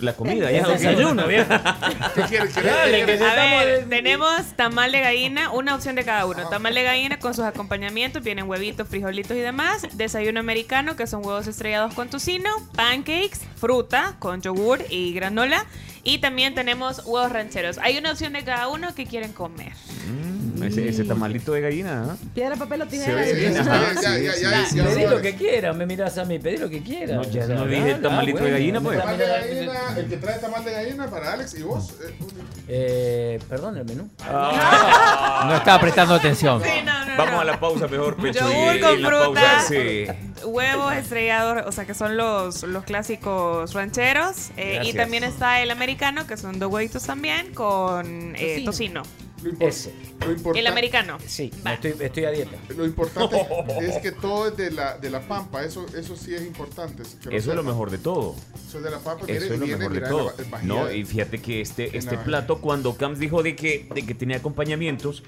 S4: La comida,
S6: El
S4: ya. ok.
S6: desayuno, viejo.
S3: ¿Qué quieres? ¿Qué
S6: Dale,
S3: quieres?
S6: que
S5: A
S6: estamos
S5: ver,
S6: en-
S5: tenemos tamal de gallina, una opción de cada uno. Tamal de gallina con sus acompañamientos, vienen huevitos, frijolitos y demás. Desayuno americano, que son huevos estrellados con tocino, pancakes, fruta con yogur y granola. Y también tenemos huevos rancheros. Hay una opción de cada uno que quieren comer.
S4: Mm, ese, ese tamalito de gallina. ¿ah?
S1: Piedra, papel o
S3: tijera. Sí, sí, sí, sí, ya, ya, ya, ya,
S6: pedí
S3: ya.
S6: lo que quieras, me mirás a mí, pedí lo que quieras.
S4: No, ya
S6: O sea,
S4: no dije
S6: ah,
S4: tamalito de
S6: bueno,
S4: gallina,
S6: me
S4: pues.
S6: está
S3: Tamal de
S6: mirando-
S3: gallina, el que trae tamal de gallina para Alex y vos. eh,
S6: Eh, perdón, el menú.
S7: No estaba prestando atención.
S5: Sí, no, no,
S4: Vamos
S5: no.
S4: a la pausa mejor, Pecho.
S5: Yogur
S4: y-
S5: con
S4: y la
S5: fruta.
S4: pausa, sí.
S5: Huevos estrellados, o sea que son los, los clásicos rancheros. Eh, y
S4: Gracias.
S5: también está el americano, que son dos huevitos también, con eh, tocino.
S3: lo impor-
S6: Ese.
S3: lo importa-
S5: El americano.
S6: Sí,
S5: Va.
S6: estoy, estoy a dieta.
S3: Lo
S4: [LAUGHS]
S3: importante es que todo es de la, de la pampa, eso, eso sí es importante. que
S4: Eso es lo
S3: sepan.
S4: mejor de todo.
S3: Eso es de la pampa, que
S4: Eso
S3: Ah, pues viene-
S4: es
S3: viene,
S4: lo mejor de
S3: mira,
S4: todo.
S3: en la- en vajilla.
S4: No, y fíjate que este,
S3: En
S4: este
S3: la-
S4: plato, cuando Camps dijo de que, de que tenía acompañamientos,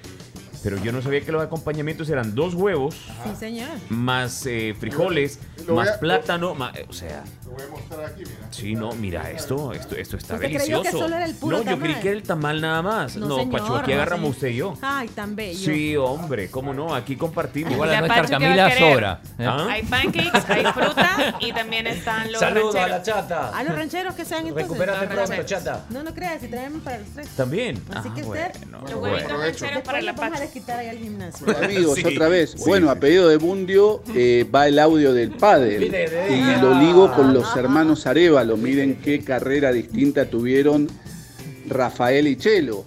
S4: pero yo no sabía que los acompañamientos eran dos huevos,
S1: Sí, señor.
S4: más eh, frijoles,
S3: Lo voy a-
S4: más plátano, más, eh, o sea,
S3: Lo voy a mostrar aquí, mira.
S4: sí, no, mira esto, esto, esto está
S1: ¿Usted creyó
S4: delicioso.
S1: que solo era el puro
S4: no, yo creí
S1: tamal?
S4: que era el tamal nada más. No,
S1: señor,
S4: Pacho, aquí
S1: no, señor.
S4: agarramos usted y yo.
S1: Ay, tan bello.
S4: Sí, hombre, cómo no, aquí compartimos.
S7: Igual
S5: La
S7: a nuestra
S5: Pacho que va a
S7: Camila
S5: querer.
S7: sobra. ¿eh?
S4: ¿Ah?
S5: Hay pancakes, hay fruta y también están los
S6: Saludos a la
S5: rancheros.
S6: chata.
S1: A los rancheros que sean entonces.
S6: Recuperate
S5: no,
S6: pronto,
S5: gracias.
S6: chata.
S1: No, no creas, si traemos para los tres.
S4: También.
S1: Así
S4: Ah,
S1: que
S4: bueno,
S1: usted-
S5: Los
S4: bueno.
S5: huevitos
S3: Aprovecho.
S5: rancheros para la
S1: vamos a
S5: pacha.
S1: desquitar ahí al gimnasio.
S4: [LAUGHS]
S14: Amigos,
S4: Sí.
S14: otra vez.
S4: Sí.
S14: Bueno, a pedido de Bundio eh, va el audio del pádel y lo ligo con los hermanos Arevalo. Miren qué carrera distinta tuvieron Rafael y Chelo.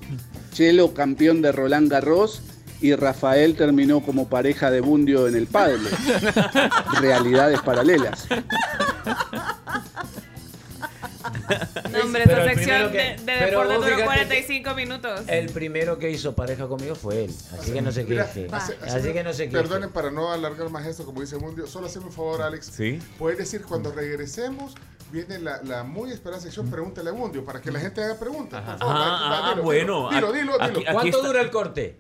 S14: Chelo campeón de Roland Garros y Rafael terminó como pareja de Bundio en el
S4: [LAUGHS]
S14: pádel. Realidades paralelas.
S5: No, hombre,
S6: Pero
S5: esta
S6: el primero
S5: sección
S6: que-
S5: de, de
S6: pero
S5: deporte
S6: vos
S5: duró
S6: fíjate
S5: 45 minutos.
S6: El primero que hizo pareja conmigo fue él. Así que no se
S3: Mira,
S6: queje.
S3: hace-
S6: Así
S3: hace-
S6: que no se queje.
S3: Perdonen para no alargar más esto, como dice Mundio. Solo haceme un favor, Alex.
S4: Sí. Mm.
S3: Puedes decir, cuando regresemos, viene la, la muy esperada sección Pregúntale a Mundio, para que la gente haga preguntas. por favor.
S4: Mm. Ajá,
S3: Va, va,
S4: ah,
S3: dilo, Dilo,
S4: bueno. Aquí-
S3: dilo, dilo.
S4: aquí- aquí-
S6: ¿Cuánto
S4: está-
S6: dura el corte?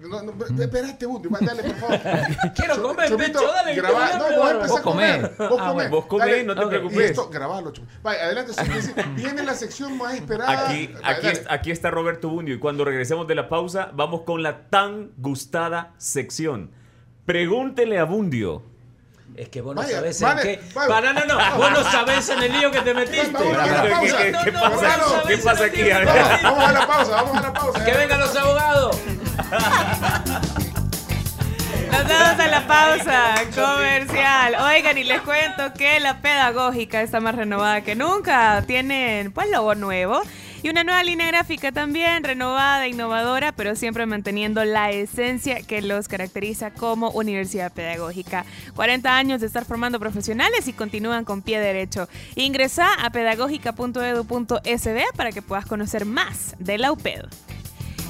S3: No, no, pero- espérate, Mundio, va, dale, por favor.
S6: [LAUGHS] Quiero comer,
S3: Chupito,
S6: Pencho, dale. que
S3: grabá-
S6: tengo
S3: no,
S6: hambre,
S3: vos
S6: bárbaro.
S3: empezá a comer. Vos
S6: Ah,
S3: comés.
S6: bueno.
S4: Vos comés,
S3: Dale,
S4: no te
S3: ok.
S4: preocupes. Mm.
S3: Y esto, grabalo, Chupito. Vaya, adelante, sí, sí, sí. viene la sección más esperada.
S4: Aquí,
S3: Va,
S4: aquí,
S3: Ah, dale.
S4: es- aquí está Roberto Bundio y cuando regresemos de la pausa vamos con la tan gustada sección. Pregúntele a Bundio.
S6: Es que vos no
S3: Vaya,
S6: sabés
S3: vale,
S6: en qué.
S3: vale.
S6: Para, no, no. Vos no sabés en el lío que te metiste.
S3: Vamos a la
S4: ¿Qué,
S3: pausa.
S4: qué- qué
S3: No, no,
S4: pasa,
S3: no, no,
S4: ¿Qué
S3: no,
S4: pasa
S3: no,
S4: aquí? A ver.
S3: Vamos, vamos a la pausa, vamos a la pausa.
S6: Que vengan los abogados.
S5: Nos vamos a
S6: [LAUGHS]
S5: la pausa comercial. Oigan, y les cuento que la pedagógica está más renovada que nunca. Tienen pues logo nuevo. Y Y una nueva línea gráfica también, renovada, innovadora, pero siempre manteniendo la esencia que los caracteriza como universidad pedagógica. 40 años de estar formando profesionales y continúan con pie derecho. Ingresa a pedagógica.edu.sb para que puedas conocer más de la E UPED.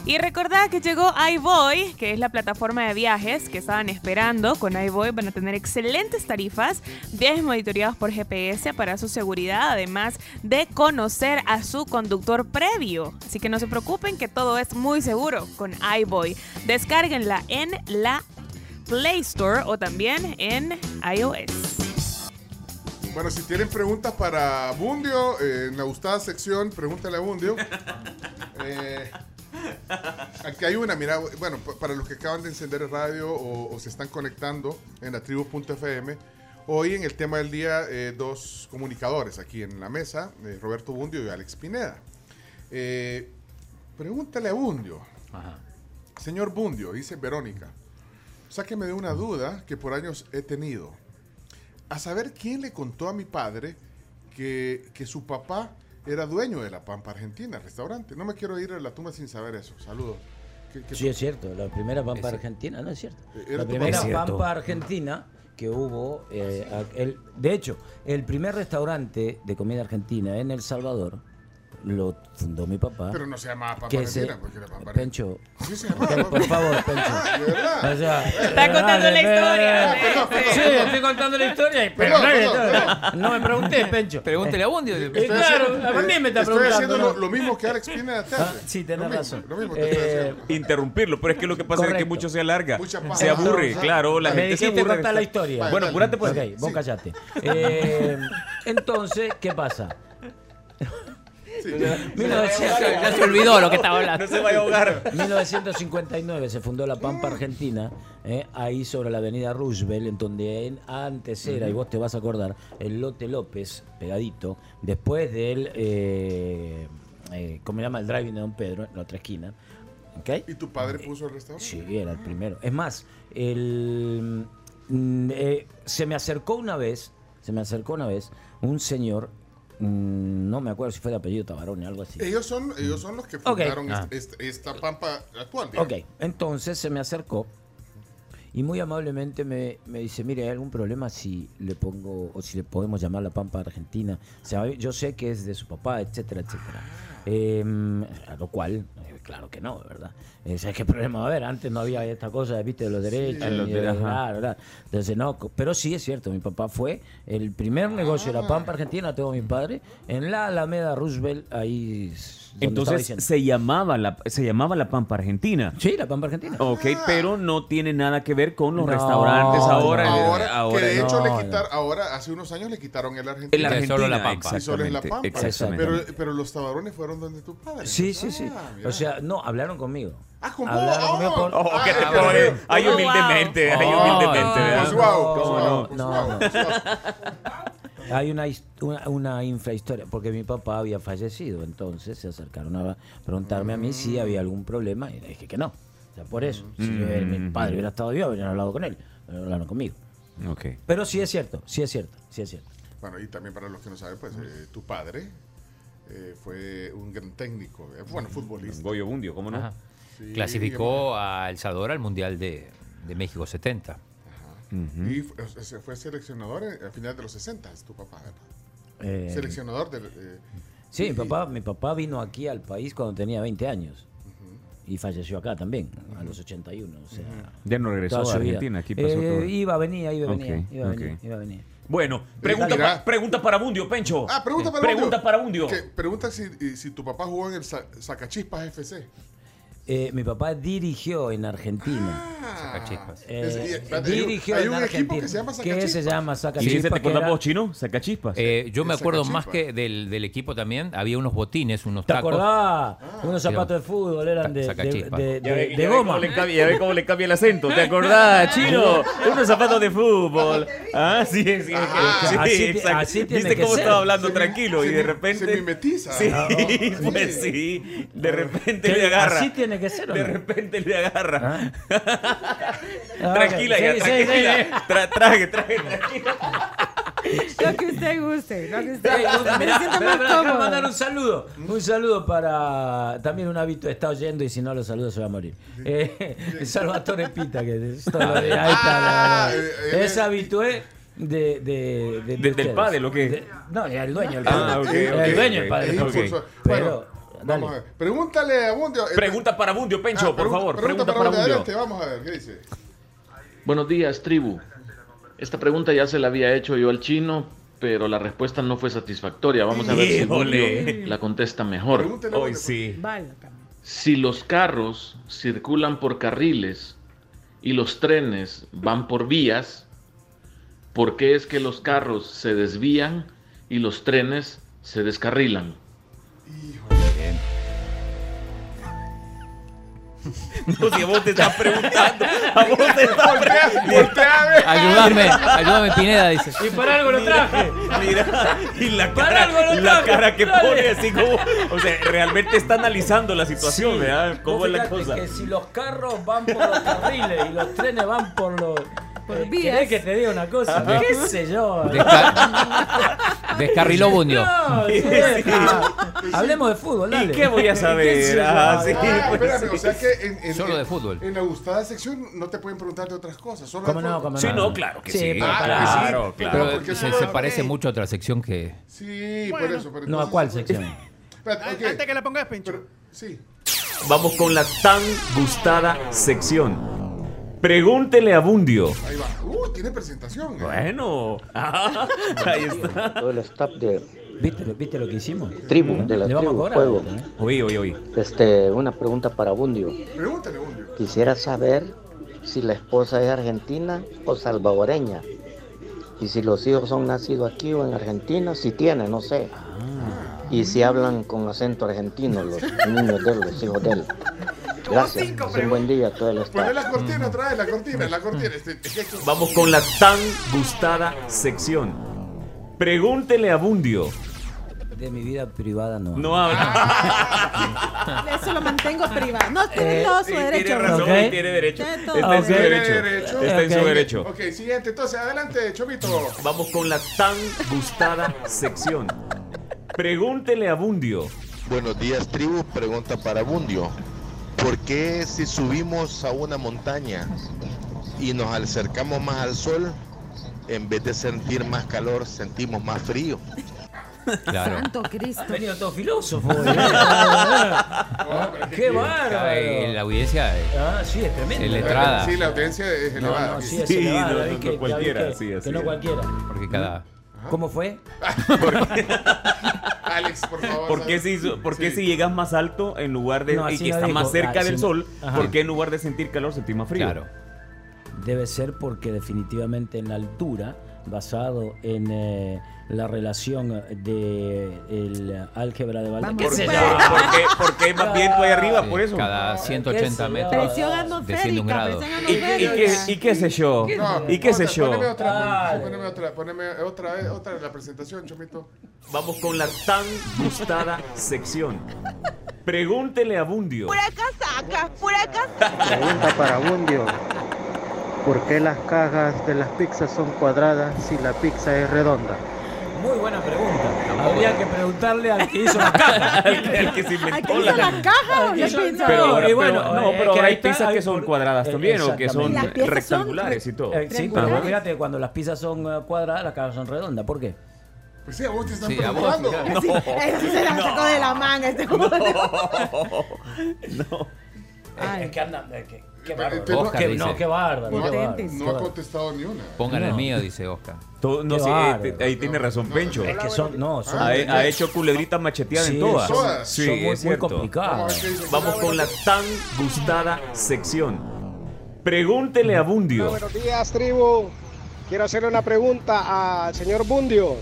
S5: Y recordad que llegó iBoy, que es la plataforma de viajes que estaban esperando. Con iBoy van a tener excelentes tarifas, viajes monitoreados por GPS para su seguridad, además de conocer a su conductor previo. Así que no se preocupen que todo es muy seguro con iBoy. Descárguenla en la Play Store o también en iOS.
S3: Bueno, si tienen preguntas para Bundio, eh, en la gustada sección, pregúntale a Bundio. Eh, aquí hay una, mira, bueno, pa- para los que acaban de encender el radio o, o se están conectando en la tribu.fm, hoy en el tema del día, eh, dos comunicadores aquí en la mesa, eh, Roberto Bundio y Alex Pineda. Eh, pregúntale a Bundio. Señor Bundio, dice Verónica, sáqueme de una duda que por años he tenido a saber quién le contó a mi padre que, que su papá era dueño de la Pampa Argentina, el restaurante. No me quiero ir a la tumba sin saber eso. Saludos. ¿Qué- qué-
S6: Sí, es cierto. La primera pampa
S3: Ese.
S6: argentina, no es cierto.
S3: Eh, era
S6: La
S3: tu
S6: primera
S3: papá. Es cierto.
S6: pampa argentina que hubo. eh,
S3: Ah,
S6: a- el- de hecho, el primer restaurante de comida argentina en El Salvador lo fundó mi papá.
S3: Pero no se llamaba Pampa
S6: que
S3: Argentina,
S6: se-
S3: porque era Pampa
S6: Pencho.
S3: Sí se llamaba
S6: Pencho, Por
S3: Pampa
S6: favor,
S3: Argentina.
S6: Pencho. eh,
S3: Ah, de verdad.
S6: Está
S3: contando la historia. Ah, perdón, perdón,
S6: Sí,
S3: perdón.
S6: estoy contando la historia. pero
S3: Perdón,
S6: no,
S3: perdón, Eh,
S6: no, no me pregunté, Pencho.
S7: Pregúntele a Bundio.
S6: Eh, claro, a mí me está
S3: estoy haciendo
S6: preguntando,
S3: lo,
S6: ¿no? Ah,
S3: lo mismo que
S6: [LAUGHS]
S3: Alex Pineda te hace.
S6: Sí, tenés
S3: Lo mismo,
S6: razón.
S3: Lo mismo te estoy
S6: Eh,
S3: haciendo.
S4: Interrumpirlo, pero es que lo que pasa es que
S6: Correcto.
S4: mucho se alarga,
S3: Mucha paja.
S4: se aburre,
S6: Ajá.
S4: claro, la
S6: Me
S4: gente se
S6: dijiste
S4: aburre.
S6: cortar la historia.
S4: Bueno,
S6: Vale,
S4: apúrate pues.
S6: Ok, vos
S3: [LAUGHS]
S6: callate. Eh, entonces, ¿qué pasa?
S7: Ya se olvidó lo que estaba hablando.
S4: No se vaya a ahogar.
S6: 1959 se fundó la Pampa Argentina, eh, ahí sobre la avenida Roosevelt, en donde en- antes era, y vos te vas a acordar, el Lote López, pegadito, después del, eh, eh, ¿cómo se llama? El driving de Don Pedro, en la otra esquina. ¿ok? Eh,
S3: ¿Y tu padre puso el restaurante?
S6: Sí, era el primero. Es más, el, mm, eh, se me acercó una vez, se me acercó una vez un señor, mm, no me acuerdo si fue de apellido Tabarone, algo así.
S3: Ellos son, ellos son los que
S6: Ok.
S3: fundaron
S6: Ah.
S3: est- est- esta pampa actual.
S6: Ok,
S3: digamos.
S6: entonces se me acercó y muy amablemente me, me dice, mire, ¿hay algún problema si le pongo, o si le podemos llamar la Pampa Argentina? O sea, yo sé que es de su papá, etcétera, etcétera. Em, a lo cual, eh, claro que no, ¿verdad? Eh, ¿Sabes qué problema va a haber? Antes no había esta cosa, viste, de los derechos.
S4: los
S6: ni de-
S4: derechos, ajá.
S6: claro, ¿verdad? Entonces, no, co- pero sí es cierto, mi papá fue el primer negocio de la Pampa Argentina, tengo a mi padre, en la Alameda Roosevelt, ahí... s- donde estaba
S4: Entonces
S6: diciendo.
S4: se llamaba, la, se llamaba la Pampa Argentina.
S6: Sí, la Pampa Argentina.
S4: Ok,
S3: Ah.
S4: pero no tiene nada que ver con los
S6: No,
S4: restaurantes ahora.
S6: no.
S3: Ahora,
S4: eh,
S3: que de
S4: no.
S3: hecho
S6: no.
S3: le quitaron, ahora hace unos años le quitaron el argentino.
S4: El Argentina,
S7: solo la Pampa.
S3: Y solo es la
S4: exactamente,
S3: pampa.
S4: exactamente.
S3: Pero, pero los tabarones fueron donde tu padre.
S6: Sí, sí, sí.
S3: Ah, mira.
S6: O sea, no, hablaron conmigo.
S3: Ah, con vos.
S6: Hablaron conmigo por-
S3: Oh,
S4: Oh, que te
S3: ah,
S4: coge.
S3: bueno.
S4: Ay,
S5: Oh,
S4: humildemente, ay,
S6: wow.
S4: humildemente.
S6: Oh,
S4: ¿verdad?
S3: Pues wow,
S6: No,
S3: pues wow,
S6: no,
S3: pues
S6: no,
S3: wow,
S6: no.
S3: pues wow.
S6: Hay una, his- una, una infrahistoria, porque mi papá había fallecido, entonces se acercaron a preguntarme a mí
S3: Mm.
S6: si había algún problema y le dije que no. O sea, por eso, si
S4: Mm.
S6: eh, mi padre hubiera estado vivo, habrían hablado con él, pero no hablaron conmigo.
S4: Ok.
S6: Pero sí es cierto, sí es cierto, sí es cierto.
S3: Bueno, y también para los que no saben, pues eh, tu padre eh, fue un gran técnico, eh, bueno, futbolista.
S4: Mm, Goyo Bundio, ¿cómo no?
S7: Ajá.
S3: Sí,
S7: Clasificó a El Salvador al Mundial de, de México 70.
S4: Ujú.
S3: Y fue, o sea, fue seleccionador en- a finales de los 60, es tu papá, ¿verdad?
S6: Eh,
S3: Seleccionador del... eh,
S6: sí,
S3: y-
S6: mi papá, mi papá vino aquí al país cuando tenía 20 años y falleció acá también, a los 81. O sea,
S4: Ya no regresó
S6: toda su
S4: a
S6: vida.
S4: Argentina, aquí pasó
S6: Eh,
S4: todo.
S6: Iba, venía, iba, venía,
S4: Ok,
S6: iba, venía,
S4: ok.
S6: iba, venía.
S4: Bueno,
S3: Eh,
S4: pregunta,
S3: Mira.
S4: pa- pregunta para Bundio, Pencho.
S3: Ah, pregunta para
S4: Pregunta para Bundio.
S3: Que pregunta si, y si tu papá jugó en el Sa- Sacachispas FC.
S6: Eh, mi papá dirigió en Argentina.
S7: Sacachispas.
S6: Eh,
S3: Ah, Es- y- espérate, hay un-
S6: dirigió
S3: hay
S6: en
S3: un
S6: Argentina.
S3: equipo que se llama
S6: Que
S3: Sacachispas.
S6: se llama
S4: ¿Y si se
S6: Sacachispas,
S4: te
S6: que
S4: acordás
S6: era-
S4: vos, chino? Saca chispas.
S7: Eh, yo me
S3: Esa
S7: acuerdo
S3: cachimba.
S7: más que del, del equipo también, había unos botines, unos
S6: ¿Te
S7: tacos.
S6: acordás?
S3: Ah.
S6: Unos zapatos de fútbol eran de, de,
S7: Sacachispas.
S6: de-
S4: Ya
S6: de-
S4: ve-
S6: de
S4: ya ve
S6: goma.
S4: cómo le cambia- ya ve cómo le cambia el acento,
S6: [LAUGHS]
S4: ¿te acordás, chino?
S6: Uh.
S4: Unos zapatos de fútbol. Ah, sí, sí, sí, sí,
S6: así ti-
S4: exacto.
S6: así tiene
S4: Viste
S6: que
S4: cómo
S6: ser.
S4: estaba hablando
S3: Se mi-
S4: tranquilo
S3: se
S4: y
S3: mi-
S4: de repente.
S3: se mimetiza.
S4: Sí, [LAUGHS]
S3: Ah,
S4: pues
S3: sí.
S4: sí. De repente
S6: Que-
S4: le agarra.
S6: Ah. Así tiene que ser. ¿o
S4: De
S6: no?
S4: repente le [LAUGHS] agarra.
S6: Ah,
S4: tranquila
S6: ok.
S4: ya,
S6: Sí, sí, sí,
S4: tranquila. Tra- traje, traje, tranquila.
S1: [LAUGHS]
S6: sí.
S1: Lo que usted guste, lo que usted
S6: Ey,
S1: guste. Me
S6: Luda, [LAUGHS] mirá,
S1: siento
S6: mirá,
S1: más
S6: mirá, acá
S1: cómoda.
S6: mandar un saludo. Un saludo para. También un hábito está oyendo y si no lo saludo se va a morir. Eh, [LAUGHS] Salvatore Pita, que es todo lo de- ahí está. la- la-
S4: Ah,
S6: es habitué. De, de, de- de
S4: ¿Del
S6: ustedes.
S4: pádel o qué?
S6: De- no, el dueño. El
S4: Ah,
S6: pádel.
S4: ok,
S6: El
S4: ok,
S6: dueño,
S4: ok.
S6: el pádel.
S4: Es impulsor.
S6: Pero, dale.
S3: Vamos a ver. Pregúntale a Bundio.
S4: Pregunta para Bundio, Pencho,
S3: Ah,
S4: por
S3: pregunta-
S4: favor.
S3: Pregunta,
S4: Pregunta para
S3: Bundio.
S4: Bundio.
S3: Adelante, vamos a ver, ¿qué dice?
S15: Buenos días, tribu. Esta pregunta ya se la había hecho yo al chino, pero la respuesta no fue satisfactoria. Vamos a ver si
S4: Híjole.
S15: Julio la contesta mejor.
S4: Hoy
S3: pues.
S4: sí.
S15: Si los carros circulan por carriles y los trenes van por vías, ¿por qué es que los carros se desvían y los trenes se descarrilan?
S4: No, si a vos te estás preguntando. A vos te estás preguntando.
S10: Ayúdame, ayúdame Pineda, dice.
S6: Y para algo lo traje.
S4: [LAUGHS] Mira, y la
S6: Para
S4: cara,
S6: algo lo
S4: y la
S6: traje,
S4: cara que
S6: dale.
S4: pone así como. O sea, realmente está analizando la situación,
S6: Sí.
S4: ¿verdad? ¿Cómo
S6: Vos
S4: es la
S6: fijate
S4: cosa?
S6: Que si los carros van por los carriles y los trenes van por los. eh, ¿Querés que te diga una cosa?
S10: Ajá.
S6: ¿Qué sé yo? [LAUGHS]
S10: Descarriló Bundio.
S6: No, sí, sí. Hablemos de fútbol, dale.
S4: ¿Y qué voy
S6: [LAUGHS]
S4: a
S6: ¿Qué sé
S4: saber?
S6: yo?
S4: Ah, sí,
S3: Ah,
S4: pues
S3: espérame,
S4: sí.
S3: o sea que en, en-
S4: Solo
S3: en-
S4: de fútbol.
S3: En la gustada sección no te pueden preguntar de otras cosas. Solo
S6: ¿Cómo
S3: de
S6: no?
S3: fútbol.
S6: ¿Cómo
S4: Sí, no, claro que sí.
S6: Sí,
S4: claro,
S10: Claro,
S4: que sí.
S10: claro.
S3: porque
S10: Pero se,
S3: solo-
S10: se parece
S3: ok.
S10: mucho a otra sección que.
S3: Sí, por eso. Pero
S6: No, ¿a
S3: entonces-
S6: cuál sección?
S3: Espérate, ok.
S16: Antes que la pongas, Pencho.
S3: sí.
S4: Vamos con la tan gustada sección. Pregúntele a Bundio.
S3: Ahí va. Uh, tiene presentación. eh.
S4: Bueno, [LAUGHS] Ah, ahí está.
S17: Todo el staff de
S6: ¿Viste lo, viste lo que hicimos?
S17: tribu, de la
S6: Le vamos
S17: tribu,
S6: a cobrar.
S17: juego.
S4: Oí, oí, oí.
S17: Este, una pregunta para Bundio.
S3: Pregúntale, Bundio.
S17: Quisiera saber si la esposa es argentina o salvadoreña. Y si los hijos son nacidos aquí o en Argentina, si tiene, no sé.
S6: Ah.
S17: Y si hablan con acento argentino
S6: [LAUGHS]
S17: los niños de él, los hijos de él. Gracias. pasen buen día a todo el staff.
S3: Poné la cortina, trae la cortina, la cortina. Este, es que esto-
S4: Vamos con la tan gustada sección. Pregúntele a Bundio.
S6: De mi vida privada no.
S4: No habla.
S1: Eso lo mantengo privado. No
S6: Eh,
S1: tiene todo su
S6: sí,
S1: derecho.
S4: Tiene razón
S6: Ok.
S4: y tiene derecho.
S1: Tiene todo
S4: Está en su
S6: Ok.
S4: derecho. Está en su
S6: Ok.
S4: derecho.
S3: Ok, siguiente. Entonces, adelante, Chomito.
S4: Vamos con la tan gustada sección. Pregúntele a Bundio.
S11: Buenos días, tribu. Pregunta para Bundio. ¿Por qué si subimos a una montaña y nos acercamos más al sol, en vez de sentir más calor, sentimos más frío?
S10: Claro.
S1: Santo Cristo.
S6: Ha venido todo [LAUGHS] filósofo. hoy, ¿eh? Ah, [LAUGHS]
S7: Eh,
S6: ¡Qué
S10: Cabe-
S6: bárbaro!
S10: La audiencia. eh,
S6: Ah, sí, es tremendo.
S10: Es letrada.
S3: Sí, la audiencia es
S6: No,
S3: elevada.
S6: no, sí, es
S4: Sí,
S6: elevada,
S4: no,
S6: vi
S4: no,
S6: que-
S4: no cualquiera,
S6: vi que-
S4: sí, así
S6: Que no
S4: es.
S6: cualquiera.
S10: Porque cada.
S6: ¿Cómo fue?
S3: [LAUGHS]
S10: [LAUGHS]
S3: Alex, por favor.
S4: ¿Por qué,
S3: dale.
S4: si, por qué si llegas más alto en lugar de
S6: No, así
S4: y que
S6: no
S4: está
S6: dijo.
S4: más cerca
S6: Ah,
S4: del
S6: sí.
S4: sol?
S6: Ajá.
S4: ¿Por qué en lugar de sentir calor sentir más frío?
S10: Claro.
S6: Debe ser porque definitivamente en la altura, basado en eh, la relación de el álgebra de Valdés.
S4: ¿Por qué? Porque, porque es más viento ahí arriba, por eso.
S10: Cada 180 metros.
S1: Presión
S10: Desciende un
S1: atmosférica.
S10: grado.
S1: Presión
S4: ¿Y, y qué,
S1: atmosférica.
S4: y qué sé yo?
S3: No,
S4: ¿Y qué sé
S3: otra,
S4: yo?
S3: Poneme otra, poneme otra, poneme otra, vez, otra de la presentación, Chomito.
S4: Vamos con la tan gustada sección. Pregúntele a Bundio.
S18: casaca, pura casaca.
S9: Pregunta para Bundio. ¿Por qué las cajas de las pizzas son cuadradas si la pizza es redonda?
S6: Muy buena pregunta. Habría que preguntarle al que hizo la caja. [LAUGHS]
S4: [LAUGHS] El que se
S1: ¿Hay
S4: inventó
S1: que
S4: la
S1: hizo
S4: [LAUGHS]
S1: la caja o la pizza?
S4: Pero,
S6: No,
S4: ahora-
S6: y bueno,
S4: pero- no,
S6: eh,
S4: pero
S6: que
S4: hay
S6: ahí está,
S4: pizzas
S6: hay
S4: que son
S6: por-
S4: cuadradas
S6: eh,
S4: también o que son
S6: exactamente. Las piezas
S1: son
S4: rectangulares y todo.
S6: Eh, sí,
S4: Ajá.
S6: pero fíjate, cuando las pizzas son eh, cuadradas, las cajas son redondas. ¿por qué?
S3: Pues sí, a vos te están
S10: Sí, a vos,
S3: preguntando.
S10: mira.
S1: Sí, eso sí se la sacó de la manga este
S6: Es que andan. Qué bárbaro.
S3: Te-
S10: Oscar
S6: Qué-
S10: dice.
S6: no, qué bárbaro.
S3: No,
S6: qué
S3: no,
S6: bárbaro.
S3: ha contestado ni una.
S10: Pongan el
S6: No.
S10: mío, dice Oscar.
S4: Todo- no
S6: Qué
S4: sé, eh,
S6: bárbaro.
S4: te- ahí tiene razón Pencho.
S6: Es que son, no, son,
S4: ha, ha hecho culebrita macheteada
S6: sí,
S4: en todas.
S6: son-
S4: Sí,
S6: son muy,
S4: es
S6: muy
S4: cierto.
S6: complicadas.
S4: Vamos con la tan gustada sección. Pregúntele a Bundio.
S19: Buenos días, tribu. Quiero hacerle una pregunta al señor Bundio.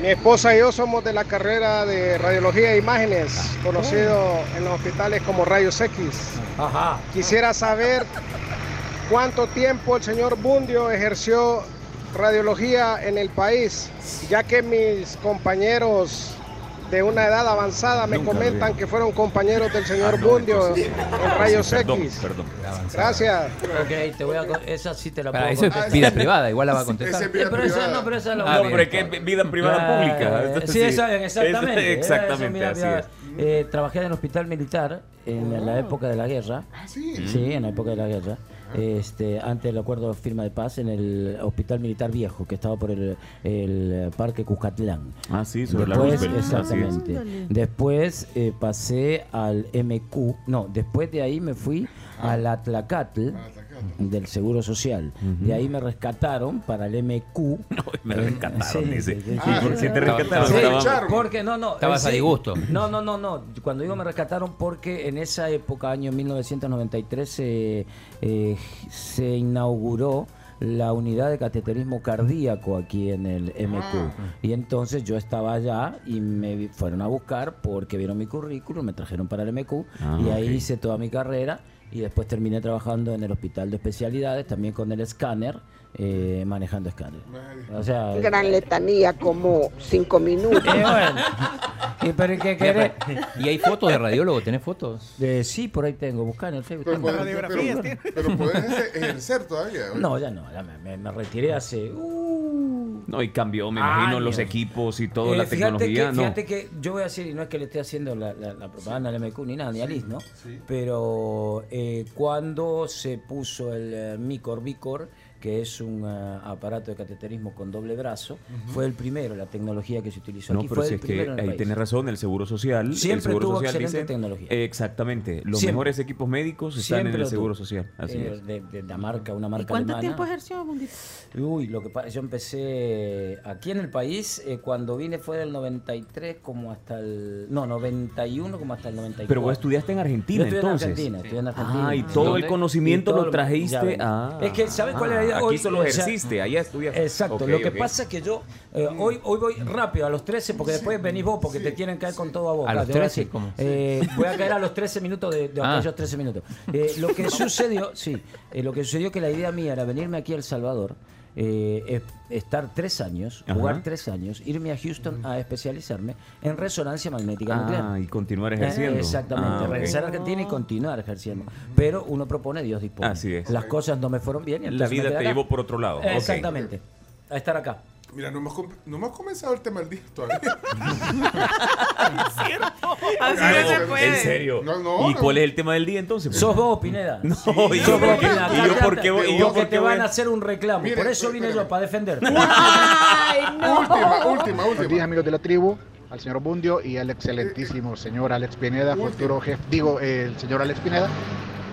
S19: Mi esposa y yo somos de la carrera de radiología e imágenes, conocido en los hospitales como Rayos X.
S6: Ajá.
S19: Quisiera saber cuánto tiempo el señor Bundio ejerció radiología en el país, ya que mis compañeros de una edad avanzada me comentan que fueron compañeros del señor Bundio en Rayos X.
S4: Perdón.
S19: Gracias.
S6: Ok, te voy a. con- Esa sí te la
S7: Para,
S6: puedo
S7: eso
S6: contestar.
S7: es vida privada, igual la va a contestar.
S6: Eh, pero esa no, pero esa la
S7: Ah,
S4: No,
S6: voy a-
S4: pero es que es vida privada
S6: Ah,
S4: pública.
S6: sí, eso es, exactamente.
S4: Es- Exactamente,
S6: Eso, mira,
S4: así
S6: mira,
S4: es. Ah.
S6: eh, trabajé en el hospital militar en la- la época de la guerra.
S3: sí.
S6: en la época de la guerra. Este, antes del acuerdo de firma de paz en el hospital militar viejo que estaba por el, el parque Cuscatlán.
S4: Ah, sí, sobre la
S6: después,
S4: Roosevelt, así es.
S6: Exactamente.
S4: Ándale.
S6: Después eh, pasé al MQ. No, después de ahí me fui
S4: Ah.
S6: al Atlacatl del Seguro Social. De ahí me rescataron para el MQ.
S4: [LAUGHS] Me
S6: Eh,
S4: rescataron,
S6: sí,
S4: dice.
S6: sí, sí,
S4: ¿Y por qué te
S6: Sí,
S4: rescataron?
S6: sí,
S4: Estaba-
S6: porque no, no.
S7: Estabas
S6: eh, sí.
S7: a disgusto.
S6: No, no, no, no. Cuando digo me rescataron porque en esa época, año 1993, se, eh, se inauguró la unidad de cateterismo cardíaco aquí en el MQ. Y entonces yo estaba allá y me vi- fueron a buscar porque vieron mi currículum, me trajeron para el MQ
S4: Ah,
S6: y ahí
S4: ok.
S6: hice toda mi carrera y después terminé trabajando en el hospital de especialidades, también con el escáner, eh, manejando escáner. O sea,
S18: Gran letanía, como cinco minutos.
S6: ¿Y pero qué querés?
S7: Mira, ¿Y hay fotos de radiólogo? ¿Tenés fotos?
S6: [LAUGHS] Eh, sí, por ahí tengo, buscá en el Facebook.
S3: Pero
S6: tengo.
S3: podés, pero-
S6: [LAUGHS]
S3: pero podés ejer- ejercer todavía. güey.
S6: No, ya no, ya me, me- me retiré hace...
S4: No, y cambió, me imagino,
S6: Años.
S4: los equipos y toda
S6: Eh,
S4: la
S6: fíjate
S4: tecnología.
S6: que,
S4: no.
S6: Fíjate que yo voy a decir, y no es que le esté haciendo la, la- la propaganda al MQ ni nada, ni a Liz, ¿no? Pero eh, cuando se puso el eh, Micor Bicor, que es un ah, aparato de cateterismo con doble brazo, fue el primero, la tecnología que se utilizó
S4: No,
S6: aquí
S4: pero
S6: fue
S4: si
S6: el
S4: es que
S6: primero en el
S4: ahí
S6: país.
S4: tenés razón, el Seguro Social. el
S6: Siempre
S4: seguro
S6: tuvo
S4: social,
S6: excelente
S4: dicen,
S6: tecnología.
S4: eh, Exactamente. Los
S6: Siempre.
S4: mejores equipos médicos están
S6: Siempre
S4: en
S6: lo
S4: el Seguro
S6: tuvo.
S4: Social. Así
S6: Eh,
S4: es.
S6: De, de- de marca, una marca
S1: ¿Cuánto
S6: alemana.
S1: tiempo ejerció, Mundito?
S6: Uy, lo que pasa, yo empecé aquí en el país, eh, cuando vine fue del 93 como hasta el... No, 91 como hasta el 94.
S4: Pero vos estudiaste en Argentina,
S6: Yo estudié
S4: entonces.
S6: En Argentina, estudié en Argentina.
S4: Ah, y todo
S6: ¿Dónde?
S4: el conocimiento
S6: Y todo
S4: lo trajiste.
S6: ya
S4: Ah,
S6: ven. es que, ¿sabes cuál es la idea?
S4: Aquí
S6: Hoy,
S4: solo
S6: o sea,
S4: ejerciste, allá estudiaste.
S6: Exacto,
S4: Ok,
S6: lo que
S4: ok.
S6: pasa es que yo eh, hoy, hoy voy rápido a los 13 porque después venís vos porque te quieren caer con todo a vos.
S7: ¿A
S6: Claro,
S7: los
S6: te voy
S7: 13?
S6: decir,
S7: ¿Cómo?
S6: eh, voy a caer a los 13 minutos de, de
S7: Ah.
S6: aquellos 13 minutos. Eh, lo que sucedió, sí, eh, lo que sucedió que la idea mía era venirme aquí a El Salvador, eh, es- estar tres años,
S4: Ajá.
S6: jugar tres años, irme a Houston a especializarme en resonancia magnética nuclear.
S4: Ah, y continuar
S6: Eh,
S4: ejerciendo.
S6: exactamente,
S4: Ah, ok.
S6: regresar a Argentina y continuar ejerciendo. Pero uno propone, Dios dispone.
S4: Así es.
S6: Las cosas no me fueron bien. y
S4: La
S6: entonces me
S4: vida
S6: quedé
S4: te
S6: acá.
S4: llevó por otro lado. Ok.
S6: Exactamente. A estar acá.
S3: Mira, no hemos, com- no hemos comenzado el tema del día
S6: [LAUGHS]
S3: todavía.
S5: Así
S4: Ah,
S5: no se
S4: no,
S5: puede.
S4: En serio.
S3: No, no,
S4: ¿Y
S3: no.
S4: cuál es el tema del día entonces?
S6: pues. Sos vos, Pineda.
S4: [LAUGHS] No, y,
S6: Sos vos, Pineda.
S4: y yo por qué voy- y yo
S6: Porque
S4: por qué
S6: te van a
S4: voy-
S6: hacer un reclamo.
S3: Mire,
S6: Por eso vine yo, para
S4: [LAUGHS]
S6: defenderte.
S16: [LAUGHS]
S3: Última, última,
S16: Buenos
S3: última.
S16: días, amigos de la tribu, al señor Bundio y al excelentísimo señor Alex Pineda, futuro jefe, digo, eh, el señor Alex Pineda.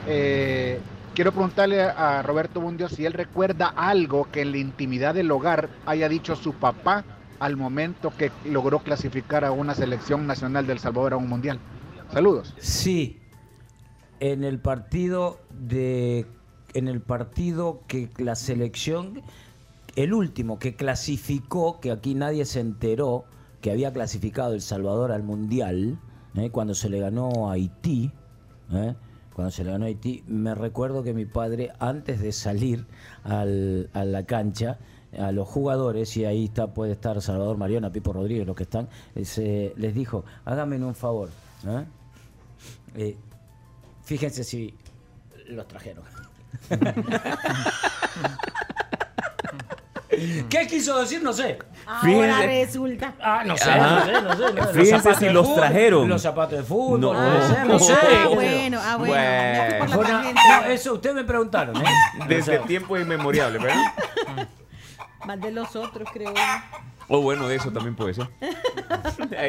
S16: Eh, quiero preguntarle a Roberto Bundio si él recuerda algo que en la intimidad del hogar haya dicho su papá al momento que logró clasificar a una selección nacional del Salvador a un mundial. Saludos.
S6: Sí. En el partido de. En el partido que la selección. El último que clasificó, que aquí nadie se enteró que había clasificado El Salvador al Mundial, ¿eh? cuando se le ganó a Haití. ¿eh? Cuando se le ganó a Haití, me recuerdo que mi padre, antes de salir al- a la cancha, a los jugadores, y ahí está, puede estar Salvador Mariona, Pipo Rodríguez, los que están, eh, se- les dijo, háganme un favor. ¿eh? Eh, fíjense si los trajeron. ¿Qué quiso decir? No sé.
S1: Ahora
S4: Fíjense-
S1: resulta.
S6: Ah, no sé,
S4: Ajá.
S6: no sé, no sé, no sé.
S4: Fíjense
S6: zapatos
S4: si
S6: de
S4: los
S6: fútbol,
S4: trajeron.
S6: Los zapatos de fútbol,
S4: No.
S6: no, sé, no sé.
S1: Ah,
S6: qué sé
S1: bueno, ah, bueno. Me fui por
S6: yo.
S1: la
S6: Fue una-
S1: tangente.
S6: no, eso ustedes me preguntaron, ¿eh?
S4: Desde
S6: O sea,
S4: tiempos inmemoriales, ¿verdad?
S1: Más de los otros, creo.
S4: O Oh, bueno, de eso también puede ser.
S6: O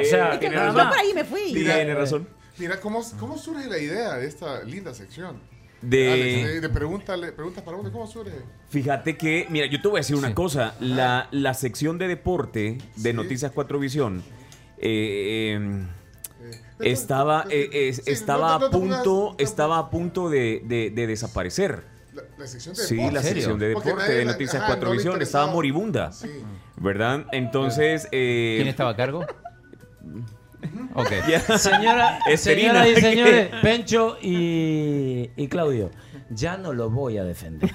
S6: sea,
S4: Eh, tiene
S1: Yo
S4: razón.
S1: por ahí me fui.
S4: Mira, Tiene razón.
S3: Mira, ¿cómo, ¿cómo surge la idea de esta linda sección?
S4: De-
S3: Alex, de, de pregúntale, preguntas para uno, ¿cómo surge?
S4: Fíjate que, mira, yo te voy a decir una cosa. La, la sección de deporte de Noticias 4 Visión eh, eh, estaba, eh, es- estaba
S3: no, no,
S4: a
S3: no pongas-
S4: punto, estaba a punto de, de- de desaparecer.
S3: La, la sección de
S4: Sí,
S3: deporte.
S4: la sección de
S3: Porque
S4: deporte
S3: nadie
S4: de
S3: la-
S4: Noticias
S3: ajá,
S4: 4
S3: no le
S4: Visión
S3: interesaba.
S4: estaba moribunda,
S3: Sí.
S4: ¿verdad? Entonces, eh, [LAUGHS]
S7: ¿Quién estaba a cargo? Ok.
S6: Señora,
S7: Esterina.
S6: señoras y
S4: [LAUGHS]
S6: señores, Pencho y, y Claudio, ya no los voy a defender.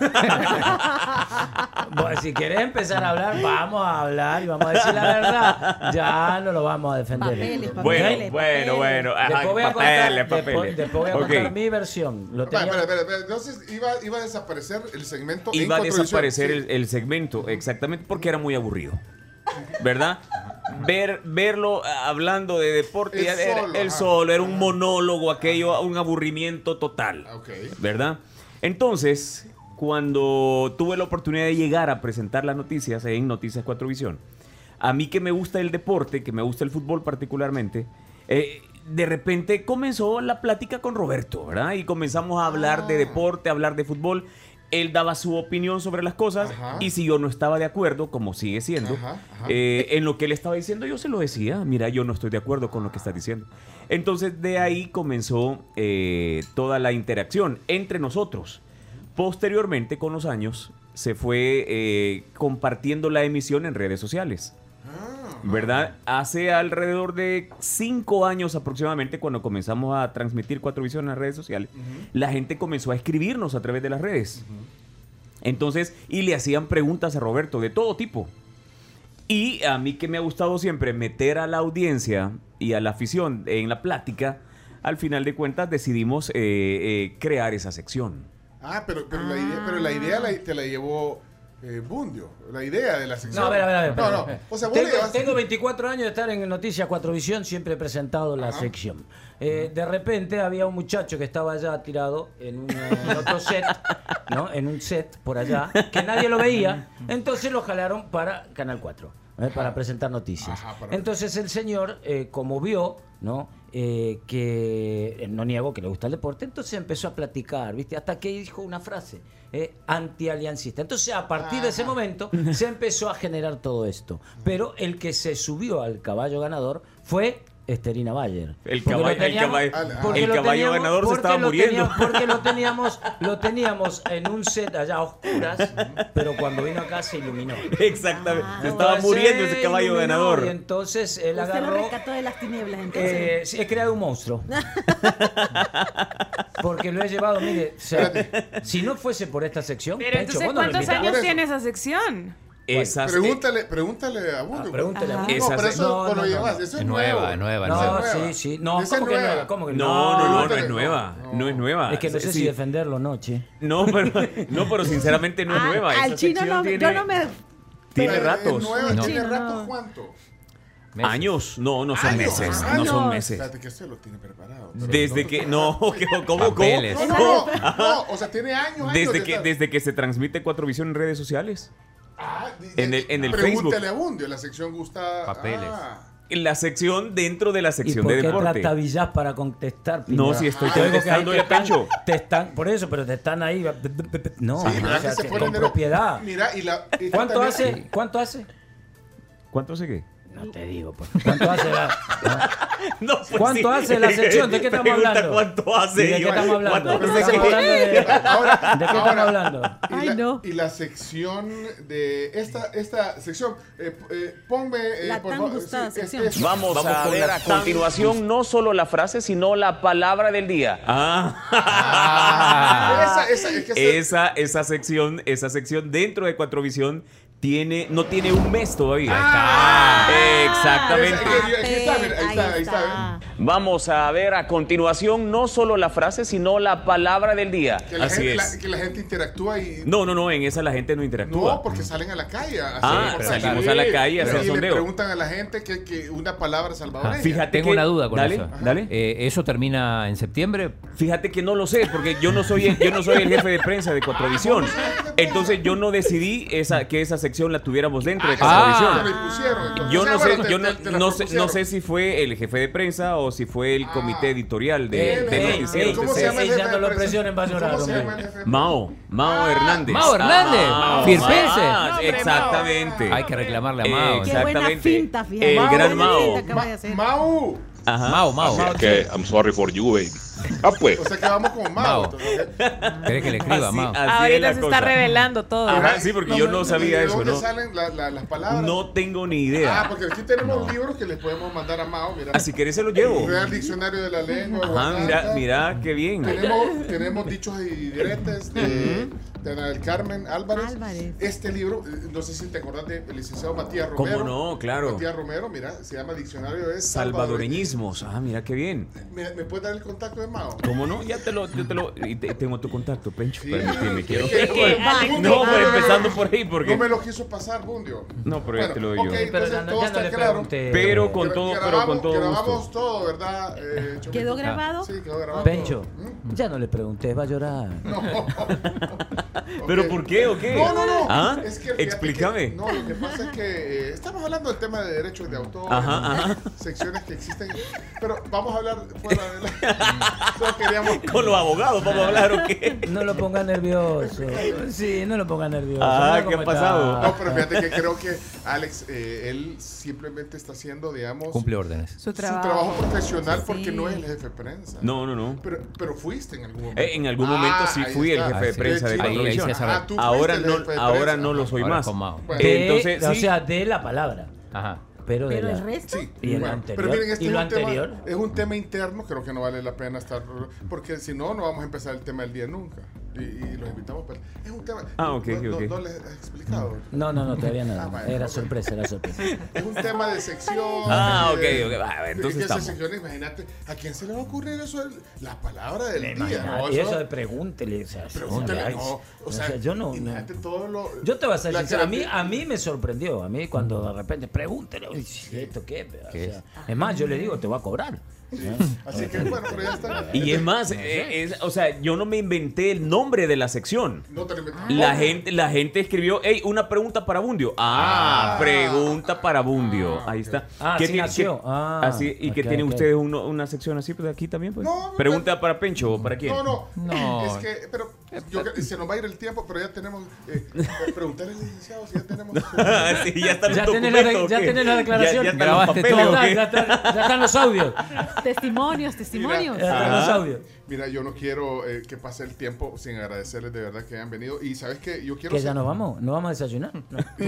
S6: Bueno, si querés empezar a hablar, vamos a hablar y vamos a decir la verdad. Ya no lo vamos a defender.
S4: Papeles, papeles, Bueno, bueno,
S6: ¿Ok?
S4: bueno. Ajá,
S6: Después voy a
S4: papeles,
S6: contar, después-
S4: papeles.
S6: después voy a
S4: Ok.
S6: contar mi versión. Lo
S3: Espera,
S6: tenía-
S3: espera, espera, espera. Entonces iba, iba a desaparecer el segmento. en
S4: Iba a
S3: contradicción.
S4: desaparecer
S3: Sí.
S4: el, el segmento, exactamente, porque era muy aburrido. ¿Verdad? Ver, verlo ah, hablando de deporte,
S3: Él
S4: ya era-
S3: solo,
S4: él
S3: ajá.
S4: solo, era un monólogo aquello, un aburrimiento total.
S3: Ah, Ok.
S4: ¿verdad? Entonces, cuando tuve la oportunidad de llegar a presentar las noticias en Noticias 4 Visión, a mí que me gusta el deporte, que me gusta el fútbol particularmente, eh, de repente comenzó la plática con Roberto, ¿verdad? Y comenzamos a hablar de deporte, a hablar de fútbol. Él daba su opinión sobre las cosas y si yo no estaba de acuerdo, como sigue siendo,
S3: Ajá, ajá.
S4: eh, en lo que él estaba diciendo, yo se lo decía, mira, yo no estoy de acuerdo con lo que estás diciendo. Entonces de ahí comenzó eh, toda la interacción entre nosotros. Posteriormente, con los años, se fue eh, compartiendo la emisión en redes sociales.
S3: Ah,
S4: ¿Verdad? Hace alrededor de cinco años aproximadamente, cuando comenzamos a transmitir Cuatro Visión en las redes sociales, la gente comenzó a escribirnos a través de las redes. Entonces, y le hacían preguntas a Roberto de todo tipo. Y a mí que me ha gustado siempre meter a la audiencia y a la afición en la plática, al final de cuentas decidimos eh, eh, crear esa sección.
S3: Ah, pero, pero la idea,
S6: Ah.
S3: pero la idea la- te la llevó eh, Bundio. La idea de la sección.
S6: No, a ver, a ver, a ver.
S3: No,
S6: espera,
S3: no.
S6: espera.
S3: O sea, vos
S6: tengo,
S3: le llevaste-
S6: tengo 24 años de estar en Noticias 4 Visión, siempre he presentado la sección. Eh, de repente había un muchacho que estaba allá tirado en,
S3: [LAUGHS]
S6: un, eh, en otro set, ¿no? En un set por allá, que nadie lo [LAUGHS] veía. Entonces lo jalaron para Canal 4, ¿eh? para presentar noticias. Entonces el señor, eh, como vio, ¿no? Eh, que eh, no niego que le gusta el deporte, entonces empezó a platicar, ¿viste? Hasta que dijo una frase, eh, antialiancista. Entonces, a partir de ese momento, se empezó a generar todo esto. Pero el que se subió al caballo ganador fue Esterina Bayer.
S4: El
S6: Porque lo
S4: caballo- el
S6: teníamos-
S4: caballo-
S6: porque
S4: el
S6: lo
S4: caballo
S6: teníamos-
S4: ganador se
S6: porque
S4: estaba
S6: lo
S4: muriendo.
S6: teníamos- porque
S4: [LAUGHS]
S6: lo teníamos, lo teníamos en un set allá a oscuras, pero cuando vino acá se iluminó.
S4: Exactamente.
S6: Ah,
S4: Se estaba muriendo ese
S6: Se
S4: caballo
S6: iluminó
S4: ganador.
S6: Y entonces
S1: Usted
S6: él
S1: lo
S6: agarró.
S1: rescató de las tinieblas, entonces.
S6: Eh, sí, he creado un
S5: [LAUGHS]
S6: monstruo. Porque lo he llevado, mire, o sea, si no fuese por esta sección,
S5: Pero
S6: Pencho,
S5: entonces,
S6: vos no me
S5: ¿cuántos
S6: invitabas.
S5: años tiene esa sección?
S4: Esas-
S3: Pregúntale, pregúntale a Bundio.
S6: Ah, pregúntale a
S3: No,
S6: Bundio.
S3: pero eso
S6: No,
S3: no, lo
S6: no, no.
S3: llevas. Eso es
S7: Es
S3: nuevo.
S7: nueva, nueva,
S6: No,
S7: nueva.
S6: sí, sí. No,
S3: Esa
S6: ¿cómo
S3: es
S6: que
S3: nueva.
S6: nueva? ¿Cómo que
S4: No, no, no, no es
S3: No.
S4: nueva. No es nueva.
S6: Es que no sé
S4: Sí.
S6: si defenderlo, no, che.
S4: No, pero, no, pero sinceramente no es
S3: Ah,
S1: Al-
S4: nueva.
S1: Al
S4: Esa
S1: chino
S4: sección
S1: no,
S4: tiene,
S1: yo no me.
S3: Pero
S4: tiene
S3: es
S4: ratos.
S3: nueva,
S4: No.
S3: ¿Tiene
S1: Chino,
S3: este rato
S1: no.
S3: cuánto?
S4: Años, no, no son
S3: Años,
S4: meses, no
S3: años.
S4: son meses.
S3: Espérate, que usted lo tiene preparado. pero
S4: Desde
S3: no-
S4: que no, [LAUGHS] ¿cómo, cómo,
S7: Papeles.
S3: No, no, no, no, o sea, tiene años. años
S4: Desde
S3: de
S4: que
S3: estar-
S4: desde que se transmite Cuatro Visión en redes sociales.
S3: Ah, di-
S4: en el- en el
S3: pregúntale
S4: Facebook.
S3: a Bundio, la sección gusta.
S4: Papeles.
S3: Ah,
S4: En La sección dentro de la
S6: ¿Y
S4: sección
S6: por
S4: de
S6: qué
S4: deporte.
S6: trata Villás para contestar?
S4: No,
S6: Piñera?
S4: si estoy
S6: Te digo que ahí
S4: contestándole
S6: te
S4: a Pencho.
S6: están- Te están, por eso, pero te están ahí. No,
S3: sí,
S6: o
S3: mira que
S6: sea,
S3: se
S6: que
S3: pone
S6: con
S3: nero-
S6: propiedad.
S3: Mira, y la. y
S6: ¿Cuánto
S3: también-
S6: hace? ¿Cuánto hace?
S4: ¿Cuánto hace qué?
S6: No te digo, pues. ¿Cuánto hace la,
S4: [LAUGHS] No, pues
S6: ¿Cuánto
S4: sí.
S6: hace la sección? ¿De qué estamos
S4: Pregunta
S6: hablando?
S4: ¿Cuánto hace?
S6: ¿Y de
S4: Yo,
S6: qué estamos hablando?
S4: ¿cuánto
S6: ¿De
S4: hace?
S6: qué estamos hablando? ¿De, de qué
S3: [LAUGHS] Ahora-
S6: estamos
S3: ahora-
S6: hablando?
S3: Y, la, y la sección de esta, esta sección, eh, p- eh, ponme eh,
S1: La tan gustada
S3: sí, es-
S1: sección.
S3: es-
S4: Vamos,
S1: Vamos
S4: a
S1: con
S4: ver
S1: la
S4: a continuación no solo la frase, sino la palabra del día.
S3: Ah, esa, esa, es que se-
S4: Ah. [LAUGHS] esa, esa sección, esa sección dentro de Cuatro Visión tiene, no tiene un mes todavía. Exactamente.
S3: esa- aquí- aquí está, mira, ahí está, ¿eh? ahí está.
S4: Vamos a ver a continuación no solo la frase, sino la palabra del día.
S3: Que la,
S4: Así
S3: gente, la-
S4: es.
S3: que la gente interactúa y
S4: No, no, no, en esa la gente no interactúa.
S3: no, porque salen a la calle. a hacer
S4: Ah,
S3: reportajes.
S4: salimos a la calle
S3: Pero-
S4: a hacer
S3: y le
S4: sondeo.
S3: preguntan a la gente que, que una palabra salvadoreña.
S4: Ah, Fíjate
S7: Tengo
S4: que-
S7: una duda con
S4: dale,
S7: eso.
S4: dale.
S7: Eh, ¿Eso termina en septiembre?
S4: Fíjate que no lo sé, porque yo no soy el, yo no soy el jefe de prensa de Cuatrovisión. Entonces yo no decidí esa, que esa sección la tuviéramos dentro de
S3: Ah,
S4: Cuatrovisión.
S3: te la impusieron, entonces.
S4: Yo
S3: O sea,
S4: no sé,
S3: bueno, te-
S4: yo no,
S3: te- te la
S4: no sé,
S3: propusieron. Ah.
S4: no sé si fue el jefe de prensa o si fue el comité editorial de,
S6: Ey,
S4: de
S6: ey,
S4: noticieros
S6: ey,
S4: de
S3: ¿Cómo se
S4: C-
S3: llama el
S6: Ya
S3: jefe Ah.
S6: no
S3: de
S6: lo
S3: prensa?
S6: presionen, va a llorar,
S3: ¿Cómo se llama
S6: hombre.
S3: el jefe de
S4: Mao, Mao Hernández.
S7: Mao Hernández, firpense.
S4: ah,
S7: Hombre,
S4: exactamente.
S7: Hay que reclamarle a
S4: Eh,
S7: Mao.
S1: Qué buena
S4: Exactamente.
S1: finta, fíjate.
S4: El
S1: Qué
S4: gran
S1: buena
S4: Mao. eh,
S1: finta acaba de hacer.
S3: Mau,
S7: Mao, Mao.
S4: um,
S11: Que I'm sorry for you, baby.
S10: Ah, pues.
S3: O sea que vamos como mago.
S7: Mao. ¿Querés que le escriba,
S4: Así-
S7: Mao?
S4: así Ahorita es la se está cosa.
S5: revelando todo.
S4: Ajá, sí, porque yo no sabía
S3: ¿De
S4: eso,
S3: dónde
S4: ¿no?
S3: salen la- la- las palabras?
S4: No tengo ni
S3: Ah,
S4: idea.
S3: porque aquí tenemos libros que les podemos mandar a Mao. Mira.
S4: Ah, si querés se lo llevo.
S3: Real Diccionario de la Lengua.
S4: Ajá,
S3: Guardaca.
S4: mira, mira, qué bien. [LAUGHS]
S3: Tenemos, tenemos dichos y diretes de, de Ana del Carmen Álvarez. Este libro, eh, no sé si te acordás del licenciado Matías
S4: ¿Cómo
S3: Romero.
S4: no? Claro.
S3: Matías Romero, mira, se llama Diccionario de Salvadoreñismo.
S4: Salvadoreñismos. Ah, mira qué bien.
S3: ¿Me, me puedes dar el contacto de Mao?
S4: ¿Cómo no? Ya te lo, yo te lo. y te- tengo tu contacto, Pencho. Permíteme, quiero.
S3: Es que, Alex,
S4: No, pues
S3: ah.
S4: empezando por ahí,
S3: No me
S4: porque.
S3: lo quiso pasar, Bundio.
S4: No, pero ya te lo digo.
S3: ok, entonces
S4: Pero
S3: todo
S4: ya no
S3: está
S4: le
S3: claro.
S4: pregunté. Pero con
S3: Gra-
S4: todo- pero
S3: grabamos-
S4: con todo gusto. Ah.
S3: Grabamos todo, ¿verdad? eh, Chomito?
S1: ¿Quedó grabado?
S3: Sí, quedó grabado.
S6: Pencho,
S3: todo.
S6: ya no le pregunté, va a llorar.
S4: [LAUGHS] ¿Pero por qué o qué?
S3: Mm, No, no, no.
S4: ¿Ah?
S3: Es que fíjate
S4: Explícame.
S3: que- no, lo que pasa es que eh, estamos hablando del tema de derechos de autor,
S4: Ajá,
S3: eh,
S4: ajá.
S3: secciones que existen. Pero vamos a hablar fuera de la. [LAUGHS] Solo queríamos.
S4: Con los abogados vamos
S3: Ah.
S4: a hablar o qué.
S6: No lo ponga nervioso. Sí, no lo ponga nervioso.
S4: Ah,
S6: Mira
S4: ¿qué
S6: cómo
S4: ha pasado?
S6: está.
S3: No, pero fíjate que creo que Alex, eh, él simplemente está haciendo, digamos.
S7: Cumple órdenes. Su
S1: trabajo.
S3: profesional porque
S1: Sí.
S3: no es el jefe de prensa.
S4: No, no, no.
S3: Pero, pero fuiste en algún momento.
S4: Eh, en algún momento
S3: Ah,
S4: sí
S3: ahí
S4: fui
S3: está.
S4: el jefe de
S3: Ah,
S4: prensa de
S3: sí,
S7: ahí
S4: Televisión.
S7: se sabe.
S3: Ah, tú fuiste
S4: Ahora
S3: el
S4: no,
S3: jefe de
S4: ahora
S3: prensa.
S4: no lo soy
S7: Ahora
S4: más.
S7: con Mao.
S3: Bueno.
S6: De-
S4: Entonces,
S6: o
S4: sí.
S6: sea, de la palabra.
S7: Ajá.
S6: Pero, de
S1: Pero el
S6: la-
S1: resto.
S3: Sí,
S6: Y el
S3: bueno,
S6: anterior.
S3: pero miren, este
S6: y
S3: es,
S6: lo
S3: un
S6: anterior.
S3: Tema, es un tema interno, creo que no vale la pena estar, porque si no, no vamos a empezar el tema del día nunca. Y, y los invitamos, pero es un tema...
S4: Ah, ok,
S3: no,
S4: ok,
S3: no-
S4: ok.
S3: no les he explicado.
S6: No, no, no, todavía nada.
S3: Ah, bueno,
S6: era
S3: ok.
S6: sorpresa, era
S3: [LAUGHS]
S6: sorpresa.
S3: Es un tema de sección.
S4: Ah,
S3: y de-
S4: ok, ok, va, entonces
S3: y que esa
S4: estamos.
S3: sección, imagínate, ¿a quién se le va a ocurrir eso? El- La palabra del
S6: Me
S3: día.
S6: imagino,
S3: ¿no?
S6: y eso de pregúntele. O sea,
S3: Pregúntale,
S6: ay,
S3: no,
S6: o
S3: o
S6: sea,
S3: sea,
S6: yo no. no.
S3: imagínate todo lo...
S6: Yo te vas a
S3: la
S6: decir, a mí,
S3: creatividad.
S6: a mí me sorprendió. A mí, cuando de repente pregúntele, uy, ¿esto qué? O
S7: ¿Qué
S6: sea, es más, yo le digo, te va a cobrar.
S3: Así que, bueno, pero ya está.
S4: [LAUGHS] Y es más, eh, es- o sea, yo no me inventé el nombre de la sección.
S3: No te lo
S6: Ah.
S3: inventaste.
S4: La gente, la gente escribió, hey, una pregunta para Bundio. Ah,
S6: Ah.
S4: pregunta para Bundio. Ahí está.
S6: Ah, así
S4: tiene-
S6: nació. Ah,
S4: así, y que
S6: ok,
S4: tienen
S6: ok.
S4: ustedes uno- una sección así, pues aquí también, pues.
S3: No, no,
S4: pregunta para Pencho o para quién.
S3: No, no,
S7: No.
S3: Es que, pero yo creo- se nos va a ir el tiempo, pero ya tenemos. Eh, preguntarle al licenciado si ya tenemos.
S4: Sí, ya están los
S6: Ya tenés la,
S4: documentos, ¿o
S6: ya
S4: qué?
S6: tenés la declaración.
S4: Ya, ya están los
S6: Grabaste
S4: papeles,
S6: todo.
S4: ¿o qué?
S6: Ya, están- ya están los audios.
S1: Testimonios,
S3: Mira,
S1: testimonios.
S6: Ya están los audios.
S3: mira, yo no quiero eh, que pase el tiempo sin agradecerles de verdad que hayan venido. Y sabes que yo quiero.
S6: Que ya nos
S3: [LAUGHS]
S6: vamos, nos vamos a desayunar. No.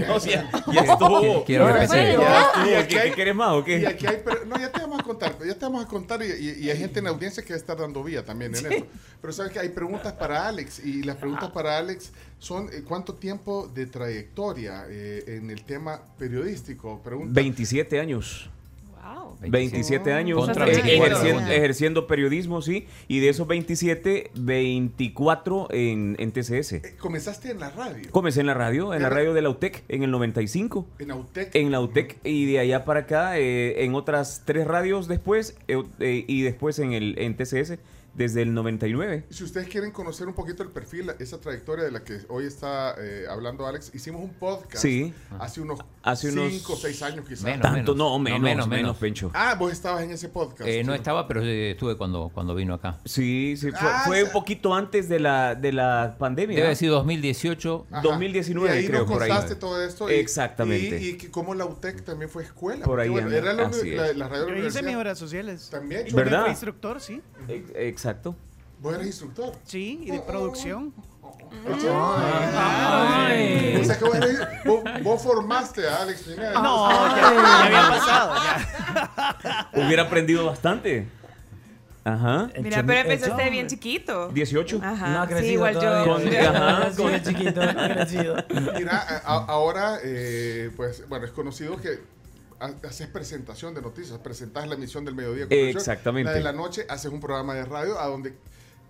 S4: No, sí, ya, ya [LAUGHS] estuvo.
S7: Quiero
S3: Bueno,
S7: agradecer.
S3: ya estuvo,
S4: ¿Y
S3: aquí
S4: qué
S3: hay-
S4: quieres más o
S3: Y
S4: qué?
S3: aquí hay, pero, no, ya te vamos a contar, ya te vamos a contar y, y- y hay gente en la audiencia que va a estar dando vía también en eso. Pero sabes que hay preguntas para Alex y las preguntas para Alex son eh, ¿cuánto tiempo de trayectoria eh, en el tema periodístico? Pregunta.
S4: 27 años.
S5: Wow.
S4: 27 años
S7: Contra
S4: eh,
S7: 24.
S4: ejerciendo, ejerciendo periodismo, sí. Y de esos 27, 24 en, en TCS.
S3: Eh, Comenzaste en la radio,
S4: Comencé en la radio, en la radio de la UTEC en el 95.
S3: en Autec.
S4: En la UTEC y de allá para acá eh, en otras tres radios después eh, eh, y después en, el, en TCS desde el 99.
S3: Si ustedes quieren conocer un poquito el perfil, esa trayectoria de la que hoy está eh, hablando Alex, hicimos un podcast
S4: Sí.
S3: hace unos
S4: Hace unos-
S3: 5 o 6 años quizás.
S7: Menos,
S4: Tanto,
S7: menos.
S4: no, menos, menos,
S7: No, menos, menos.
S4: Pencho.
S3: Ah, vos estabas en ese podcast.
S7: Eh, no
S3: Sí.
S7: estaba, pero eh, estuve cuando, cuando vino acá.
S4: Sí, sí, fue,
S3: Ah,
S4: fue
S3: esa-
S4: un poquito antes de la, de la pandemia.
S7: Debe haber sido 2018.
S3: Ajá.
S4: 2019
S3: y ahí
S4: creo,
S3: nos
S4: por ahí.
S3: contaste todo esto. y-
S4: Exactamente.
S3: Y, y que como la UTEC también fue escuela.
S4: Por
S3: porque,
S4: ahí
S3: bueno,
S4: anda,
S3: era la,
S4: así
S3: uni- la,
S4: es.
S3: la radio
S9: Yo
S3: de la
S9: hice
S3: universidad.
S9: mis horas sociales.
S3: También, Eh,
S9: Yo
S4: ¿Verdad?
S9: fui instructor, sí.
S4: Ex- Exacto.
S3: Vos eres instructor. Oh,
S9: Sí, y de producción.
S3: Ay. O sea que vos, eres- vos- vos formaste a Alex Pineda.
S9: No, ya, ya había pasado.
S4: Hubiera aprendido bastante. Ajá.
S6: El
S5: Mira,
S6: chomi-
S5: pero
S6: el
S5: empezaste
S6: chom-
S5: bien chiquito.
S4: 18.
S5: Ajá.
S6: No ha crecido
S5: sí, igual yo.
S6: todavía.
S4: Con-
S6: Sí,
S4: ajá,
S6: sí,
S4: con-
S6: chiquito, no ha crecido.
S3: Mira, a- a- ahora, eh, pues, bueno, es conocido que ha- haces presentación de noticias, presentás la emisión del mediodía. con Melchor,
S4: Exactamente.
S3: La de la noche, haces un programa de radio a donde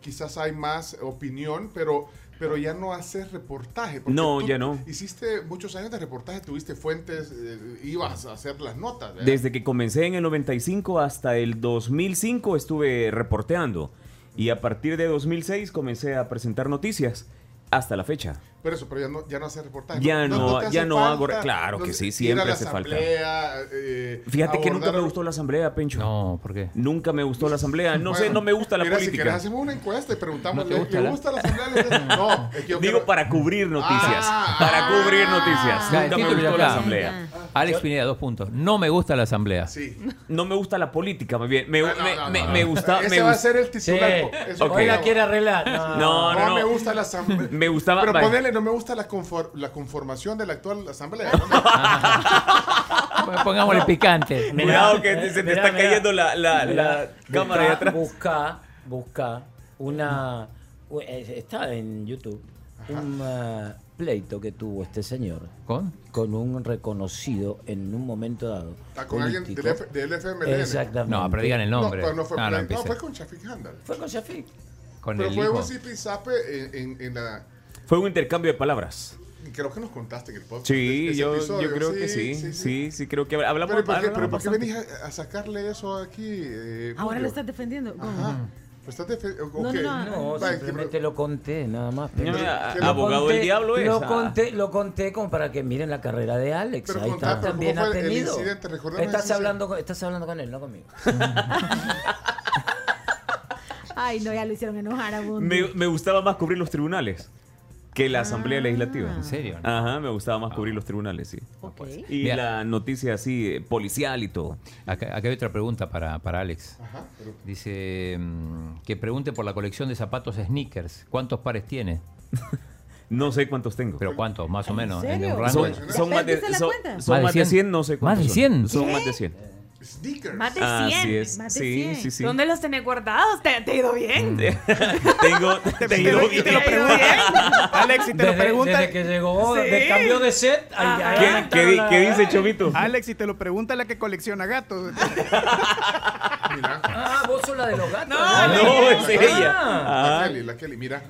S3: quizás hay más opinión, pero, pero ya no haces reportaje. porque
S4: No,
S3: tú
S4: ya no.
S3: Hiciste muchos años de reportaje, tuviste fuentes, eh, ibas a hacer las notas. ¿verdad?
S4: Desde que comencé en el 95 hasta el 2005 estuve reporteando. Y a partir de 2006 comencé a presentar noticias. Hasta la fecha.
S3: Pero eso, pero ya no, ya no haces reportaje.
S4: Ya no-
S3: te
S4: ya
S3: hace
S4: no hago re- claro que sí,
S3: ir a
S4: siempre
S3: la
S4: hace falta.
S3: asamblea, eh,
S4: Fíjate que nunca
S3: abordar-
S4: me gustó la asamblea, Pencho.
S7: No, ¿por qué?
S4: Nunca me gustó la asamblea. No sé,
S3: Bueno,
S4: no me gusta la
S3: mira, Si querés,
S4: política.
S3: hacemos una encuesta y preguntamos,
S7: ¿No te
S3: ¿le,
S7: gusta
S3: le
S7: la-
S3: gusta la asamblea? No, es que yo
S4: [LAUGHS] Digo
S3: quiero-
S4: para cubrir noticias.
S3: Ah,
S4: para
S3: ah.
S4: cubrir noticias.
S7: Ya, el
S4: nunca me
S7: título
S4: gustó
S7: ya
S4: la
S7: está.
S4: asamblea.
S7: Alex Pineda, dos puntos. No me gusta la asamblea.
S4: No me gusta la política, muy bien. Me, me, me- me gusta.
S3: Ah, Ese
S4: me
S3: va a
S4: gust-
S3: ser el titular. pues, po. Eso
S4: Ok.
S3: digamos.
S4: No, no, no.
S3: Ah, me gusta la
S4: [LAUGHS]
S3: asamblea.
S4: Me gustaba-
S3: Pero
S4: vaya.
S3: ponele, no me gusta la, confor- la conformación de la actual asamblea.
S4: Ah,
S7: Pongámosle picante.
S4: Cuidado que
S6: eh,
S4: se te
S3: Mirá,
S4: está
S3: mirá.
S4: cayendo la, la-
S3: Mirá.
S4: la cámara de atrás.
S6: Busca, busca una. u- eh, Está en YouTube. Un eh, pleito que tuvo este señor
S7: ¿Con?
S6: con un reconocido en un momento dado.
S3: Ah, con alguien del
S6: político.
S3: F- del FMLN.
S6: Exactamente.
S7: No, pero digan el
S3: No,
S7: nombre.
S3: pero no fue,
S7: Ah, no,
S3: Play- no,
S7: empiece.
S3: fue con Shafik Handal.
S6: Fue con Shafik.
S7: Con
S3: Pero
S7: el
S3: fue
S7: hijo.
S3: un zipizape en, en, en la.
S4: Fue un intercambio de palabras.
S3: Creo que nos contaste en el podcast.
S4: Sí,
S3: ese
S4: yo,
S3: episodio.
S4: yo creo que sí. Sí, sí, creo que hablamos
S3: Pero ¿por qué,
S4: hablamos
S3: pero ¿por qué
S4: bastante.
S3: venís a, a sacarle eso aquí? eh,
S1: Ahora
S3: Julio?
S1: lo estás defendiendo. ¿Cómo?
S3: Ajá. Pues estás defe- o-
S1: No,
S3: ok.
S1: no,
S6: No,
S3: Va,
S6: simplemente lo conté, nada más.
S4: No,
S6: Pero-
S4: a-
S6: lo
S4: abogado del diablo es,
S6: Lo
S4: ah.
S6: conté, lo conté como para que miren la carrera de Alex.
S3: Pero
S6: Ahí
S3: contá,
S6: está,
S3: pero
S6: también
S3: ¿cómo
S6: ha
S3: fue el
S6: tenido.
S3: incidente? Recordame el
S6: Estás
S3: incidente.
S6: hablando, con, estás hablando con él, no conmigo.
S1: [LAUGHS] Ay, no, ya lo hicieron enojar a Bundy.
S4: Me, me gustaba más cubrir los tribunales que la asamblea legislativa. ¿En
S7: serio?
S4: Ajá, me gustaba más cubrir los tribunales, sí. Y
S7: Mira.
S4: la noticia así, eh, policial y todo.
S7: Acá, acá hay otra pregunta para, para Alex.
S3: Ajá, pero-
S7: Dice mm, que pregunte por la colección de zapatos sneakers. ¿Cuántos pares tiene?
S4: [LAUGHS] no sé cuántos tengo.
S7: Pero cuántos, más o menos.
S1: serio?
S7: un rango
S4: Son,
S7: de-
S4: son más de,
S1: ¿Perdiste la
S4: son,
S1: cuenta?
S4: son más de 100, no sé
S7: Más
S4: cuántos.
S7: de
S4: son.
S7: 100.
S4: Son,
S7: ¿Qué?
S4: más de 100.
S3: Sneakers.
S5: Más de 100.
S4: Así es.
S5: Más de
S4: Sí,
S5: 100.
S4: sí, Mm. sí.
S5: ¿Dónde los tenés guardados? ¿Te, te ha ido bien?
S4: [LAUGHS] Tengo. tengo-
S20: Alex, si te lo
S6: Desde-
S20: preguntan.
S6: desde que llegó, de- cambió de set, ahí- ahí
S20: Ajá.
S6: arrancaron ¿Qué- qué di- la- qué dice
S4: Chomito?
S20: Alex, si te lo pregunta la que colecciona
S5: [LAUGHS]
S20: gatos.
S6: Ah, vos sos la de los gatos.
S3: no,
S6: Ah.
S3: es ella.
S6: Ah.
S3: La Kelly, la Kelly, mira.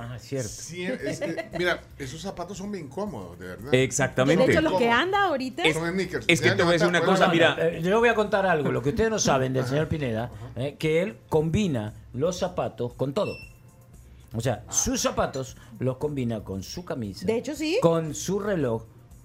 S6: Ah, es cierto.
S3: Sí, es que, mira, esos zapatos son bien cómodos, de verdad.
S4: Exactamente.
S1: De hecho, lo que anda ahorita
S4: Es-
S3: son sneakers.
S4: es que
S3: Ya
S4: te voy a decir
S3: levanta-
S4: una cosa, mira.
S6: Eh, Yo voy a contar algo, lo que ustedes no saben del señor Pineda, eh, que él combina los zapatos con todo. O sea,
S4: Ah.
S6: sus zapatos los combina con su camisa.
S1: De hecho, sí.
S6: Con su reloj,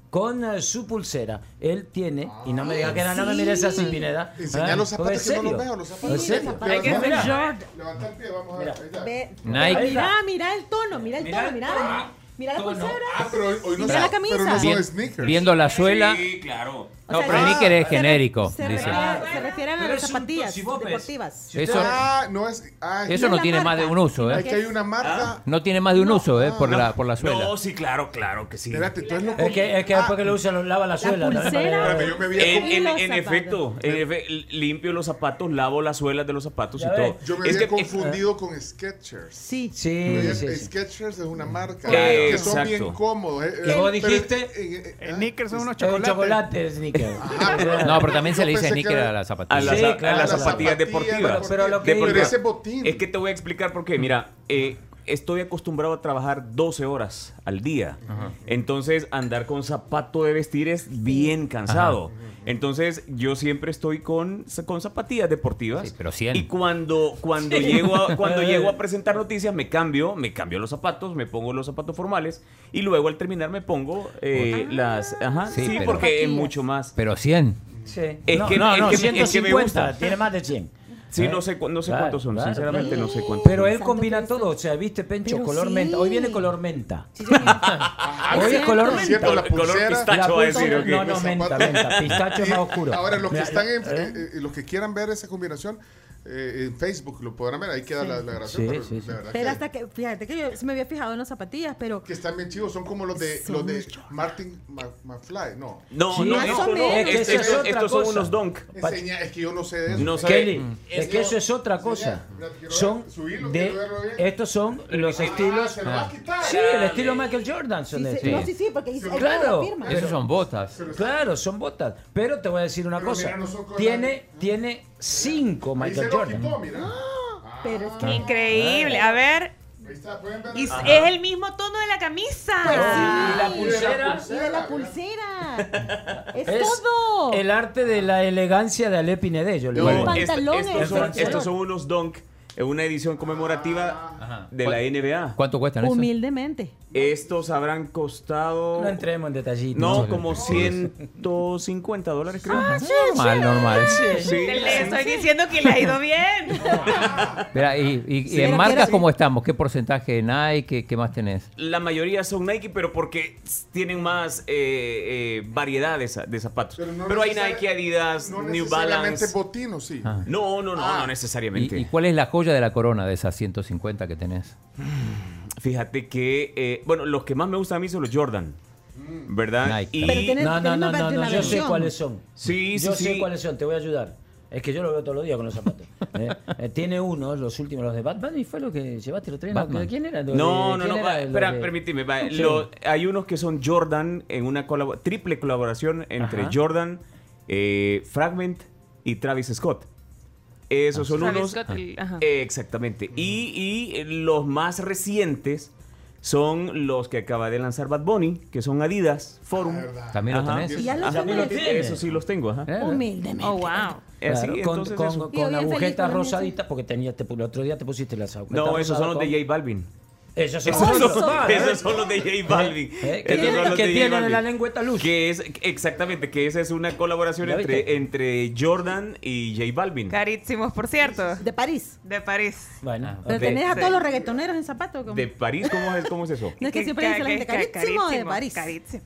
S6: con eh, su pulsera. Él tiene, y no me diga que era, no me
S1: sí.
S6: mires así, Pineda.
S3: Enseñá
S6: Ah,
S3: Ah, los
S6: porque
S3: zapatos,
S6: es
S3: que no los
S6: serio.
S3: veo, los zapatos.
S6: ¿En serio?
S3: Hay que
S6: Mira,
S3: ser
S6: mira.
S3: short. Levanta el pie, vamos a ver. ahí
S1: Ve-
S7: Nike.
S1: Mira, mira el tono, mira el tono,
S6: Mira el
S1: mira. Mira la pulsera.
S3: Ah, pero hoy, hoy no
S1: Mira
S3: son-
S1: la camisa.
S3: Pero no son
S7: Bien-
S3: sneakers.
S7: Viendo la suela.
S4: Sí, claro.
S7: No,
S1: O sea,
S7: pero
S1: ya-
S7: sneaker
S1: se
S7: es
S1: re-
S7: genérico.
S1: Se
S7: dice.
S1: refiere- se refieren a
S6: Pero
S1: las
S6: es un to-
S1: zapatillas
S6: si vos ves-
S1: deportivas.
S3: Si
S7: Eso-
S3: usted- ah, no es. ah,
S7: Eso no tiene más de un uso,
S3: Aquí
S7: ¿eh?
S3: hay una
S6: Ah.
S3: marca.
S7: No tiene más de un uso, ¿eh? Por,
S4: No.
S7: la, por la suela.
S4: No, sí, claro, claro que sí.
S3: Espérate, entonces lo
S6: Es que,
S3: Ah.
S6: es que después que lo usa, lo lava la, suela. ¿no?
S3: Espérate, yo me vi
S4: En,
S3: como-
S4: en-
S3: Y los
S4: en
S3: zapatos.
S4: efecto, en efe- limpio los zapatos, lavo las suelas de los zapatos
S6: Ya
S4: y
S6: ves.
S4: todo.
S3: Yo me
S4: Es
S3: había
S4: que- eh, es-
S3: confundido con Sketchers.
S1: Sí.
S6: Sí, sí, sí.
S3: Sketchers es una marca
S4: Claro.
S3: que son
S4: Exacto.
S3: bien cómodos. eh,
S6: ¿Qué
S3: eh,
S6: vos
S3: pero-
S6: dijiste?
S3: eh, eh,
S20: Sneakers son unos
S6: Es un
S20: chocolates.
S6: chocolate, sneaker.
S3: Ah,
S7: No, pero también se
S3: Yo
S7: le dice
S3: pensé que
S7: sneaker
S3: era-
S7: a la
S4: a
S7: zapatilla.
S4: las,
S6: Sí,
S4: a
S6: claro,
S4: las
S6: a las
S4: zapatillas
S3: zapatillas
S4: deportivas.
S3: deportivas. Pero lo que-
S4: Deportivas.
S3: Pero ese botín.
S4: Es que te voy a explicar por qué. Mira, eh, estoy acostumbrado a trabajar 12 horas al día. Entonces, andar con zapato de vestir es bien cansado. Entonces, yo siempre estoy con, con zapatillas deportivas.
S7: pero 100.
S4: Y cuando, cuando,
S7: Sí.
S4: llego a, cuando llego a presentar noticias, me cambio, me cambio los zapatos, me pongo los zapatos formales y luego al terminar me pongo eh, las... Ajá,
S7: Sí,
S4: sí,
S7: pero-
S4: porque es mucho más...
S7: Pero 100.
S6: Sí.
S4: Es
S6: no,
S4: que-
S6: no,
S4: es
S6: no,
S4: que- es que me
S6: 150,
S4: gusta.
S6: tiene más de 100.
S4: Sí,
S6: ¿Eh?
S4: no sé, cu- no sé
S6: Claro,
S4: cuántos son,
S6: claro,
S4: sinceramente
S6: claro.
S4: no sé cuántos.
S6: Pero él combina todo, o sea, viste Pencho,
S1: Pero
S6: color
S1: sí.
S6: menta. Hoy viene color menta. [LAUGHS] Hoy es
S1: cierto.
S6: color
S1: Es
S6: menta.
S3: Ah, Cierto, la
S4: Col- color
S3: pulsera.
S4: pistacho va a decir, ok.
S6: No, no, menta, menta. Pistacho
S3: Y
S6: más oscuro.
S3: Ahora, los que,
S6: Mira,
S3: están en,
S6: ¿eh?
S3: eh, eh, los que quieran ver esa combinación eh, en Facebook, lo podrán ver. Ahí queda la, la grabación.
S6: Sí,
S3: pero
S6: sí, sí.
S3: de verdad
S1: Pero
S3: que,
S1: hasta que, fíjate que yo sí me había fijado en las zapatillas, pero
S3: que están bien chivos. Son como los de,
S1: Son
S3: los de
S1: mucho.
S3: Martin Ma- McFly. No.
S4: No,
S6: Sí,
S4: no,
S6: más
S4: esto
S1: o
S4: no.
S1: menos.
S4: Este-
S6: Es que esa es
S4: estos-
S6: otra
S4: estos son
S6: cosa.
S4: unos donk.
S3: Enseña, es Mm. que yo no sé de eso.
S4: No sé. Mm.
S6: Kelly,
S3: Es
S6: es que eso es otra cosa. Son
S3: subilo,
S6: de,
S3: quiero verlo bien.
S6: estos son los
S3: Ah,
S6: estilos.
S3: se lo va a quitar.
S6: Sí, el estilo Michael Jordan son
S1: sí,
S6: estos.
S1: sí, no, sí, sí, porque ahí ahí está
S6: Claro,
S1: la firma.
S7: Esos son botas.
S6: Claro, son botas. Pero te voy a decir una
S3: Pero
S6: cosa.
S3: mira, no son colores.
S6: Tiene, tiene cinco
S3: Ahí se
S6: Michael
S3: lo quitó,
S6: Jordan.
S3: mira.
S1: Pero es que
S6: Ah.
S5: Increíble. A ver.
S3: Ahí está, pueden ver.
S5: Y s-
S3: Ajá.
S5: es el mismo tono de la camisa.
S6: Y Pues la pulsera.
S1: Y de la pulsera. es, todo.
S6: El arte de la elegancia de Ale Pinedé, yo le
S1: Los
S6: digo.
S4: Est-
S1: pantalones.
S4: estos, son,
S1: Perfección.
S4: estos son unos donk en una edición conmemorativa de la NBA.
S7: ¿Cuánto cuestan eso?
S1: Humildemente.
S4: Estos habrán costado.
S6: No entremos en detallitos.
S4: No, como 150 dólares, creo.
S5: Ah, sí,
S7: Normal,
S5: sí.
S7: normal.
S5: Sí, Le estoy diciendo que le ha ido bien.
S7: Mira, y, y- y
S4: Sí,
S7: en
S4: era-
S7: marcas
S4: era-
S7: cómo estamos, qué porcentaje de Nike, qué, qué más tenés.
S4: La mayoría son Nike, pero porque tienen más eh, eh, variedad de, za- de zapatos. Pero,
S3: no
S4: hay
S3: necesari-
S4: Nike, Adidas,
S3: No
S4: New
S3: necesariamente
S4: Balance.
S3: botino, sí.
S7: Ah.
S4: No, no, no,
S3: Ah.
S4: no necesariamente.
S7: ¿Y, y cuál es la joya de la corona de esas 150 que tenés?
S4: Fíjate que, eh, bueno, los que más me gustan a mí son los Jordan, ¿verdad? Y-
S6: Pero tenés- No, no, tenés no, más no, de no, una yo sé versión. cuáles son.
S4: Sí,
S6: yo
S4: sí,
S6: sé
S4: sí.
S6: cuáles son, te voy a ayudar. Es que yo lo veo todos los días con los zapatos. ¿eh? Eh, tiene uno, los últimos, los de Batman, y fue lo que llevaste los tres. ¿no?
S4: Batman.
S6: ¿De quién era? ¿De- de
S4: No, no,
S6: quién
S4: no, eh,
S6: era?
S4: va,
S6: Los
S4: espera,
S6: de-
S4: permíteme. va,
S6: Sí.
S4: lo- hay unos que son Jordan en una colabo- triple colaboración entre
S6: Ajá.
S4: Jordan, eh, Fragment y Travis Scott.
S6: Ah.
S4: Esos son
S5: Travis
S4: unos.
S5: Scott, el- ajá.
S4: Eh, exactamente. Y, y, eh, los más recientes son los que acaba de lanzar Bad Bunny, que son Adidas Forum.
S7: También los
S4: Ajá.
S7: tenés.
S1: Y ya los
S4: Ajá,
S1: tenés.
S4: lo tiene- Esos sí los tengo, ajá.
S1: Humildemente.
S5: Oh, wow.
S4: Eh, sí,
S6: Claro,
S4: entonces
S6: con,
S4: eso.
S6: con, con
S1: Y hoy el feliz
S6: agujetas
S1: con la mesa.
S6: rosaditas, porque tenías, te- el otro día te pusiste las agujetas
S4: No, esos son los
S6: rosadas
S4: de
S6: con-
S4: J Balvin.
S6: Esos son
S4: esos
S6: los
S4: son,
S6: rosados, ¿eh?
S4: [LAUGHS] esos son los de J Balvin.
S6: ¿Eh?
S4: Esos
S6: Que
S4: son
S6: tienen,
S4: los
S6: que
S4: de J
S6: tienen
S4: Balvin.
S6: en la lengüeta luz.
S4: Que es exactamente que esa es una colaboración
S6: ¿Ya
S4: entre,
S6: viste?
S4: entre Jordan y J Balvin.
S5: Carísimos, por cierto. De París. De París.
S4: Bueno,
S1: Pero tenés a todos los reggaetoneros en zapatos. como-
S4: de París, ¿cómo es, cómo
S3: [LAUGHS]
S4: es eso?
S1: No es que siempre
S5: Ca-
S1: dice la
S5: que-
S1: gente,
S5: ca-
S1: carísimo de
S5: carísimo,
S1: París.
S5: Carísimo.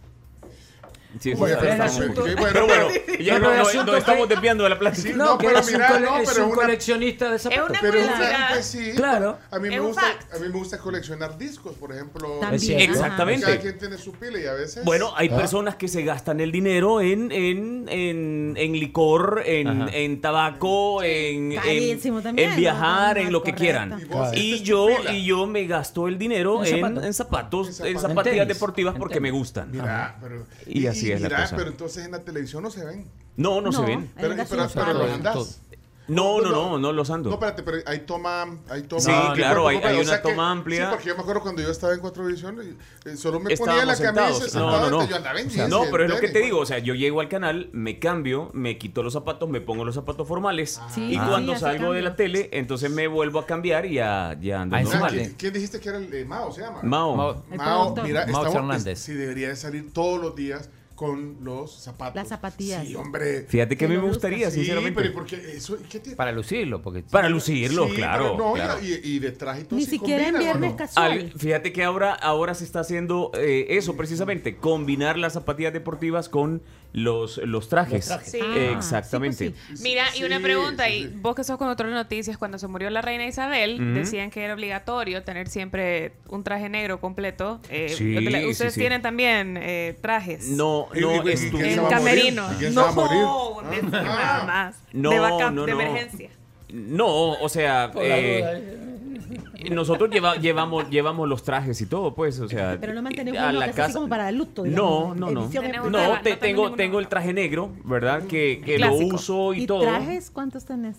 S4: Sí, sí,
S3: Oye,
S4: sí,
S3: pero
S4: estamos
S3: el asunto-
S4: un poquito-
S3: Bueno,
S4: pero
S3: [LAUGHS]
S4: bueno,
S3: pero-
S4: ya
S3: pero
S4: no,
S3: el
S4: no,
S3: asunto
S4: nos
S3: fue-
S4: estamos desviando de la plática.
S3: Sí, No, no, que pero es un mira, cole- no, es pero un una-
S6: coleccionista de zapatos.
S3: Pero realmente sí.
S6: Claro.
S3: A mí,
S6: Es
S3: me
S6: un
S3: gusta, a mí me gusta coleccionar discos, por ejemplo.
S6: También. Es cierto.
S4: Exactamente.
S3: Cada quien tiene su pila y a veces.
S4: Bueno, hay
S3: Ah.
S4: personas que se gastan el dinero en, en, en, en licor, en, en tabaco, en, en,
S1: Carísimo también,
S4: en
S1: ¿no?
S4: viajar,
S1: Ajá,
S4: en lo que
S1: correcto.
S4: quieran.
S1: Y vos
S4: Y yo, y yo me gasto el dinero
S3: En
S4: en,
S3: zapatos.
S4: en zapatos, en
S3: En
S4: zapatillas
S3: tenis,
S4: deportivas
S3: en
S4: porque
S3: tenis.
S4: me gustan.
S3: Mira,
S4: Ajá.
S3: pero,
S4: y, así es la
S3: mira,
S4: cosa.
S3: pero entonces en la televisión no se ven.
S4: no, no, se ven.
S3: Pero, pero, pero los andás.
S4: No, no,
S3: no,
S4: no, no los
S3: No,
S4: ando.
S3: espérate, pero hay toma. Hay toma
S4: Sí,
S3: Ah,
S4: claro,
S3: cuerpo,
S4: hay-
S3: cuerpo,
S4: hay
S3: o
S4: una
S3: sea que-
S4: toma
S3: sí,
S4: amplia.
S3: porque yo me acuerdo cuando yo estaba en Cuatrovisión, eh, solo me ponía la
S4: Estábamos
S3: camisa
S4: sentados.
S3: sentado,
S4: No, no,
S3: yo andaba en
S4: no.
S3: jeans,
S4: No,
S3: en
S4: pero es lo que
S3: tenis.
S4: te digo. O sea, yo llego al canal, me cambio, me quito los zapatos, me pongo los zapatos formales.
S3: Sí,
S4: y
S3: ah.
S4: cuando
S3: sí, hace
S4: salgo de
S3: cambio.
S4: la tele, entonces me vuelvo a cambiar y ya, ya ando
S3: Ah,
S4: normal.
S3: ¿quién, quién dijiste que era el eh,
S21: Ah,
S3: Mao? Se llama.
S4: Mao. Mao.
S1: El
S3: Mao,
S1: productor.
S3: mira,
S7: Mao
S3: estamos-
S7: Fernández.
S3: es- Sí, debería de salir todos los días con los zapatos.
S1: Las zapatillas.
S3: Sí, hombre.
S4: Fíjate que a mí me gustaría,
S3: Sí,
S4: sinceramente.
S3: pero ¿y por qué eso? ¿Qué te...
S7: Para lucirlo, porque
S4: Para lucirlo,
S3: Sí,
S4: claro.
S3: pero no,
S4: claro.
S3: Y, y de traje y todo
S1: Ni
S3: sí
S1: siquiera en
S3: combina, ¿o
S1: viernes
S3: no?
S1: casual.
S4: Al- fíjate que ahora, ahora se está haciendo eh, eso precisamente, combinar las zapatillas deportivas con los, los trajes.
S5: Los trajes. Sí.
S4: Eh,
S5: Ah,
S4: Exactamente.
S5: Mira, y una
S3: Sí,
S5: pregunta,
S3: sí,
S5: y vos que sos con otras noticias, cuando se murió la reina Isabel,
S4: Ujú.
S5: decían que era obligatorio tener siempre un traje negro completo. Eh,
S4: Sí,
S5: yo te la-
S4: sí,
S5: Ustedes
S4: sí.
S5: tienen también eh, trajes.
S4: No,
S5: Eh,
S4: no,
S5: eh,
S4: estu-
S5: En camerino.
S4: No.
S5: No,
S1: Ah.
S5: de- nada más.
S4: No,
S5: de backup,
S4: no,
S5: de
S4: no.
S5: emergencia.
S4: No, o sea,
S5: Por la ¿eh?
S4: eh, nosotros lleva- llevamos, llevamos los trajes y todo, pues, o sea,
S1: Pero no mantenés
S4: a
S1: uno
S4: la
S1: que es así
S4: casa-
S1: como para luto.
S4: No,
S1: digamos,
S4: no, no.
S1: edición especial.
S4: No, te- tengo, tengo el traje negro, ¿verdad? Que, que lo
S1: Clásico.
S4: uso Mm. y,
S1: ¿Y
S4: todo.
S1: trajes cuántos tenés?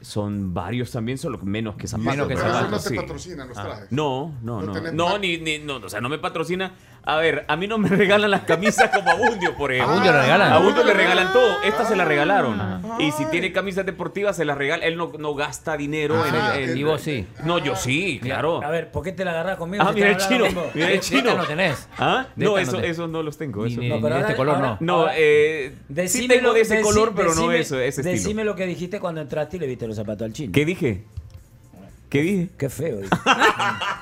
S4: Son varios también, solo menos que zapatos.
S3: Menos que Pero zapatos, eso no te
S4: sí. Ah.
S3: patrocinan los trajes.
S4: No, no,
S3: No
S4: no.
S3: tenés
S4: No,
S3: par-
S4: ni, ni- no, o sea, no me patrocina. A ver, a mí no me [LAUGHS] regalan las camisas como a Bundio, por ejemplo.
S7: A Bundio le regalan.
S4: A Bundio le regalan todo. Esta
S3: Ah.
S4: se la regalaron. Y si tiene camisas deportivas, se las regala. Él no, no gasta dinero en,
S7: Ah,
S4: en-
S7: y vos sí. Ah.
S4: No, yo sí, claro.
S6: A ver, ¿por qué te la agarrás conmigo?
S4: Ah,
S6: si te
S4: mira el
S6: la
S4: chino.
S6: agarras conmigo? Eh,
S4: Mira el
S7: De esta
S4: chino.
S7: no tenés.
S4: ¿Ah?
S7: De
S4: No,
S7: esta
S4: eso,
S7: no tenés.
S4: esos no los tengo. eso
S7: Ni-
S4: no.
S7: ni- ni de este color, no.
S4: No, eh, sí
S6: Decímelo-
S4: tengo de ese
S6: deci-
S4: color, pero no
S6: decime-
S4: eso, ese estilo.
S6: Decime lo que dijiste cuando entraste y le viste los zapatos al chino.
S4: ¿Qué dije? ¿Qué dije?
S6: Qué feo.
S4: [LAUGHS]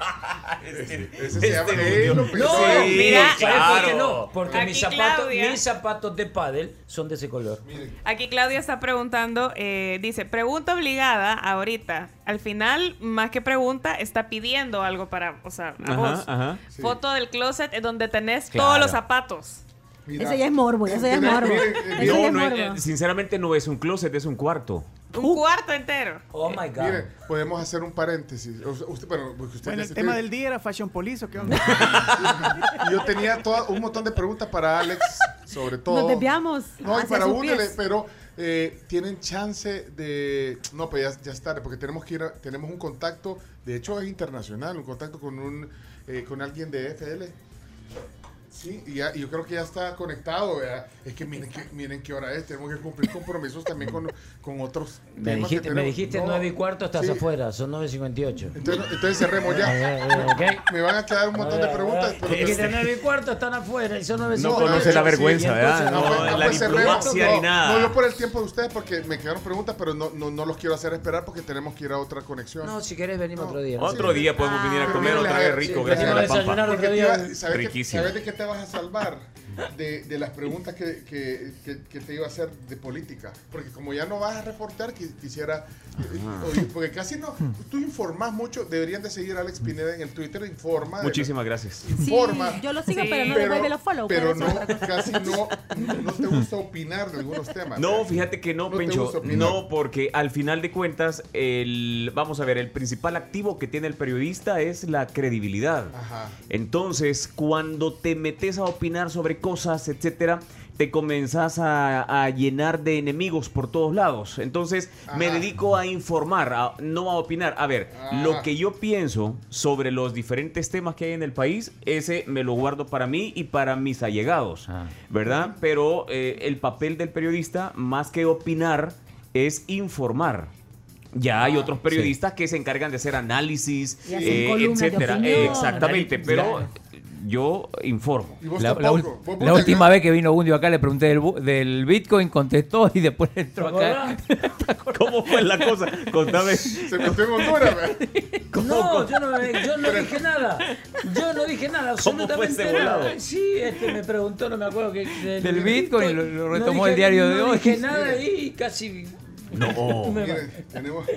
S3: Este, Ese se llama- él lo pensó.
S6: No,
S3: Sí,
S6: mira, ¿sabes por qué
S5: claro.
S6: no? Porque
S5: Aquí
S6: mis zapatos,
S5: Claudia.
S6: mis zapatos de pádel son de ese color.
S5: Aquí Claudia está preguntando, eh, dice, pregunta obligada ahorita. Al final, más que pregunta, está pidiendo algo para, o sea, a
S4: Ajá,
S5: vos.
S4: ajá.
S5: Foto del closet eh, donde tenés
S4: Claro.
S5: todos los zapatos.
S1: Ese ya es morbo, ese ya es
S5: Mira,
S1: morbo.
S5: miren,
S1: Ese ya
S4: No,
S1: es
S4: no,
S1: morbo.
S4: eh, sinceramente no es un closet, es un cuarto.
S5: Un
S20: Uh.
S5: cuarto entero.
S6: Oh my God.
S3: Miren, podemos hacer un paréntesis. O sea, Usted, bueno, porque usted
S20: Bueno,
S3: ya
S20: el
S3: se
S20: tema
S3: tiene-
S20: del día era Fashion Police, ¿o qué
S3: [LAUGHS]
S20: onda?
S3: Yo tenía toda- un montón de preguntas para Alex, sobre todo.
S1: Nos desviamos.
S3: No, y
S1: hacia
S3: para
S1: sus
S3: Búndele,
S1: pies.
S3: pero eh, tienen chance de. No, pues ya, ya es tarde, porque tenemos que ir. a- tenemos un contacto, de hecho es internacional, un contacto con un eh, con alguien de FL. Sí, y ya- y yo creo que ya está conectado, ¿verdad? Es que miren, qué- miren qué hora es, tenemos que cumplir compromisos también con, con otros
S6: Me
S3: temas
S6: dijiste,
S3: que
S6: me
S3: tenemos.
S6: dijiste
S3: No,
S6: 9 y cuarto, estás
S3: sí.
S6: afuera, son 9.58.
S3: Entonces, entonces cerremos ya. Me van a quedar un montón de preguntas. pero
S6: Eh,
S3: pues
S6: Es que de
S3: te-
S6: 9 y cuarto están afuera y son 9.58.
S4: No conoce la vergüenza, ¿verdad?
S3: No, pues- no,
S4: No, la
S3: pues cerremos.
S4: diplomacia
S3: No,
S4: ni nada.
S3: No, yo por el tiempo de ustedes, porque me quedaron preguntas, pero no, no, no los quiero hacer esperar porque tenemos que ir a otra conexión. Ah,
S6: No, si querés venimos otro día.
S4: Otro día podemos venir a
S3: Pero
S4: comer
S3: miren,
S4: otra
S3: la-
S4: vez rico,
S3: sí,
S4: gracias a la
S3: venimos a
S4: pampa.
S3: desayunar otro día. Porque te iba- ¿sabes qué-
S4: Riquísimo.
S3: ¿Sabes de qué te vas a salvar? De, de las preguntas que, que, que- que te iba a hacer de política. Porque como ya no vas a reportar, qui- quisiera... oye, porque casi no... Tú informas mucho. Deberían de seguir a Alex Pineda en el Twitter. Informa. Ah, de-
S4: Muchísimas gracias.
S3: Informa.
S1: yo lo sigo, pero no devuelve los follow,
S3: Pero
S1: pero eso es
S3: no, casi no, no te gusta opinar de algunos temas.
S4: No, fíjate que no,
S3: No te
S4: Pencho.
S3: gusta opinar.
S4: No, porque al final de cuentas, el, vamos a ver, el principal activo que tiene el periodista es la credibilidad.
S3: Ajá.
S4: Entonces, cuando te metes a opinar sobre cosas, etcétera, te comenzás a, a llenar de enemigos por todos lados. Entonces, me dedico a informar, a- no a opinar. A ver, lo que yo pienso sobre los diferentes temas que hay en el país, ese me lo guardo para mí y para mis allegados, ¿verdad? Pero eh, el papel del periodista, más que opinar, es informar. Ya hay otros periodistas que se encargan de hacer análisis,
S7: Y hacen
S4: eh,
S7: columnas de
S4: etcétera.
S7: opinión.
S4: Exactamente,
S7: Anali-
S4: pero yo informo.
S7: La, la ul- la última vez que vino Bundio acá le pregunté del, bu- del Bitcoin, contestó y después entró acá. [LAUGHS]
S4: ¿Cómo fue la cosa? Contame. Se
S3: contó en Honduras,
S6: [LAUGHS] No, yo no, me- yo no dije nada. Yo no dije nada,
S4: ¿Cómo fue
S6: absolutamente
S4: ese
S6: nada.
S4: volado?
S6: Sí, este me preguntó, no me acuerdo que del,
S7: Del Bitcoin, lo, lo
S6: No
S7: retomó
S6: dije-
S7: el diario de
S6: no
S7: hoy.
S6: dije
S3: [LAUGHS]
S6: nada y casi
S3: Oh.
S4: No.
S6: me va.
S3: Tenemos...
S6: [LAUGHS]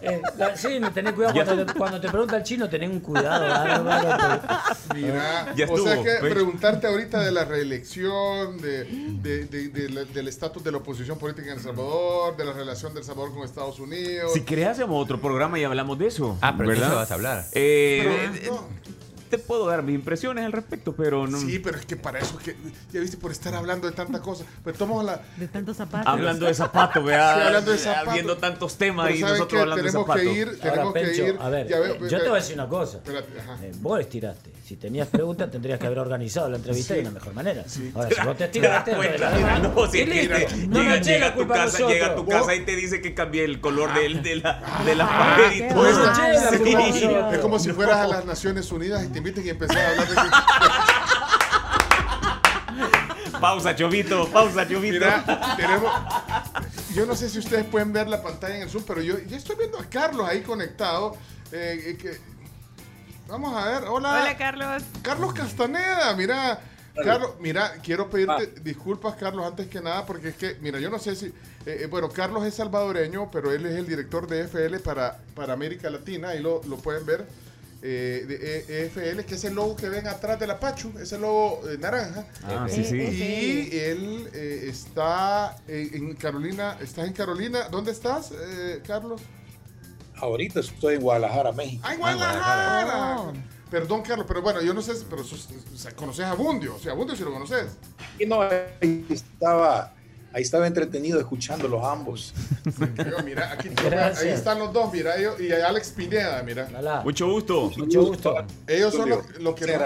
S6: Eh, la- sí, me tenés cuidado cuando te, cuando te pregunta el chino, tenés un
S4: Ah,
S6: cuidado. bárbaro, porque-
S3: Mira,
S6: Ya
S3: o sea
S6: estuvo,
S3: que
S6: Pencho.
S3: preguntarte ahorita de la reelección, de, de- de- de la- del estatus de la oposición política en El Salvador, de la relación del Salvador con Estados Unidos.
S4: Si querés hacemos otro programa y hablamos de eso.
S7: Ah, pero de
S4: ¿verdad?
S7: eso vas a hablar.
S4: Eh,
S3: Pero-
S4: eh, Te puedo dar mis impresiones al respecto, pero no.
S3: Sí, pero es que para eso, es que, ya viste, por estar hablando de tanta cosa. Pero tomo la.
S1: De tantos zapatos.
S4: Hablando de zapatos, vea.
S3: Sí, hablando de zapatos.
S4: Viendo tantos temas
S3: Pero
S4: y
S3: ¿saben
S4: nosotros
S3: qué?
S4: hablando de
S3: Tenemos
S4: zapatos.
S3: que ir, tenemos
S6: Ahora, Pencho,
S3: que ir.
S6: a ver,
S3: Ya veo-
S6: eh, yo te voy a decir una cosa. Eh, vos estiraste. Si tenías preguntas, tendrías que haber organizado la entrevista de una mejor manera. Ahora, si vos
S3: [LAUGHS]
S6: te
S4: Te das
S6: estiraste,
S4: cuenta.
S6: ¿verdad?
S4: Ah, No, si
S6: Y
S4: es que
S6: listo.
S4: llega,
S6: No nos
S4: llega a tu
S6: culpa a
S4: casa, llega a tu
S6: nosotros.
S4: casa y te dice que cambie el color
S6: Ah.
S4: del- de, la, de las paredes y todo.
S3: Pues, es,
S4: Sí.
S3: como, es como si fueras a las Naciones Unidas y te inviten y empezar a hablar de que-
S4: Pausa, Chovito, pausa, Chovito.
S3: Mira, tenemos. Yo no sé si ustedes pueden ver la pantalla en el Zoom, pero yo ya estoy viendo a Carlos ahí conectado. eh, eh, que- Vamos a ver. Hola.
S5: Hola, Carlos.
S3: Carlos Castaneda, mira. Carlos, mira, quiero pedirte disculpas, Carlos, antes que nada, porque es que, mira, yo no sé si. eh, eh, bueno, Carlos es salvadoreño, pero él es el director de FL para, para América Latina, ahí lo, lo pueden ver. eh, de E- EFL, que es el logo que ven atrás del Apache, ese logo eh, naranja.
S4: Ah, sí, sí.
S3: Y él eh, está en, en Carolina, estás en Carolina. ¿Dónde estás, eh, Carlos?
S21: Ahorita estoy en Guadalajara, México.
S3: ¡Ay, Guadalajara! Perdón, Carlos, pero bueno, yo no sé, pero sos- o sea, conoces a Bundio, o sea, a Bundio si lo conoces.
S21: Y no,
S4: eh,
S21: ahí estaba, ahí estaba entretenido escuchándolos ambos.
S3: Yo, mira, aquí
S21: Gracias.
S3: ahí están los dos, mira, ellos, y Alex Pineda, mira.
S4: Mucho gusto.
S21: Mucho gusto.
S3: Ellos son los, los que nos,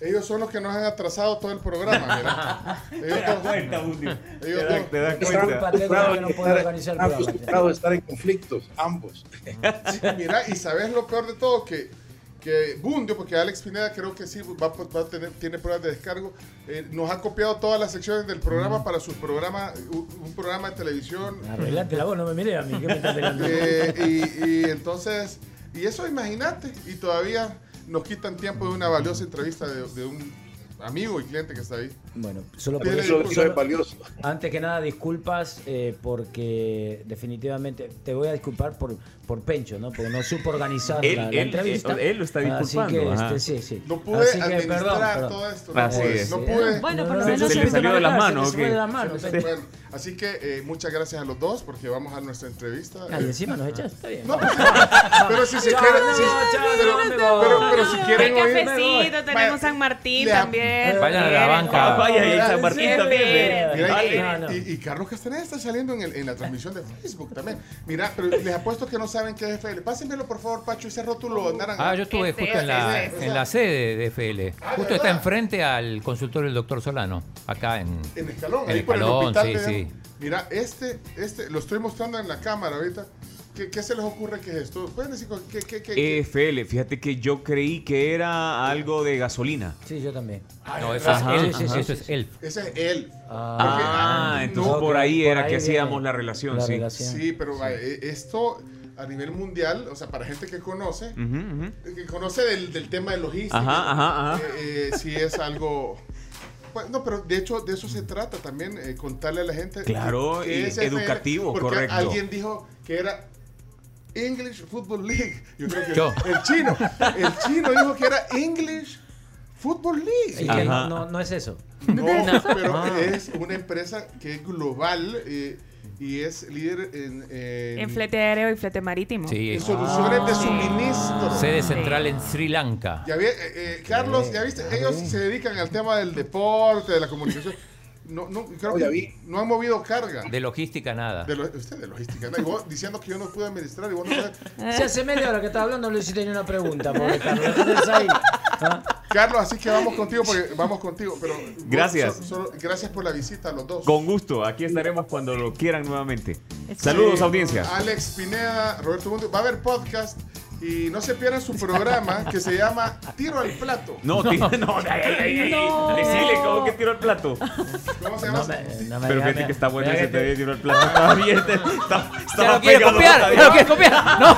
S3: ellos son los que nos han atrasado todo el programa,
S4: [LAUGHS]
S3: mira. Ellos
S4: Te das
S3: dos-
S4: cuenta, Bundio.
S3: ellos
S4: Te das-
S3: dos.
S4: te das
S21: Están
S4: cuenta.
S21: acostumbrados
S4: no
S21: a
S4: puede
S21: estar-
S4: organizar el
S21: están
S4: programa.
S21: acostumbrados a estar en conflictos, ambos.
S3: Sí, mira, y sabes lo peor de todo, que, que Bundio, porque Alex Pineda creo que sí va, va a tener, tiene pruebas de descargo, eh, nos ha copiado todas las secciones del programa para su programa, un, un programa de televisión.
S6: Arreglate la voz, no me mires a mí. ¿Qué me estás mirando?
S3: Eh, y, y entonces, y eso imagínate, y todavía nos quitan tiempo de una valiosa entrevista de, de un amigo y cliente que está ahí.
S6: Bueno, solo por
S3: Tiene
S6: eso-
S3: disculpas.
S6: solo- Antes que nada, disculpas eh, porque definitivamente te voy a disculpar por, por Pencho, ¿no? Porque no supo organizar
S4: Él-
S6: la, la
S4: él-
S6: entrevista.
S4: él- él lo está
S6: Así que,
S4: disculpando, ajá.
S6: este, sí, sí.
S3: No pude
S6: Así que,
S3: administrar
S6: perdón, Pues,
S3: todo esto.
S4: Así es.
S3: No pude.
S6: Bueno, por
S4: lo Se- menos se se le salió de las manos,
S6: se le fue de las manos,
S3: Se le fue. Bueno, así que eh, muchas gracias a los dos porque vamos a nuestra entrevista.
S6: Ah, y encima nos echas, está bien.
S3: No, pues, [LAUGHS] pero si se
S6: Chao,
S3: quieren,
S6: no,
S3: si-
S6: chao,
S3: pero,
S6: no me voy.
S3: pero- pero si quieren
S5: Hay
S3: oírme,
S5: cafecito,
S3: no.
S5: tenemos San Martín
S3: Le-
S5: también.
S7: Vayan a la banca.
S3: Ah,
S7: Vaya, y San
S3: sí,
S7: Martín
S3: sí,
S7: también,
S3: mira,
S7: eh.
S3: mira,
S7: Vale.
S3: y-
S7: No, no.
S3: Y, y Carlos Castaneda está saliendo en, el- en la transmisión de Facebook también. Mira, pero les apuesto que no saben qué es FL. Pásenmelo, por favor, Pacho, ese rótulo naranja.
S7: Ah, yo estuve justo en la, en la sede de FL. Justo está enfrente al consultorio del doctor Solano, acá en,
S3: En Escalón,
S7: en
S3: ahí por el
S7: Escalón,
S3: hospital.
S7: sí,
S3: te dan-
S7: sí.
S3: Mira, este, este, lo estoy mostrando en la cámara ahorita. ¿Qué, qué se les ocurre que es esto? ¿Pueden decir con- qué, qué, qué-
S4: Eh,
S3: qué?
S4: EFL, fíjate que yo creí que era algo de gasolina.
S6: Sí, yo también.
S7: No, eso
S4: Ajá,
S7: es él,
S4: ajá.
S7: eso es él.
S3: Ese es él.
S4: Ah,
S3: Porque-
S4: entonces
S3: no,
S4: por ahí
S3: por
S4: era
S3: ahí
S4: que
S3: viene
S4: hacíamos la relación, sí.
S3: Sí, pero va, eh, esto a nivel mundial, o sea, para gente que conoce,
S4: Ujú,
S3: eh, que conoce del, del tema de logística,
S4: Ajá, ajá, ajá.
S3: eh, eh, sí es algo... Bueno, no, pero de hecho de eso se trata también, eh, contarle a la gente.
S4: Claro,
S3: que
S4: y
S3: es FL,
S4: educativo,
S3: porque
S4: correcto.
S3: Alguien dijo que era English Football League. Yo creo que
S4: Yo.
S3: el chino, el chino dijo que era English Football League.
S6: Sí, que no, no- no es eso.
S3: No,
S6: No.
S3: pero
S6: Ah.
S3: es una empresa que es global eh, y es líder en, en-
S5: En flete aéreo y flete marítimo.
S3: en soluciones
S5: Ah.
S4: Ah.
S3: de suministro.
S7: Sede central en Sri Lanka.
S3: Ya vi- eh, eh, Carlos, ya viste, ellos se dedican al tema del deporte, de la comunicación. No, no, creo
S7: Oh, ya
S3: que
S7: vi.
S3: no han movido carga.
S7: De logística nada.
S3: De lo- usted de logística. ¿no? Y vos diciendo que yo no pude administrar y vos no sabes.
S6: Si hace media hora que estaba hablando, no le hiciste ni una pregunta,
S3: [LAUGHS]
S6: pobre Carlos. Entonces ahí, ¿Ah?
S3: Carlos, así que vamos contigo porque vamos contigo. Pero vos
S4: Gracias.
S3: so- solo- gracias por la visita a los dos.
S4: Con gusto, aquí estaremos cuando lo quieran nuevamente. Saludos,
S3: Sí,
S4: audiencia.
S3: Alex Pineda, Roberto Mundo. Va a haber podcast y no se pierdan su programa que se llama Tiro al Plato.
S6: [LAUGHS]
S4: No, ti- no, ay, ay, ay, ay.
S3: No.
S4: Decile, ¿cómo que tiró el plato?
S3: ¿Cómo se llama?
S4: Pero
S6: diga,
S4: fíjate que está bueno
S6: me
S4: ese
S6: diga
S4: te tiró el [LAUGHS] plato. Estaba bien, te- estaba- estaba
S6: lo quiere
S4: pegado,
S6: copiar, ya
S4: estaba bien.
S6: lo quiere
S4: [LAUGHS]
S6: copiar. No.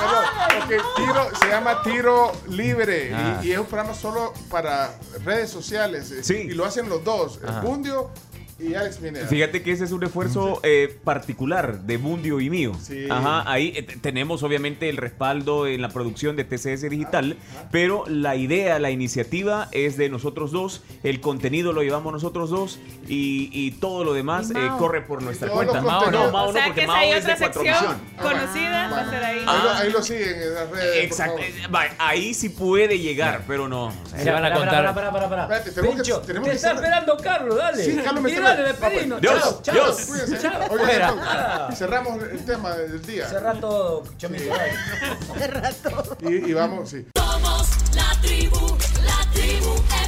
S3: Perdón, ok, tiro, se llama Tiro Libre y-
S4: Ah.
S3: y, es un programa solo para redes sociales. eh, Y lo hacen los dos, el
S4: Ajá.
S3: Bundio y Alex Pineda.
S4: Fíjate que ese es un esfuerzo eh, particular de Mundio y mío.
S3: Sí.
S4: Ajá, ahí eh, t- tenemos obviamente el respaldo en la producción de TCS Digital, pero la idea, la iniciativa es de nosotros dos, el contenido lo llevamos nosotros dos y, y todo lo demás
S5: Y
S4: eh,
S5: Mao.
S4: corre por nuestra
S3: todos
S4: cuenta.
S3: los contenidos.
S4: no, Mao
S5: o sea
S4: no, porque
S5: que si
S4: Mao
S5: hay
S4: es de
S5: otra sección
S4: Cuatrovisión.
S5: conocida, va a ser ahí.
S3: Ahí, lo, ahí lo siguen en las redes.
S4: Ah. Exacto, eh, va, ahí sí puede llegar, pero no. o sea,
S7: Se van a contar.
S6: Pará, pará, pará.
S3: Espérate, tenemos que-
S6: Pencho,
S3: tenemos
S6: te
S3: que
S6: está
S3: cerrar.
S6: esperando Carlos, dale.
S3: Sí, Carlos, me
S6: Y
S3: está-
S6: dale,
S3: Ah, pues.
S6: despedimos.
S4: Dios,
S6: Chao, chao.
S4: Dios.
S3: Cuídense.
S6: Chao.
S3: Oigan,
S6: Fuera.
S3: entonces, cerramos el tema del día.
S6: Cerrá todo, chomito. dale.
S3: [LAUGHS] Y, y vamos, sí.
S8: Somos la tribu, la tribu